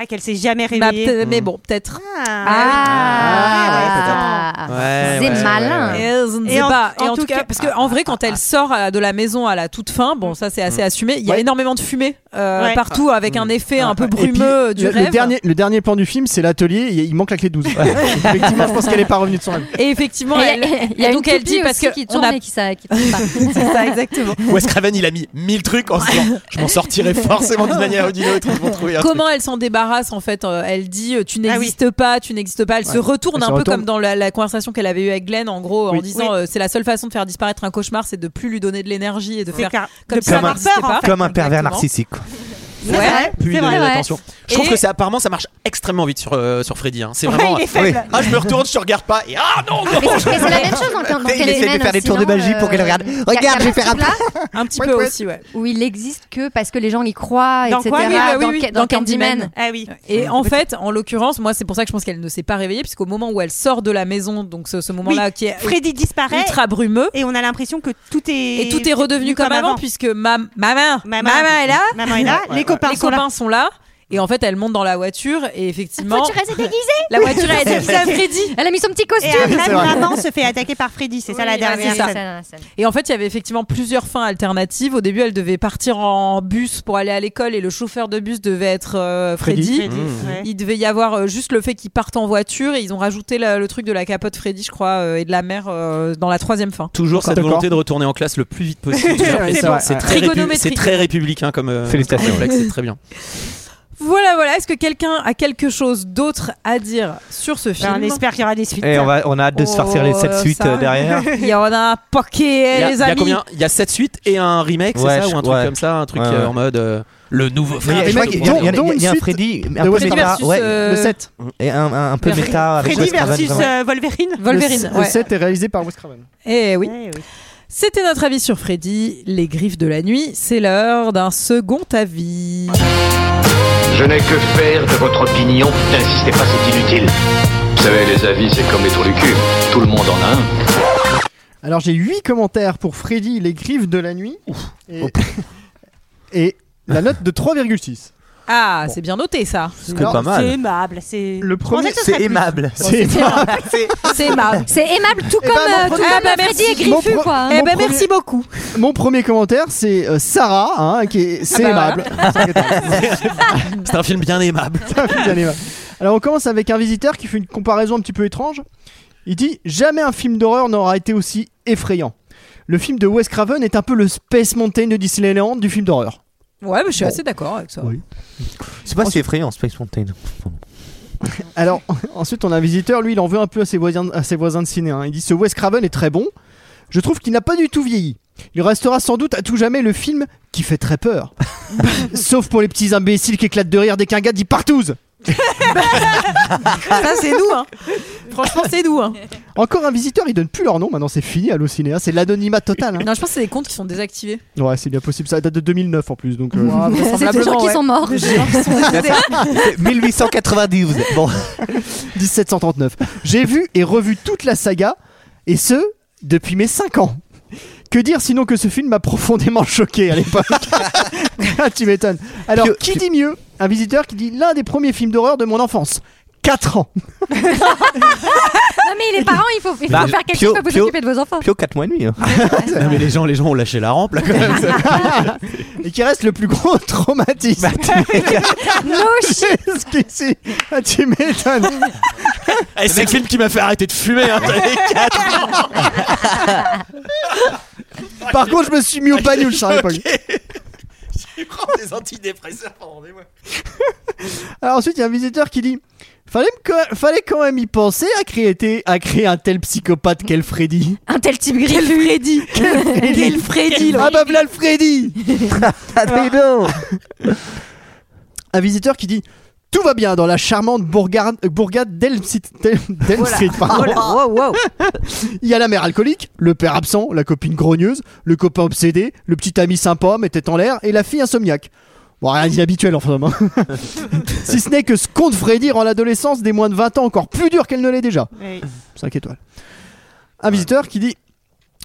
Speaker 8: Ah, qu'elle s'est jamais
Speaker 6: Bah,
Speaker 1: Ma
Speaker 8: réveillée. Ah,
Speaker 1: peut- mais bon peut-être.
Speaker 6: Ah,
Speaker 12: Ouais,
Speaker 6: C'est
Speaker 12: ouais,
Speaker 6: malin.
Speaker 12: ouais, ouais.
Speaker 1: Et, je ne
Speaker 6: Et
Speaker 1: sais
Speaker 6: en-
Speaker 1: pas. Et
Speaker 6: en
Speaker 1: en tout
Speaker 6: tout
Speaker 1: cas,
Speaker 6: cas- ah,
Speaker 1: parce que en vrai, quand elle sort euh, de la maison à la toute fin, bon, ça c'est assez assumé. Il y a énormément de fumée euh,
Speaker 8: Ouais.
Speaker 1: partout, avec un effet un peu
Speaker 7: Et puis,
Speaker 1: brumeux euh, du
Speaker 7: le,
Speaker 1: rêve.
Speaker 7: le dernier, le dernier plan du film, c'est l'atelier. et Il manque la clé 12. <laughs> Effectivement, je pense qu'elle est pas revenue de son rêve.
Speaker 1: Et effectivement,
Speaker 6: Et
Speaker 1: elle,
Speaker 6: il y a
Speaker 1: et
Speaker 6: une
Speaker 1: donc elle
Speaker 6: toupie
Speaker 1: dit parce
Speaker 6: aussi
Speaker 1: que
Speaker 6: qui
Speaker 1: on
Speaker 6: tourne
Speaker 1: a-
Speaker 6: et qui s'a- qui tourne pas.
Speaker 1: c'est ça exactement.
Speaker 12: Wes Craven, il a mis 1000 trucs en se disant Je m'en sortirai forcément d'une manière ou d'une autre, ils vont trouver un truc.
Speaker 1: Comment elle s'en débarrasse en fait euh, Elle dit euh,
Speaker 6: Ah
Speaker 1: tu n'existes pas, tu n'existes pas. Elle se
Speaker 12: Ouais.
Speaker 1: retourne
Speaker 12: Elle
Speaker 1: un
Speaker 12: se
Speaker 1: peu
Speaker 12: retourne.
Speaker 1: comme dans la, la conversation qu'elle avait eue avec Glenn en gros en
Speaker 12: Oui.
Speaker 1: disant
Speaker 12: Oui.
Speaker 1: euh, c'est la seule façon de faire disparaître un cauchemar, c'est de plus lui donner de l'énergie et de faire
Speaker 8: clair.
Speaker 1: comme
Speaker 8: De
Speaker 1: si ça
Speaker 8: pas avoir
Speaker 1: n'existait
Speaker 8: peur, en
Speaker 1: pas.
Speaker 8: fait.
Speaker 11: Comme un pervers
Speaker 1: Exactement.
Speaker 11: narcissique. quoi.
Speaker 1: Ouais.
Speaker 12: Puis
Speaker 1: C'est
Speaker 12: donner de
Speaker 1: vrai.
Speaker 12: l'attention. Je
Speaker 1: Et-
Speaker 12: trouve que c'est apparemment ça marche extrêmement vite sur, euh, sur Freddy. hein. C'est
Speaker 11: Ouais,
Speaker 12: vraiment.
Speaker 11: il est faible.
Speaker 12: Ah, je me retourne, je te regarde pas et ah non, non
Speaker 6: Mais c'est mais c'est la même chose dans, dans
Speaker 11: Il
Speaker 6: Candyman
Speaker 11: essaie de faire des
Speaker 6: aussi,
Speaker 11: tours de
Speaker 6: non
Speaker 11: magie pour
Speaker 6: Euh,
Speaker 11: qu'elle regarde.
Speaker 6: y a- y a
Speaker 11: Regarde,
Speaker 6: pas
Speaker 11: je vais
Speaker 6: ce
Speaker 11: faire un
Speaker 6: truc-là
Speaker 1: Un petit peu aussi, ouais.
Speaker 6: Où il existe que parce que les gens y croient,
Speaker 8: Dans
Speaker 6: etc.
Speaker 8: quoi Oui, bah oui, oui,
Speaker 1: dans Candyman.
Speaker 8: Ah oui.
Speaker 1: Et en fait, en l'occurrence, moi, c'est pour ça que je pense qu'elle ne s'est pas réveillée, puisqu'au moment où elle sort de la maison, donc ce, ce moment-là
Speaker 8: Oui,
Speaker 1: qui est
Speaker 8: Freddy disparaît.
Speaker 1: ultra brumeux,
Speaker 8: Et on a l'impression que tout est.
Speaker 1: et tout est redevenu comme, avant, puisque ma maman, maman,
Speaker 8: Maman.
Speaker 1: est là,
Speaker 8: Maman est là, Ouais, les ouais. copains sont là.
Speaker 1: sont là, et en fait, elle monte dans la voiture, et
Speaker 6: La
Speaker 1: effectivement,
Speaker 6: voiture, elle s'est déguisée.
Speaker 1: <laughs> la voiture elle est déguisée à Freddy.
Speaker 6: Elle a mis son petit
Speaker 8: Et
Speaker 6: costume.
Speaker 8: après, maman se fait attaquer par Freddy. C'est ça la
Speaker 6: Oui,
Speaker 11: ah
Speaker 8: dernière
Speaker 6: c'est ça.
Speaker 8: scène.
Speaker 1: Et en fait, il y avait effectivement plusieurs fins alternatives. Au début, elle devait partir en bus pour aller à l'école et le chauffeur de bus devait être euh, Freddy.
Speaker 8: Freddy, Mmh. ouais.
Speaker 1: Il devait y avoir euh, juste le fait qu'ils partent en voiture et ils ont rajouté la- le truc de la capote Freddy, je crois, euh, et de la mer euh, dans la troisième fin.
Speaker 12: Toujours
Speaker 1: Encore,
Speaker 12: cette
Speaker 1: encore.
Speaker 12: volonté de retourner en classe le plus vite possible.
Speaker 1: C'est bon.
Speaker 12: Et ça, C'est très, répu-
Speaker 1: Trigonométrie.
Speaker 12: c'est très républicain comme. euh,
Speaker 11: Félicitations.
Speaker 12: comme réflexe, C'est très bien.
Speaker 1: Voilà, voilà. Est-ce que quelqu'un a quelque chose d'autre à dire sur
Speaker 22: Ben,
Speaker 1: ce film
Speaker 8: Ben, on espère qu'il y aura des suites.
Speaker 11: Et on, va, on a hâte de se sortir les 7
Speaker 6: Oh,
Speaker 1: euh,
Speaker 11: suites
Speaker 1: ça.
Speaker 11: euh, derrière.
Speaker 1: <laughs> Il y en a un
Speaker 12: Il y
Speaker 1: paquet,
Speaker 12: a,
Speaker 1: les
Speaker 12: il y a
Speaker 1: amis.
Speaker 12: combien Il y a 7 suites et un remake,
Speaker 11: Ouais,
Speaker 12: c'est ça
Speaker 11: je-
Speaker 12: Ou un truc
Speaker 11: ouais.
Speaker 12: comme ça Un truc
Speaker 11: Ouais,
Speaker 12: euh,
Speaker 11: ouais.
Speaker 12: en mode euh, le nouveau
Speaker 11: Mais
Speaker 12: frère.
Speaker 11: je crois qu'il y a- il y a- il y a un Freddy, un peu
Speaker 12: Freddy
Speaker 11: méta,
Speaker 12: versus,
Speaker 11: ouais,
Speaker 12: euh,
Speaker 11: le 7 et un, un, un peu
Speaker 12: Freddy-
Speaker 11: méta avec
Speaker 8: Freddy
Speaker 11: Wes Craven,
Speaker 8: versus
Speaker 11: vraiment.
Speaker 8: euh, Wolverine.
Speaker 1: Wolverine,
Speaker 7: Le,
Speaker 1: ouais.
Speaker 7: 7 est réalisé par Wes Craven.
Speaker 1: Eh oui. C'était notre avis sur Freddy, les griffes de la nuit. C'est l'heure d'un second avis.
Speaker 23: Je n'ai que faire de votre opinion. N'insistez pas, c'est inutile. Vous savez, les avis, c'est comme les trous du cul. Tout le monde en a un.
Speaker 7: Alors j'ai 8 commentaires pour
Speaker 11: <laughs>
Speaker 7: Freddy les griffes de la nuit et, et la note de 3,6.
Speaker 1: Ah, c'est bien noté ça.
Speaker 6: C'est pas mal. C'est aimable. C'est le
Speaker 8: premier, c'est aimable.
Speaker 1: C'est aimable. C'est aimable.
Speaker 22: C'est aimable tout
Speaker 1: Eh
Speaker 22: comme,
Speaker 1: ben, mon
Speaker 22: euh, tout
Speaker 1: premier-
Speaker 22: comme euh, Freddy
Speaker 1: Eh ben, merci.
Speaker 22: et Griffu,
Speaker 1: Mon pro-
Speaker 22: quoi. hein.
Speaker 1: Eh ben, merci beaucoup.
Speaker 11: Mon premier commentaire, c'est euh, Sarah, hein, qui est, c'est
Speaker 12: bah
Speaker 11: aimable.
Speaker 12: C'est un film bien
Speaker 11: <laughs>
Speaker 12: aimable.
Speaker 11: Ça fait bien aimable. Alors on commence avec un visiteur qui fait une comparaison un petit peu étrange. Il dit jamais un film d'horreur n'aura été aussi effrayant. Le film de Wes Craven est un peu le Space Mountain de Disneyland du film d'horreur.
Speaker 1: Ouais, mais je suis
Speaker 11: Bon.
Speaker 1: assez d'accord avec ça.
Speaker 8: C'est pas si effrayant, Space Mountain.
Speaker 11: Alors <laughs> ensuite on a un visiteur, lui il en veut un peu à ses voisins, à ses voisins de ciné. hein. Il dit ce Wes Craven est très bon. Je trouve qu'il n'a pas du tout vieilli. Il restera sans doute à tout jamais le film qui fait très peur. Sauf pour les petits imbéciles qui éclatent de rire dès qu'un gars dit partouze.
Speaker 1: Ça, c'est nous, <laughs> hein. Franchement, c'est nous, hein.
Speaker 11: Encore un visiteur, ils donnent plus leur nom. Maintenant, c'est fini, Allociné. hein. C'est l'anonymat total. hein.
Speaker 1: Non, je pense que c'est des comptes qui sont désactivés.
Speaker 11: Ouais, c'est bien possible. Ça date de 2009 en plus. Donc, euh,
Speaker 1: C'est des gens qui sont morts.
Speaker 8: 1892.
Speaker 11: <laughs>
Speaker 8: Bon.
Speaker 11: 1739. J'ai vu et revu toute la saga, et ce, depuis mes 5 ans. Que dire sinon que ce film m'a profondément choqué à l'époque <laughs> Ah, Tu m'étonnes. Alors, qui dit mieux Un visiteur qui dit l'un des premiers films d'horreur de mon enfance.
Speaker 22: <laughs>
Speaker 11: 4 ans.
Speaker 22: Non, mais les parents, il faut, il faut
Speaker 12: Bah,
Speaker 22: faire quelque
Speaker 12: Pio-
Speaker 22: chose pour vous
Speaker 12: Pio-
Speaker 22: occuper de vos enfants.
Speaker 8: Pio 4 mois et demi. hein.
Speaker 12: Non, mais les gens, les gens ont lâché la rampe là
Speaker 22: <laughs>
Speaker 12: quand même.
Speaker 11: et qui reste le plus gros <laughs> traumatisme.
Speaker 8: Bah,
Speaker 11: Jusqu'ici. Ah, tu m'étonnes.
Speaker 12: Eh, c'est le film qui m'a fait arrêter de fumer. Hein, t'avais quatre ans.
Speaker 11: Par contre, je me suis mis au bagnole, à l'époque.
Speaker 12: Je prends des antidépresseurs pendant des mois.
Speaker 11: Alors ensuite, il y a un visiteur qui dit Fallait, me co- fallait quand même y penser à créer, t- à créer un tel psychopathe qu'est le Freddy.
Speaker 22: Un tel type
Speaker 1: Quel
Speaker 22: Griffu.
Speaker 1: Freddy Quel Freddy là.
Speaker 11: Ah bah voilà le Freddy
Speaker 1: Ah, bah,
Speaker 11: Ah. Un visiteur qui dit Tout va bien dans la charmante bourgade, euh, bourgade d'Elm Sit- d'Elm- d'Elm
Speaker 1: Voilà.
Speaker 11: Street. pardon.
Speaker 1: Voilà. Oh, Wow, wow.
Speaker 11: <laughs> Il y a la mère alcoolique, le père absent, la copine grogneuse, le copain obsédé, le petit ami sympa mais tête en l'air et la fille insomniaque. Bon, rien d'inhabituel en somme, hein. <laughs> si ce n'est que ce compte Freddy rend l'adolescence des moins de 20 ans encore plus dure qu'elle ne l'est déjà. 5 étoiles. Un visiteur qui dit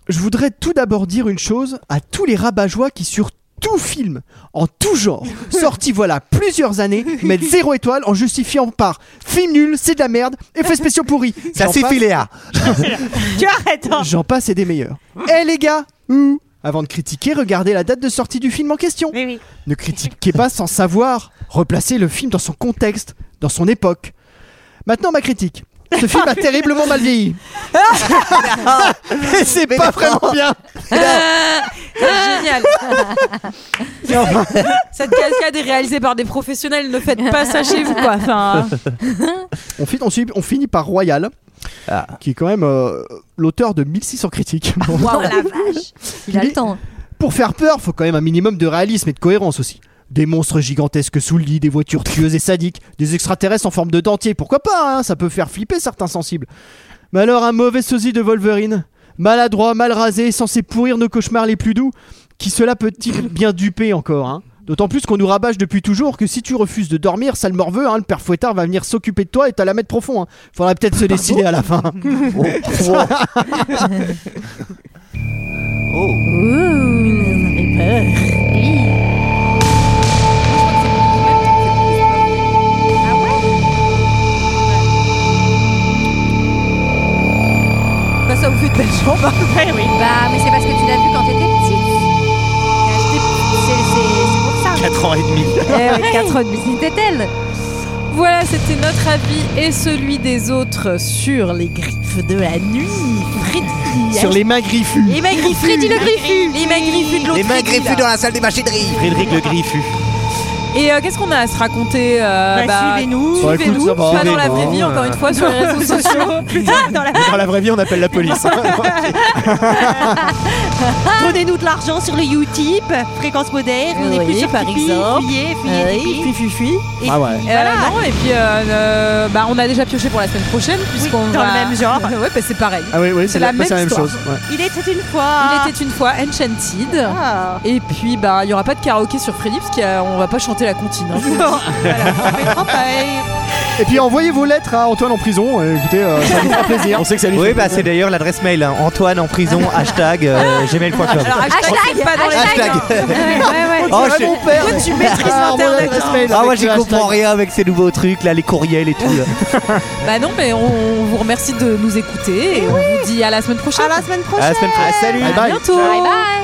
Speaker 11: Je voudrais tout d'abord dire une chose à tous les rabat-joie qui, sur tout film, en tout genre, sorti voilà plusieurs années, mettent zéro étoile en justifiant par film nul, c'est de la merde, effets spéciaux pourris.
Speaker 8: Ça,
Speaker 11: J'en
Speaker 8: c'est
Speaker 11: passe-
Speaker 8: Philéa.
Speaker 6: tu arrêtes. hein.
Speaker 11: J'en passe et des meilleurs. Eh les gars Ouh. Avant de critiquer, regardez la date de sortie du film en question. Ne critiquez pas sans savoir. Replacez le film dans son contexte, dans son époque. Maintenant, ma critique. Ce film a terriblement mal vieilli. Et <laughs> c'est pas vraiment bien.
Speaker 1: Génial. Cette cascade est réalisée par des professionnels. Ne faites pas ça chez vous, quoi. Enfin,
Speaker 11: On finit, on, suit- on finit par Royal, qui est quand même euh, l'auteur de 1600 critiques.
Speaker 22: Waouh, la vache. Il a le temps.
Speaker 11: Pour faire peur, faut quand même un minimum de réalisme et de cohérence aussi. Des monstres gigantesques sous le lit, des voitures tueuses et sadiques, des extraterrestres en forme de dentier, pourquoi pas, hein, ça peut faire flipper certains sensibles. Mais alors un mauvais sosie de Wolverine, maladroit, mal rasé, censé pourrir nos cauchemars les plus doux, qui cela peut-il bien duper encore hein D'autant plus qu'on nous rabâche depuis toujours que si tu refuses de dormir, sale morveux, hein, le père fouettard va venir s'occuper de toi et te la mettre profond. Hein. Faudra peut-être
Speaker 12: Ah
Speaker 11: se décider à la fin.
Speaker 1: bah, ça vous fait de belles jambes.
Speaker 22: Bah, mais c'est parce que tu l'as vu quand t'étais petite. C'est- c'est- C'est pour ça.
Speaker 12: 4 ans et demi.
Speaker 1: Eh
Speaker 22: <laughs>
Speaker 1: oui, quatre ans et demi.
Speaker 22: C'était elle.
Speaker 1: Voilà, c'était notre avis et celui des autres sur les griffes de la nuit. Freddy.
Speaker 11: Sur les mains griffues.
Speaker 1: Les mains griffues.
Speaker 22: Freddy le griffu.
Speaker 1: Les mains griffues de l'autre. Freddy, là.
Speaker 8: salle des machineries. Frédéric le Griffu.
Speaker 1: Et euh, qu'est-ce qu'on a à se raconter euh,
Speaker 6: Bah, suivez-nous.
Speaker 11: Bah, écoute,
Speaker 1: suivez-nous,
Speaker 11: ça va,
Speaker 1: pas dans la vraie
Speaker 11: suivez-nous.
Speaker 1: vie, encore une fois, sur les
Speaker 11: <laughs>
Speaker 1: réseaux sociaux.
Speaker 6: Putain, dans la...
Speaker 12: Dans la vraie vie, on appelle la <laughs> police.
Speaker 6: Donnez-nous de l'argent sur le Utip, fréquence moderne, on est
Speaker 1: Oui,
Speaker 6: plus sur
Speaker 1: par
Speaker 6: Tipeee,
Speaker 1: exemple. Ah
Speaker 6: Fuyez, fuyez,
Speaker 1: Oui,
Speaker 6: Tipeee.
Speaker 1: fui, fui, fui.
Speaker 6: Et
Speaker 11: Ah ouais.
Speaker 1: Euh, non, et puis euh, euh, bah, on a déjà pioché pour la semaine prochaine, puisqu'on
Speaker 6: dans
Speaker 1: va-
Speaker 6: le même genre.
Speaker 1: <laughs> ouais, bah, c'est pareil.
Speaker 11: Ah oui, oui,
Speaker 1: C'est
Speaker 11: c'est
Speaker 1: la
Speaker 11: la, bah, c'est la
Speaker 1: même
Speaker 11: même
Speaker 1: histoire.
Speaker 11: chose. ouais.
Speaker 6: Il était une fois.
Speaker 1: Il était une fois Enchanted.
Speaker 6: Ah.
Speaker 1: Et puis, bah, il n'y aura <laughs> pas de karaoké sur Freddy, parce qu'on va pas chanter la comptine. hein.
Speaker 6: Non, voilà, ça fait trop pareil.
Speaker 7: Et puis envoyez vos lettres à Antoine en prison. Euh, écoutez, euh, ça nous fera plaisir.
Speaker 11: On sait que ça lui Oui, bah c'est d'ailleurs l'adresse mail. hein. Antoine en <laughs> prison, hashtag euh, gmail.com.
Speaker 1: Alors, hashtag, pas dans les-
Speaker 11: Hashtag.
Speaker 1: <laughs> Ouais, ouais, ouais.
Speaker 11: Oh, je-
Speaker 1: Toi, tu maîtrises l'internet. hein.
Speaker 11: Ah, moi j'y comprends rien avec ces nouveaux trucs là, les courriels <laughs> et tout. là.
Speaker 1: Bah non, mais on vous remercie de nous écouter et on vous dit à la semaine prochaine. À la semaine
Speaker 11: prochaine. À la semaine prochaine. Salut.
Speaker 1: À
Speaker 11: Bye.
Speaker 1: bientôt.
Speaker 11: Bye
Speaker 1: bye.